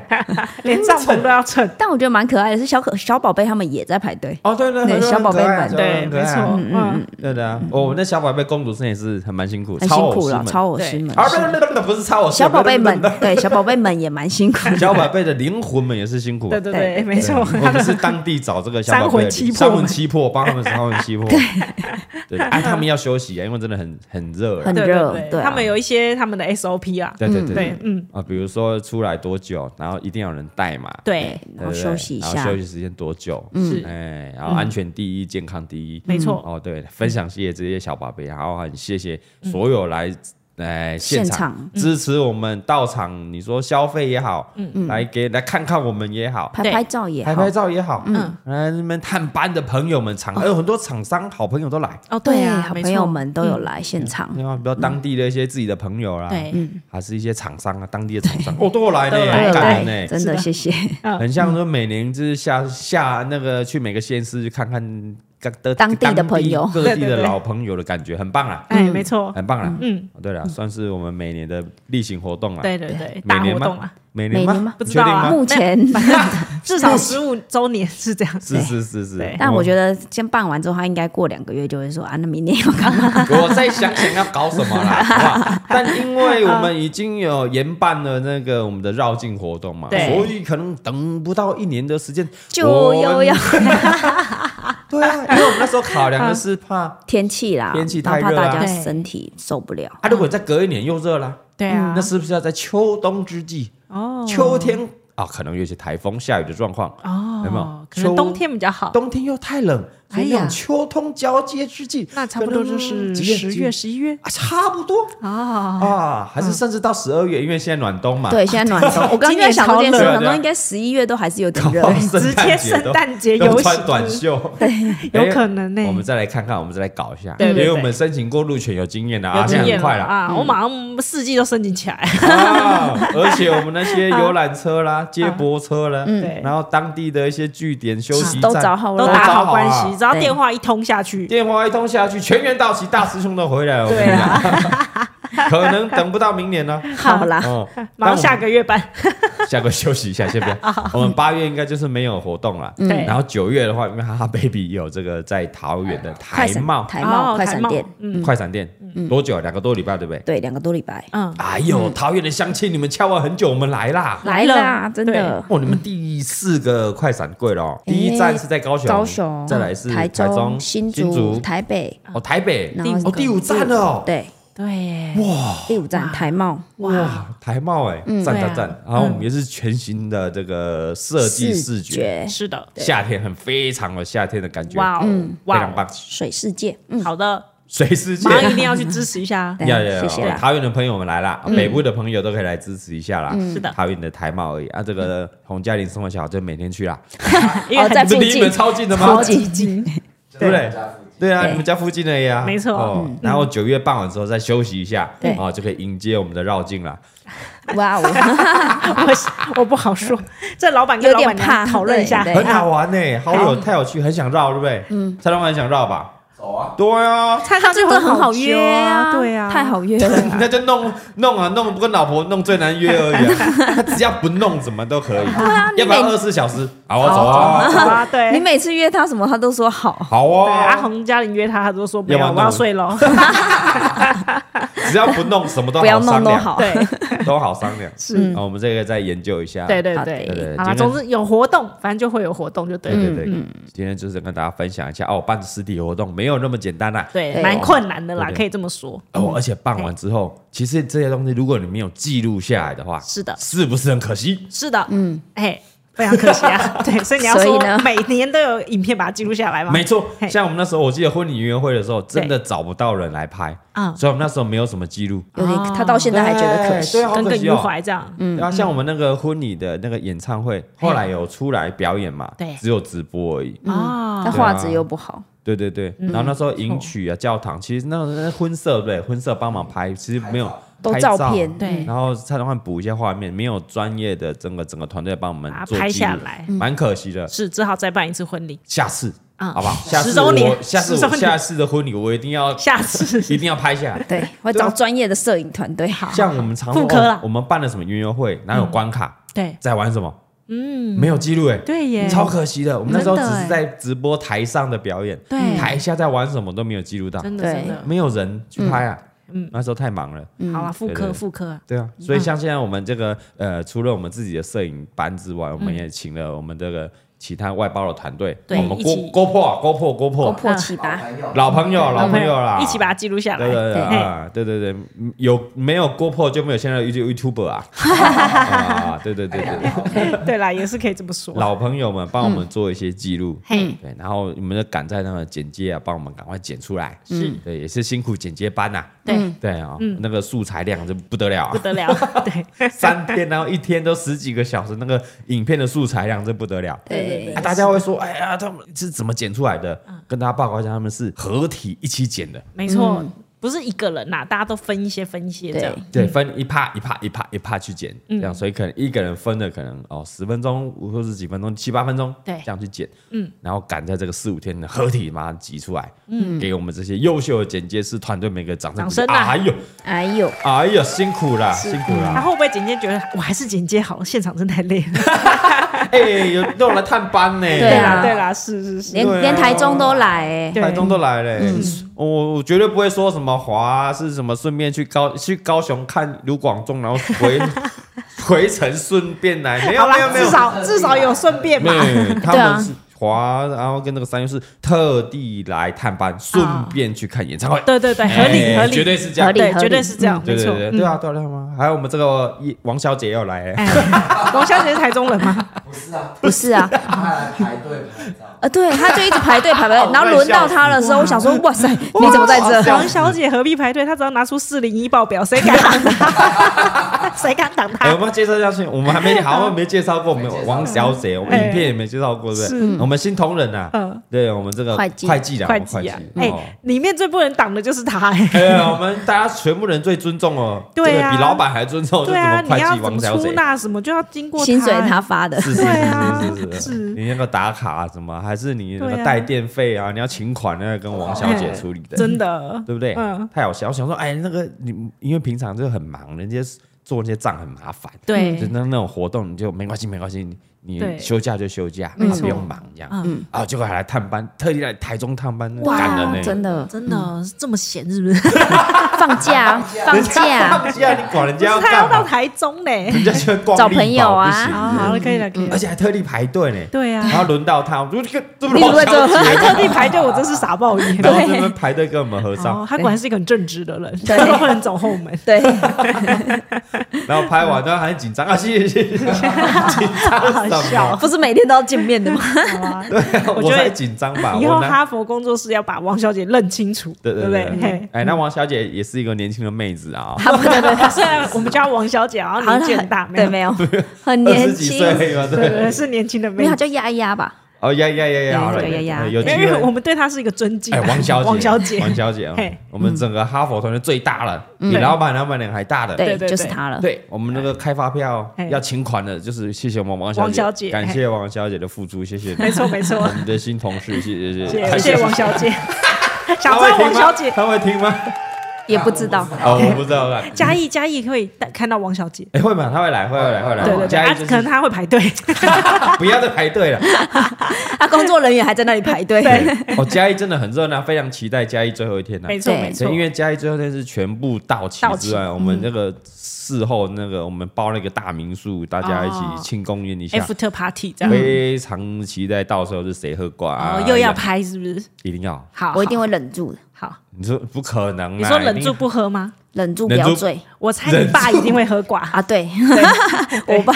Speaker 3: 连帐篷都要蹭。
Speaker 2: 但我觉得蛮可爱的，是小可小宝贝他们也在排队，
Speaker 1: 哦，对对
Speaker 2: 对
Speaker 1: 很多
Speaker 2: 小宝贝
Speaker 1: 很可爱
Speaker 2: 们
Speaker 1: 小宝贝
Speaker 3: 对，
Speaker 1: 很可
Speaker 3: 没
Speaker 1: 爱啊
Speaker 3: 错，嗯，
Speaker 1: 对的啊。哦，那小宝贝公主生也是很蛮辛苦，
Speaker 2: 很辛
Speaker 1: 超偶
Speaker 2: 苦
Speaker 1: 师
Speaker 2: 了，
Speaker 1: 们
Speaker 2: 超我师们，
Speaker 1: 啊，不是不是不是不是超偶师，
Speaker 2: 小宝贝们
Speaker 1: 不是，不
Speaker 2: 对小宝贝们也蛮 辛苦
Speaker 1: 是 小宝贝的灵魂们也是辛
Speaker 2: 嗯
Speaker 1: 苦啊
Speaker 3: 对。对对，没错，
Speaker 1: 对我们是当地找这个小宝贝
Speaker 3: 三 魂
Speaker 1: 的
Speaker 3: 七魄
Speaker 1: 三魂
Speaker 3: 们
Speaker 1: 七魄，帮他们三魂七魄。对，哎，他们要休息啊，因为真的很很热啊。
Speaker 2: 很
Speaker 3: 对
Speaker 2: 热
Speaker 3: 对，
Speaker 2: 对啊
Speaker 3: 他们有一些他们的 SOP 啊，
Speaker 1: 对对对
Speaker 3: 对，嗯，
Speaker 1: 啊，比如说出来多久，然后一定要有人带嘛，
Speaker 3: 对，
Speaker 1: 对
Speaker 2: 然
Speaker 1: 不
Speaker 2: 后
Speaker 1: 对
Speaker 2: 休息一
Speaker 1: 然
Speaker 2: 下嗯
Speaker 1: 后休，息时间多久？
Speaker 3: 是嗯
Speaker 1: 哎，然后安全第一，健康第一，
Speaker 3: 没错
Speaker 1: 哦，对，分享谢谢这些小宝贝，然后很谢谢
Speaker 3: 嗯
Speaker 1: 所有来。哎，现
Speaker 2: 现
Speaker 1: 场
Speaker 2: 场
Speaker 1: 支持我们到场，你说消费也好，
Speaker 3: 嗯
Speaker 1: 来给来看看我们也好，
Speaker 2: 嗯拍
Speaker 3: 对
Speaker 2: 拍照也
Speaker 1: 拍
Speaker 2: 好，
Speaker 1: 拍照也好，嗯
Speaker 3: 嗯，
Speaker 1: 来那边探班的朋友们，厂
Speaker 2: 哦
Speaker 1: 还有很多厂商好朋友都来，
Speaker 3: 哦，
Speaker 2: 对
Speaker 3: 啊，
Speaker 2: 好
Speaker 3: 没
Speaker 2: 朋友
Speaker 3: 错，
Speaker 2: 们都有
Speaker 1: 嗯
Speaker 2: 来现场，
Speaker 1: 然后比如当地的一些自己的朋友啦，
Speaker 2: 嗯
Speaker 3: 对，
Speaker 1: 还是一些厂商啊，当地的厂 商，哦，都有来呢
Speaker 3: 都有，
Speaker 2: 都
Speaker 3: 对
Speaker 2: 有
Speaker 1: 感
Speaker 2: 来，
Speaker 1: 人呢。
Speaker 2: 真
Speaker 3: 是
Speaker 2: 的
Speaker 3: 的
Speaker 2: 谢谢。
Speaker 1: 很像说每年就是下下那个去每个县市去看看各的
Speaker 2: 当地的朋友哦
Speaker 1: 各地
Speaker 3: 对对
Speaker 1: 的
Speaker 3: 对
Speaker 1: 老朋友的感觉，很棒啊，
Speaker 3: 哎，没错，
Speaker 1: 很棒啊。
Speaker 3: 嗯，
Speaker 1: 对了，算是我们每年的例行活动了。
Speaker 3: 对对对，
Speaker 1: 嗯每
Speaker 3: 大
Speaker 1: 年
Speaker 3: 活
Speaker 1: 吗
Speaker 3: 动啊，
Speaker 1: 每
Speaker 2: 每
Speaker 1: 吗？
Speaker 2: 年吗
Speaker 1: 你
Speaker 3: 不知
Speaker 1: 确
Speaker 3: 道
Speaker 1: 定
Speaker 3: 啊
Speaker 1: 吗？
Speaker 2: 目 前，
Speaker 3: 至少十五周年是这样，
Speaker 1: 是是是是
Speaker 3: 对。
Speaker 2: 但我觉
Speaker 1: 得
Speaker 2: 得先办完之后，他应该过两个月就会说啊，那明年要干嘛？
Speaker 1: 我 再想想要搞什么 啦，好不好？但因为我们已经有延办了那个我们的绕境活动嘛，
Speaker 3: 对
Speaker 1: 所以可能等不到一年的时间
Speaker 2: 就
Speaker 1: 我们
Speaker 2: 又要
Speaker 1: 对啊，因为我们那时候考量的是怕。
Speaker 2: 天气啦，
Speaker 1: 天气
Speaker 2: 然后
Speaker 1: 太
Speaker 2: 怕
Speaker 1: 热啊
Speaker 2: 大家
Speaker 3: 对
Speaker 2: 身体受不了。
Speaker 1: 啊，如果再隔一年又热啦，
Speaker 3: 嗯
Speaker 1: 嗯
Speaker 3: 对啊
Speaker 1: 那，是不是要在秋冬之际，
Speaker 3: 哦，
Speaker 1: 秋天啊，可能有一些台风、下雨的状况，有没有
Speaker 3: 哦，可能
Speaker 1: 秋
Speaker 3: 冬天比较好，
Speaker 1: 冬天又太冷，所以
Speaker 3: 哎呀
Speaker 1: 那种秋冬交接之际，
Speaker 3: 那差不多就
Speaker 1: 可能
Speaker 3: 是
Speaker 1: 几月
Speaker 3: 十
Speaker 1: 几
Speaker 3: 月、十一月
Speaker 1: 啊，差不多
Speaker 3: 啊。
Speaker 1: 啊，还是甚至到十二月，因为现在暖冬嘛，
Speaker 2: 对，现在暖冬，我刚刚在想这
Speaker 1: 啊今年
Speaker 2: 件事，
Speaker 1: 超热
Speaker 2: 想说应该十一月都还是 有点热
Speaker 1: 搞。不好圣
Speaker 3: 直
Speaker 1: 诞
Speaker 3: 接
Speaker 1: 节都
Speaker 3: 圣诞节游
Speaker 1: 都
Speaker 3: 行
Speaker 1: 穿短袖，
Speaker 3: 有
Speaker 1: 哎
Speaker 3: 可能呢
Speaker 1: 我们再来看看，我们再来搞一下，
Speaker 3: 对对对
Speaker 1: 因为我们申请过入选有经验的啊，
Speaker 3: 有
Speaker 1: 现
Speaker 3: 经
Speaker 1: 在
Speaker 3: 验
Speaker 1: 很快
Speaker 3: 了
Speaker 1: 啦。
Speaker 3: 啊！
Speaker 2: 嗯
Speaker 3: 我马上四季都申 请起来，
Speaker 1: 啊！而且我们那些游览车啦、接驳车啦，
Speaker 3: 对
Speaker 1: 然后当地的一些据点、休息站
Speaker 2: 都找好
Speaker 3: 都
Speaker 2: 了
Speaker 3: 打
Speaker 1: 好啊
Speaker 3: 好关系，只要
Speaker 2: 对
Speaker 3: 电话一通下去，
Speaker 1: 电话一通下去，全员到齐，大师兄都回来了。我跟你
Speaker 2: 对
Speaker 1: 讲， 可能等不到明年呢。
Speaker 2: 好啦，
Speaker 1: 哦，
Speaker 3: 马上下
Speaker 1: 但
Speaker 3: 个月办。
Speaker 1: 我们下个休息一下，先不要。我们八月应该就是没有活动
Speaker 2: 嗯
Speaker 1: 了。
Speaker 3: 对
Speaker 1: 然后九月的话，因为哈哈 baby 有这个在桃园的台
Speaker 2: 快闪
Speaker 1: 茂
Speaker 2: 台茂
Speaker 3: 哦
Speaker 2: 快闪
Speaker 3: 台茂
Speaker 2: 店，
Speaker 3: 嗯
Speaker 1: 快闪店，多久？啊两个多礼拜，对不对？
Speaker 2: 对，两个多礼拜
Speaker 3: 嗯，
Speaker 1: 哎呦，桃园的乡亲，你们敲完很久，我们来啦！
Speaker 3: 来了
Speaker 2: 啦，真的。
Speaker 1: 哦，你们第四个快闪柜了哦，
Speaker 2: 哎
Speaker 1: 第一站是在高雄，
Speaker 2: 高雄，
Speaker 1: 再来是
Speaker 2: 台
Speaker 1: 中、
Speaker 2: 新
Speaker 1: 竹、
Speaker 2: 台北，
Speaker 1: 哦台北，
Speaker 2: 然后
Speaker 1: 哦第五站了哦，
Speaker 2: 对，
Speaker 3: 对耶，
Speaker 2: 第五站台茂，
Speaker 1: 哇，台茂哎，
Speaker 2: 嗯
Speaker 1: 赞
Speaker 3: 对
Speaker 1: 赞
Speaker 3: 啊
Speaker 1: 赞！然后我们也是全新的这个设计视觉，
Speaker 3: 是的，
Speaker 1: 夏天很非常有夏天的感觉，
Speaker 3: 哇哦
Speaker 2: 嗯
Speaker 1: 非
Speaker 3: 哇
Speaker 1: 常
Speaker 3: 哦，
Speaker 1: 棒，
Speaker 2: 水世界，嗯，。
Speaker 3: 好的，
Speaker 1: 水世界
Speaker 3: 马。上 一定要去支持一下
Speaker 2: 对
Speaker 1: 要要要！
Speaker 2: 谢谢啦
Speaker 1: 哦
Speaker 2: 嗯
Speaker 1: 桃园的朋友们来啦，北部的朋友都可以来支持一下啦。
Speaker 3: 是的
Speaker 1: 桃园的台茂而已啊，这个洪嘉玲生活小就每天去啦，
Speaker 3: 因为
Speaker 2: 哦在
Speaker 3: 很
Speaker 1: 这
Speaker 2: 附
Speaker 1: 离你
Speaker 2: 近
Speaker 1: 们超近的吗？
Speaker 2: 超级近，
Speaker 1: 对不对
Speaker 4: 就在我们家附近
Speaker 1: 对啊，你们家附近的呀，
Speaker 2: 对
Speaker 3: 没错
Speaker 1: 哦，然后九月傍晚之后再休息一下，
Speaker 2: 对
Speaker 1: 啊，就可以迎接我们的绕境了。
Speaker 2: 哇 哦，
Speaker 3: 我我不 好说，这老板
Speaker 2: 有
Speaker 3: 跟老
Speaker 2: 点
Speaker 3: 板
Speaker 2: 怕，
Speaker 3: 娘讨论一下啊
Speaker 2: 对。
Speaker 1: 很
Speaker 2: 对
Speaker 1: 好啊玩呢，好有太有趣，很想绕，对不对？嗯，蔡老板很想绕吧？
Speaker 4: 走啊，
Speaker 1: 对啊，
Speaker 3: 看上去
Speaker 2: 真的很好
Speaker 3: 揪
Speaker 2: 约啊，
Speaker 3: 对啊，
Speaker 2: 太好约了，
Speaker 1: 那就弄弄啊，弄不跟老婆弄最难约而已啊，他只要不弄怎么都可以，要不然二十四小时，好啊，走
Speaker 3: 好
Speaker 1: 啊，
Speaker 3: 吧，对，
Speaker 2: 你每次约他什么，他都说好，
Speaker 1: 好
Speaker 3: 对阿
Speaker 1: 啊，
Speaker 3: 红家里约他，他都说不
Speaker 1: 要
Speaker 3: 要，
Speaker 1: 不然那
Speaker 3: 我
Speaker 1: 我
Speaker 3: 要睡喽。
Speaker 1: 只要不弄什么都
Speaker 2: 不
Speaker 1: 好
Speaker 2: 要弄
Speaker 1: 商
Speaker 2: 都
Speaker 1: 量，
Speaker 2: 好，
Speaker 3: 对，
Speaker 1: 都好商量。
Speaker 3: 是，
Speaker 1: 啊，我们这个再研究一下。
Speaker 3: 对对
Speaker 2: 好
Speaker 3: 对
Speaker 2: 的。
Speaker 1: 对对，
Speaker 3: 好了，
Speaker 1: 呃今天
Speaker 3: 总之有活动，反正就会有活动，就对了。
Speaker 1: 对对对，今天就是跟大家分享一下哦，办实体活动没有那么简单啦、啊
Speaker 3: 对，
Speaker 2: 对
Speaker 3: 蛮困难的啦，
Speaker 1: 对对
Speaker 3: 可以这么说。
Speaker 2: 嗯
Speaker 1: 哦，而且办完之后，其实这些东西如果你没有记录下来的话，
Speaker 3: 是的
Speaker 1: 是不是很可惜？
Speaker 3: 是的，嗯，哎，非常可惜 啊。对，所以你要
Speaker 2: 所
Speaker 3: 说
Speaker 2: 以呢
Speaker 3: 每年都有影片把它记录下来吗？
Speaker 1: 没错，
Speaker 3: 嘿
Speaker 1: 像我们那时候，我记得婚礼音乐会的时候，真的找不到人来拍，
Speaker 3: 嗯
Speaker 1: 所以我们那时候没有什么记录。
Speaker 2: 有点
Speaker 3: 哦
Speaker 2: 他到啊现在还觉得可惜
Speaker 1: 对，对，好
Speaker 3: 耿
Speaker 1: 可
Speaker 3: 耿
Speaker 1: 惜
Speaker 3: 于
Speaker 1: 哦。
Speaker 3: 怀这样。
Speaker 2: 嗯
Speaker 1: 然后像我们那个婚礼的那个演唱会，后来有出来表演嘛，
Speaker 3: 对
Speaker 1: 只有直播而已。
Speaker 2: 他
Speaker 3: 啊，
Speaker 2: 画质又不好，
Speaker 1: 对对对，
Speaker 2: 嗯
Speaker 1: 然后那时候迎娶啊，教堂其实那那婚摄对不对，婚摄帮忙拍，其实没有
Speaker 2: 都
Speaker 1: 拍
Speaker 2: 照片，
Speaker 3: 对
Speaker 1: 然后蔡老汉补一下画面，没有专业的整个整个团队帮我们
Speaker 3: 把它
Speaker 1: 做
Speaker 3: 拍
Speaker 1: 记录
Speaker 3: 下来，
Speaker 1: 蛮可惜的。
Speaker 3: 是只好再办一次婚礼，
Speaker 1: 下次，
Speaker 3: 嗯
Speaker 1: 好不好？下次
Speaker 3: 十周年
Speaker 1: 我下次
Speaker 3: 十周
Speaker 1: 我
Speaker 3: 年
Speaker 1: 下次的婚礼我一定要
Speaker 3: 下次
Speaker 1: 一定要拍 下来。
Speaker 2: 对，会
Speaker 1: 对啊
Speaker 2: 找专业的摄影团队，好
Speaker 1: 像我们常
Speaker 3: 妇
Speaker 1: 说
Speaker 3: 科啦
Speaker 1: 哦我们办了什么音乐会，哪有关卡，
Speaker 3: 对
Speaker 1: 在玩什么？嗯，没有记录哎，
Speaker 3: 对耶，
Speaker 1: 超可惜的。我们那时候只
Speaker 3: 真的
Speaker 1: 是
Speaker 3: 哎
Speaker 1: 在直播台上的表演，
Speaker 3: 对
Speaker 1: 台下在玩什么都没有记录到，
Speaker 3: 真的嗯
Speaker 2: 对嗯
Speaker 3: 真的。
Speaker 1: 没有人去拍啊。那时候太忙了。
Speaker 3: 好了，妇
Speaker 1: 对对
Speaker 3: 科妇科啊，
Speaker 1: 对啊，所以像现在我们这个呃，除了我们自己的摄影班之外，我们也请了我们这个其他外包的团队，
Speaker 3: 嗯对
Speaker 1: 我们
Speaker 3: 一
Speaker 1: 郭
Speaker 3: 起
Speaker 1: 郭破郭破郭
Speaker 2: 都
Speaker 1: 破
Speaker 2: 破七
Speaker 4: 老
Speaker 3: 啊
Speaker 2: 八，
Speaker 4: 朋友，
Speaker 1: 老朋友老朋友啦，
Speaker 3: 一起把它记录下来。
Speaker 1: 对对对
Speaker 2: 对
Speaker 1: 啊，对对对，嗯有没有郭破就没有现在的 You- YouTuber 啊，啊，对对对
Speaker 3: 哎
Speaker 1: 对对，
Speaker 3: 对啦，也是可以这么说。
Speaker 1: 老朋友们帮我们做一些记录，
Speaker 3: 嗯嘿，
Speaker 1: 对，然后你们就赶在那个剪接啊，帮我们赶快剪出来，
Speaker 3: 是
Speaker 1: 对，也是辛苦剪接班呐，
Speaker 3: 对，嗯
Speaker 1: 对啊，那个素材量就不得了啊
Speaker 3: 不，得了，对
Speaker 1: 三天，然后一天都十几个小时，那个影片的素材量真不得了。
Speaker 2: 对对对
Speaker 1: 啊、大家会说，哎呀，他们是怎么剪出来的？跟大家报告一下，他们是合体一起剪的，
Speaker 3: 没错，
Speaker 2: 嗯
Speaker 3: 不是一个人呐，大家都分一些分一些这样
Speaker 2: 对。
Speaker 1: 对，分一帕一帕一帕一帕去剪，这样，所以可能一个人分了可能哦十分钟或是几分钟，七八分钟，
Speaker 3: 对
Speaker 1: 这样去剪，嗯，然后赶在这个四五天的合体马上挤出来，嗯，给我们这些优秀的剪接师团队每个掌声鼓励，
Speaker 3: 掌声啊
Speaker 1: 哎呦，
Speaker 2: 哎呦，
Speaker 1: 哎呦，辛苦啦，辛苦啦，
Speaker 3: 他会不会剪接觉得我还是剪接好了，现场真太累了？
Speaker 1: 哎、有弄来探班呢，
Speaker 2: 对啊
Speaker 3: 对啦，是是是，
Speaker 2: 连
Speaker 1: 对啊
Speaker 2: 连台中都来，哎，
Speaker 3: 对嗯
Speaker 1: 台中都来了、欸我我绝对不会说什么华啊是什么，顺便去高去高雄看卢广仲，然后回 回程顺便来，没有
Speaker 3: 好
Speaker 1: 没有
Speaker 3: 啦，
Speaker 1: 没
Speaker 3: 至
Speaker 1: 有
Speaker 3: 少至少有顺便
Speaker 1: 没
Speaker 3: 嘛
Speaker 1: 有，没有，没有他
Speaker 2: 对啊
Speaker 1: 们是华，然后跟那个三优是特地来探班，顺便去看演唱会，
Speaker 3: 对对对，合理
Speaker 1: 哎
Speaker 3: 合理，
Speaker 1: 绝对是这样
Speaker 2: 合。理
Speaker 3: 对，绝对是这样，
Speaker 1: 对
Speaker 3: 没
Speaker 1: 对啊
Speaker 3: 错。嗯
Speaker 1: 对对啊，对啊，对啊还有我们这个一王小姐要来、欸，
Speaker 3: 哎，王小姐是台中人吗？
Speaker 4: 不是啊，
Speaker 2: 不是 啊，
Speaker 4: 他还来排队拍照。
Speaker 2: 呃，对，他就一直排队排排，然后轮到他的时候，我想说，哇塞， 你怎么在 这？
Speaker 3: 黄小姐何必排队？她只要拿出四零一报表，谁敢挡她？谁敢挡
Speaker 1: 哎、我
Speaker 3: 她？
Speaker 1: 们要介绍下去，我们还 没好像没介绍过我们
Speaker 4: 没介绍
Speaker 1: 王小姐，我们
Speaker 3: 哎
Speaker 1: 影片也没介绍过，对不
Speaker 3: 是
Speaker 1: 对？我们新同仁啊，
Speaker 3: 嗯
Speaker 1: 对我们这个
Speaker 2: 会计
Speaker 1: 会计啦，我
Speaker 3: 会
Speaker 1: 们
Speaker 3: 计啊
Speaker 1: 会，计
Speaker 3: 哎
Speaker 1: 哦，
Speaker 3: 里面最不能挡的就是她，哎，
Speaker 1: 哎、我们大家全部人最尊重哦，
Speaker 3: 对啊
Speaker 1: 这个比老板还尊重，就
Speaker 3: 对
Speaker 1: 怎
Speaker 3: 啊，
Speaker 1: 么
Speaker 3: 你
Speaker 1: 会
Speaker 3: 要
Speaker 1: 计
Speaker 3: 怎
Speaker 1: 王
Speaker 3: 么
Speaker 1: 小姐
Speaker 3: 出。纳什么就要经 过
Speaker 2: 薪水
Speaker 3: 哎
Speaker 2: 他发的，
Speaker 1: 是是
Speaker 3: 对啊
Speaker 1: 是是是
Speaker 3: 是
Speaker 1: 你那个打卡什么，还是你那
Speaker 3: 对
Speaker 1: 个
Speaker 3: 啊哎
Speaker 1: 带电费啊，你要请款那个跟王小姐处理的，
Speaker 3: 真的，
Speaker 1: 对不对？
Speaker 3: 嗯
Speaker 1: 太好笑，我想说，哎，那个你因为平常就很忙，人家做那些账很麻烦，就
Speaker 3: 对，
Speaker 1: 那那种活动你就没关系，没关系，你
Speaker 3: 对
Speaker 1: 你休假就休假，
Speaker 3: 没
Speaker 1: 啊
Speaker 3: 错
Speaker 1: 不用忙这样。
Speaker 3: 嗯，
Speaker 1: 啊，结果还来探班，特地来台中探班，感人
Speaker 2: 哇，
Speaker 1: 呢。
Speaker 2: 真的嗯
Speaker 3: 真的是这么闲是不是？
Speaker 2: 放假放 假，
Speaker 1: 放假你管人家要
Speaker 3: 她要
Speaker 1: 干嘛？
Speaker 3: 到台中嘞，
Speaker 2: 嗯
Speaker 1: 人家去逛
Speaker 2: 找
Speaker 1: 力
Speaker 2: 朋友
Speaker 1: 宝
Speaker 2: 啊
Speaker 1: 不行
Speaker 3: 好好了，可以了，可以了
Speaker 1: 而。且还特地排队呢。
Speaker 3: 对啊
Speaker 1: 然，后轮到他，我就这个这么
Speaker 2: 你怎
Speaker 1: 老
Speaker 2: 么在这
Speaker 1: 小姐，
Speaker 3: 还特 地排队，我真是傻爆眼。
Speaker 1: 然后这边排队跟我们合照
Speaker 3: 哦，，他果然是一个很正直的人，
Speaker 2: 对
Speaker 3: 他不能走后 门。
Speaker 2: 对，
Speaker 1: 然后拍完，然后还很紧张啊，谢谢谢谢，紧张
Speaker 3: 好
Speaker 1: 什
Speaker 3: 笑
Speaker 1: 么？
Speaker 2: 不是每天都要见面 的吗？
Speaker 3: 好啊
Speaker 1: 对啊，
Speaker 3: 我
Speaker 1: 我
Speaker 3: 觉得
Speaker 1: 才紧张吧，
Speaker 3: 以后
Speaker 1: 我拿
Speaker 3: 哈佛工作室要把王小姐认清楚，
Speaker 1: 对
Speaker 3: 对
Speaker 1: 对
Speaker 3: 不
Speaker 1: 对
Speaker 3: 对？
Speaker 1: 对
Speaker 3: 嘿，
Speaker 1: 哎，那王小姐也是一个年轻的妹子啊，
Speaker 2: 啊，不对不对，
Speaker 3: 虽然我们叫王小姐，然后
Speaker 2: 好
Speaker 3: 年
Speaker 2: 像
Speaker 3: 纪很大，
Speaker 2: 很对，没有，很
Speaker 1: 二十
Speaker 2: 年
Speaker 1: 几
Speaker 2: 轻，
Speaker 1: 岁而已嘛，
Speaker 3: 对对
Speaker 1: 对。
Speaker 3: 对，是年轻的
Speaker 2: 没
Speaker 3: 妹
Speaker 2: 有
Speaker 3: 子。
Speaker 2: 叫丫丫吧？
Speaker 1: 哦呀呀呀呀，好了哎
Speaker 2: 对呀呀呀
Speaker 1: 有机
Speaker 3: 因为我
Speaker 1: 会。
Speaker 3: 们对她是一个尊敬
Speaker 1: 哎，
Speaker 3: 啊。
Speaker 1: 王小姐，
Speaker 3: 王小姐，
Speaker 1: 王小姐啊
Speaker 3: 嘿，嗯
Speaker 1: 我们整个哈佛团队最大了，比老板老板娘还大的。
Speaker 2: 对，
Speaker 3: 对对
Speaker 2: 就是他了。
Speaker 1: 对我们那个开发票
Speaker 3: 嘿
Speaker 1: 要请款的，就是谢谢我们王
Speaker 3: 王小
Speaker 1: 小
Speaker 3: 姐
Speaker 1: 姐，感谢王小姐的付出，谢谢
Speaker 3: 没错没错
Speaker 1: 我，们的新同事，谢谢
Speaker 3: 谢
Speaker 1: 谢
Speaker 3: 谢谢王小 姐。想知
Speaker 1: 会
Speaker 3: 道
Speaker 1: 听吗
Speaker 3: 王小姐，
Speaker 1: 他会听 吗？
Speaker 2: 也不知道，
Speaker 1: 哦，我不知道啦。
Speaker 3: 嘉义嘉义会看到王小姐，
Speaker 1: 哎，会吗？他会来，会来，会来。
Speaker 3: 对对对，
Speaker 1: 嘉
Speaker 3: 啊
Speaker 1: 义就
Speaker 3: 可能
Speaker 1: 是啊
Speaker 3: 她会排队，
Speaker 1: 不要再排队了。
Speaker 2: 他啊工作人员还在那里排队。
Speaker 1: 哦，嘉义真的很热闹，非常期待嘉义最后一天呢。啊
Speaker 3: 没错
Speaker 2: 对
Speaker 3: 没
Speaker 1: 对，
Speaker 3: 错
Speaker 1: 因。为嘉义最后那是全部到齐
Speaker 3: 到齐嗯
Speaker 1: 之外，我们那个事后那个我们包了一个大民宿，大家一
Speaker 3: 哦
Speaker 1: 起庆功宴一下，
Speaker 3: After Party 这样，
Speaker 1: 非常期待到时候是谁喝挂
Speaker 3: 然
Speaker 1: 啊，
Speaker 3: 后哦又要拍是不是？
Speaker 1: 一定要，
Speaker 3: 好，
Speaker 2: 我一定
Speaker 3: 会
Speaker 2: 会忍住的，
Speaker 3: 好。
Speaker 1: 你说不可能啊，
Speaker 3: 你说忍
Speaker 1: 一
Speaker 3: 住
Speaker 1: 定
Speaker 3: 不喝吗？
Speaker 2: 忍住不要
Speaker 1: 忍住
Speaker 2: 醉
Speaker 3: 我猜你爸一定会喝 挂，
Speaker 2: 啊！对，
Speaker 3: 我爸，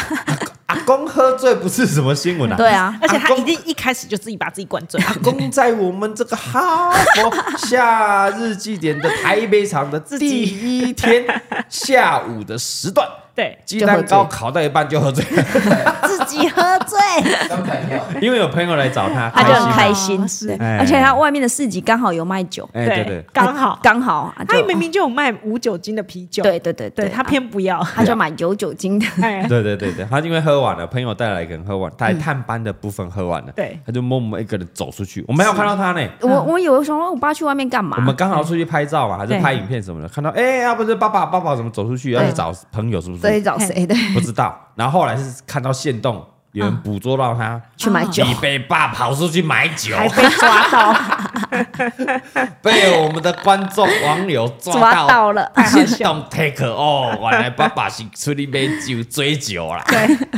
Speaker 1: 阿公喝醉不是什么新 闻啊，
Speaker 2: 对啊，
Speaker 3: 而且他
Speaker 1: 阿公
Speaker 3: 一定一开始就自己把自己灌醉。
Speaker 1: 阿公在我们这个哈佛夏日祭典的台北场的
Speaker 3: 自
Speaker 1: 第
Speaker 3: 己
Speaker 1: 一天下午的时段，
Speaker 3: 对，
Speaker 1: 鸡蛋糕烤到一半就喝醉，
Speaker 2: 自己喝 醉，
Speaker 4: 跟朋友，
Speaker 1: 因为有朋友来找他，
Speaker 2: 他就很
Speaker 1: 开心。
Speaker 2: 开心
Speaker 3: 哦。是
Speaker 2: 对，
Speaker 1: 哎
Speaker 2: 而且他外面的市集刚好有卖酒，
Speaker 1: 哎，对对，
Speaker 3: 刚好，
Speaker 2: 刚好啊，
Speaker 3: 他
Speaker 2: 就
Speaker 3: 明明就有卖无酒精的啤酒，
Speaker 2: 对，对对啊
Speaker 3: 对他偏不要，
Speaker 2: 他就买有酒精的，
Speaker 3: 哎，
Speaker 1: 对对对对，他因为喝完了，朋友带来一个人喝完，他
Speaker 2: 嗯
Speaker 1: 还探班的部分喝完了，
Speaker 3: 对
Speaker 1: 他就默默一个人走出去，我没有看到他呢。
Speaker 2: 我我以为我想说我爸去外面干嘛
Speaker 1: 我？们刚好出去拍照嘛，还是
Speaker 3: 对
Speaker 1: 拍影片什么的，看到哎，要不是爸爸爸爸怎么走出去，要去
Speaker 2: 对
Speaker 1: 找朋友是不
Speaker 2: 所以
Speaker 1: 是？
Speaker 2: 找谁？对，
Speaker 1: 不知道。然后后来是看到线动，有人捕捉到他，
Speaker 2: 去买酒
Speaker 1: 你被爸跑出去买酒，
Speaker 3: 还被抓到，
Speaker 1: 被我们的观众网友
Speaker 2: 抓
Speaker 1: 抓
Speaker 2: 到了，
Speaker 1: 太好笑，take 哦，原来爸爸是出去买酒追酒啦。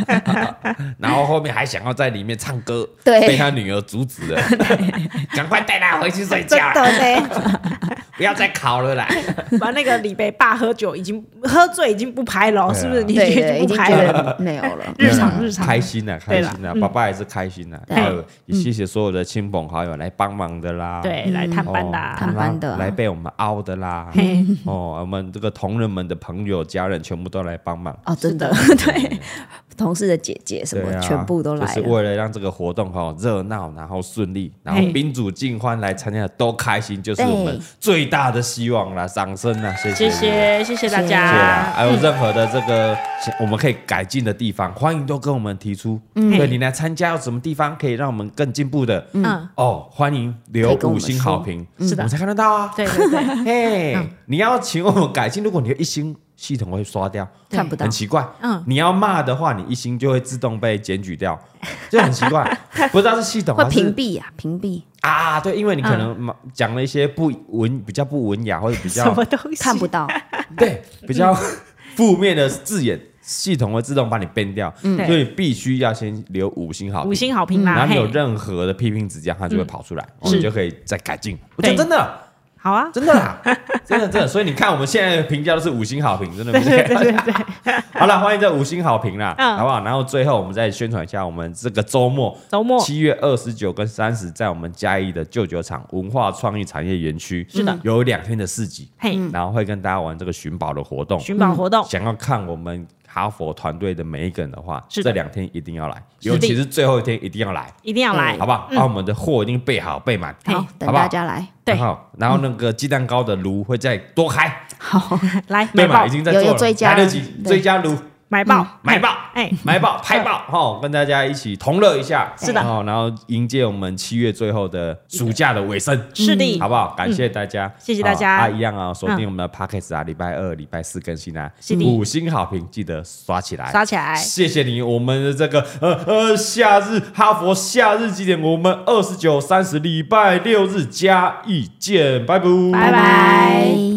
Speaker 1: 然后后面还想要在里面唱歌，
Speaker 2: 对
Speaker 1: 被他女儿阻止了，赶快带他回去睡觉
Speaker 3: 真
Speaker 1: 啦，
Speaker 3: 的
Speaker 1: 不要再考了啦。
Speaker 3: 呢。把那个李贝爸喝酒已经喝醉，已经不拍了哦，
Speaker 1: 对啊
Speaker 3: 是不是？你
Speaker 2: 对对，已
Speaker 3: 不
Speaker 2: 经
Speaker 3: 拍
Speaker 2: 觉
Speaker 3: 了，
Speaker 2: 得没有了。
Speaker 3: 日常日常
Speaker 1: 开心呐，开心
Speaker 3: 对
Speaker 1: 呐
Speaker 3: 啦，嗯
Speaker 1: 爸爸也是开心呐，
Speaker 2: 对
Speaker 1: 还有也谢谢所有的亲朋好友来帮忙的啦，
Speaker 3: 对，来探
Speaker 1: 哦，
Speaker 3: 班啦
Speaker 2: 探。班的啊
Speaker 1: 来被我们凹的啦，哦，我们这个同仁们的朋友、家人全部都来帮忙。
Speaker 2: 哦，真的，对，同事的姐姐什
Speaker 1: 对
Speaker 2: 么
Speaker 1: 啊，
Speaker 2: 全部都来
Speaker 1: 就是
Speaker 2: 了，
Speaker 1: 为了让这个活动哈、热闹，然后顺利，然后
Speaker 3: 嘿
Speaker 1: 宾主尽欢来参加的都开心，就是我们
Speaker 2: 对
Speaker 1: 最大的希望啦！掌声啊，谢
Speaker 3: 谢
Speaker 1: 谢谢
Speaker 3: 谢谢谢大
Speaker 2: 谢谢
Speaker 1: 谢啊！
Speaker 3: 家，
Speaker 1: 还有任何的这个我们可以改进的地方，欢迎都跟我们提出。
Speaker 2: 嗯
Speaker 1: 对你来参加有什么地方可以让我们更进步的？
Speaker 3: 嗯，
Speaker 1: 哦，欢迎留
Speaker 2: 可以跟我
Speaker 1: 五
Speaker 2: 们
Speaker 1: 星
Speaker 2: 说嗯
Speaker 1: 好评，
Speaker 3: 是
Speaker 1: 我
Speaker 3: 的
Speaker 1: 们才看得到啊。
Speaker 3: 对 对对，
Speaker 1: 嘿，
Speaker 3: 嗯
Speaker 1: 你要请我们改进，如果你有一星，系统会刷掉。
Speaker 2: 看不到
Speaker 1: 很。奇怪。
Speaker 3: 嗯
Speaker 1: 你要骂的话，你一星就会自动被检举 掉，就很奇怪，不知道是系统
Speaker 2: 会
Speaker 1: 还
Speaker 2: 屏
Speaker 1: 是
Speaker 2: 蔽呀、屏蔽
Speaker 1: 啊？对，因为你可能嘛讲了一些不文、比较不文雅或者比
Speaker 3: 嗯什
Speaker 1: 较
Speaker 3: 么嗯东西
Speaker 2: 看不到，
Speaker 1: 对比较负面的字眼，系统会自动把你编掉，所以必须要先留五星好评
Speaker 3: 嗯五星。好评啦，
Speaker 1: 嗯然后你有
Speaker 3: 嘿嗯
Speaker 1: 任何的批评指教，它就会跑出来，我们
Speaker 3: 是
Speaker 1: 就可以再改进。我
Speaker 3: 对
Speaker 1: 讲真的，
Speaker 3: 好啊，
Speaker 1: 真的啦，真的真的。所以你看，我们现在的评价都是五星好评，真的
Speaker 3: 对
Speaker 1: 不
Speaker 3: 对
Speaker 1: 对？
Speaker 3: 对对对，
Speaker 1: 好了，欢迎这五星好评啦，
Speaker 3: 嗯
Speaker 1: 好不好？然后最后我们再宣传一下，我们这个周末
Speaker 3: 周末
Speaker 1: 七月二十九跟三十，在我们嘉义的旧酒厂文化创意产业园区，
Speaker 3: 是的
Speaker 1: 有两天的市集，
Speaker 3: 嘿，
Speaker 1: 然后会跟大家玩这个寻宝的活动。
Speaker 3: 寻宝活动，
Speaker 1: 想要看我们哈佛团队的每一个人的话，
Speaker 3: 是的
Speaker 1: 这两天一定要来，
Speaker 3: 是的
Speaker 1: 尤其是最后一天一定要来，
Speaker 3: 一定要来，
Speaker 1: 好不好？把、我们的货一定备好备满，
Speaker 3: 嘿
Speaker 2: 好，等
Speaker 1: 好不好
Speaker 2: 大家来，
Speaker 3: 对
Speaker 1: 然后然后那个鸡蛋糕的炉会再多开，
Speaker 2: 好，
Speaker 3: 来
Speaker 1: 对
Speaker 3: 买
Speaker 1: 嘛？
Speaker 3: 爆
Speaker 1: 已经在
Speaker 2: 有
Speaker 1: 做
Speaker 2: 有
Speaker 1: 了，
Speaker 2: 追加
Speaker 1: 来得
Speaker 2: 了
Speaker 1: 及
Speaker 2: 对
Speaker 1: 追加炉，
Speaker 3: 买爆
Speaker 1: 买 爆。
Speaker 3: 哎，
Speaker 1: 买爆拍爆哈、齁跟大家一起同乐一下，
Speaker 3: 是的
Speaker 1: 然后然后迎接我们七月最后的暑假的尾声，
Speaker 3: 嗯是的
Speaker 1: 好不好？感谢大家，
Speaker 3: 谢谢大家嗯
Speaker 1: 哦啊，一样啊、锁定我们的 podcast 啊，礼拜二、礼拜四更新啊
Speaker 3: 是，的
Speaker 1: 五星好评记得刷起来，
Speaker 3: 刷起来，
Speaker 1: 谢谢你，我们的这个呃呃夏日哈佛夏日几点？我们二十九、三十礼拜六日加一见，拜拜。
Speaker 3: 拜拜。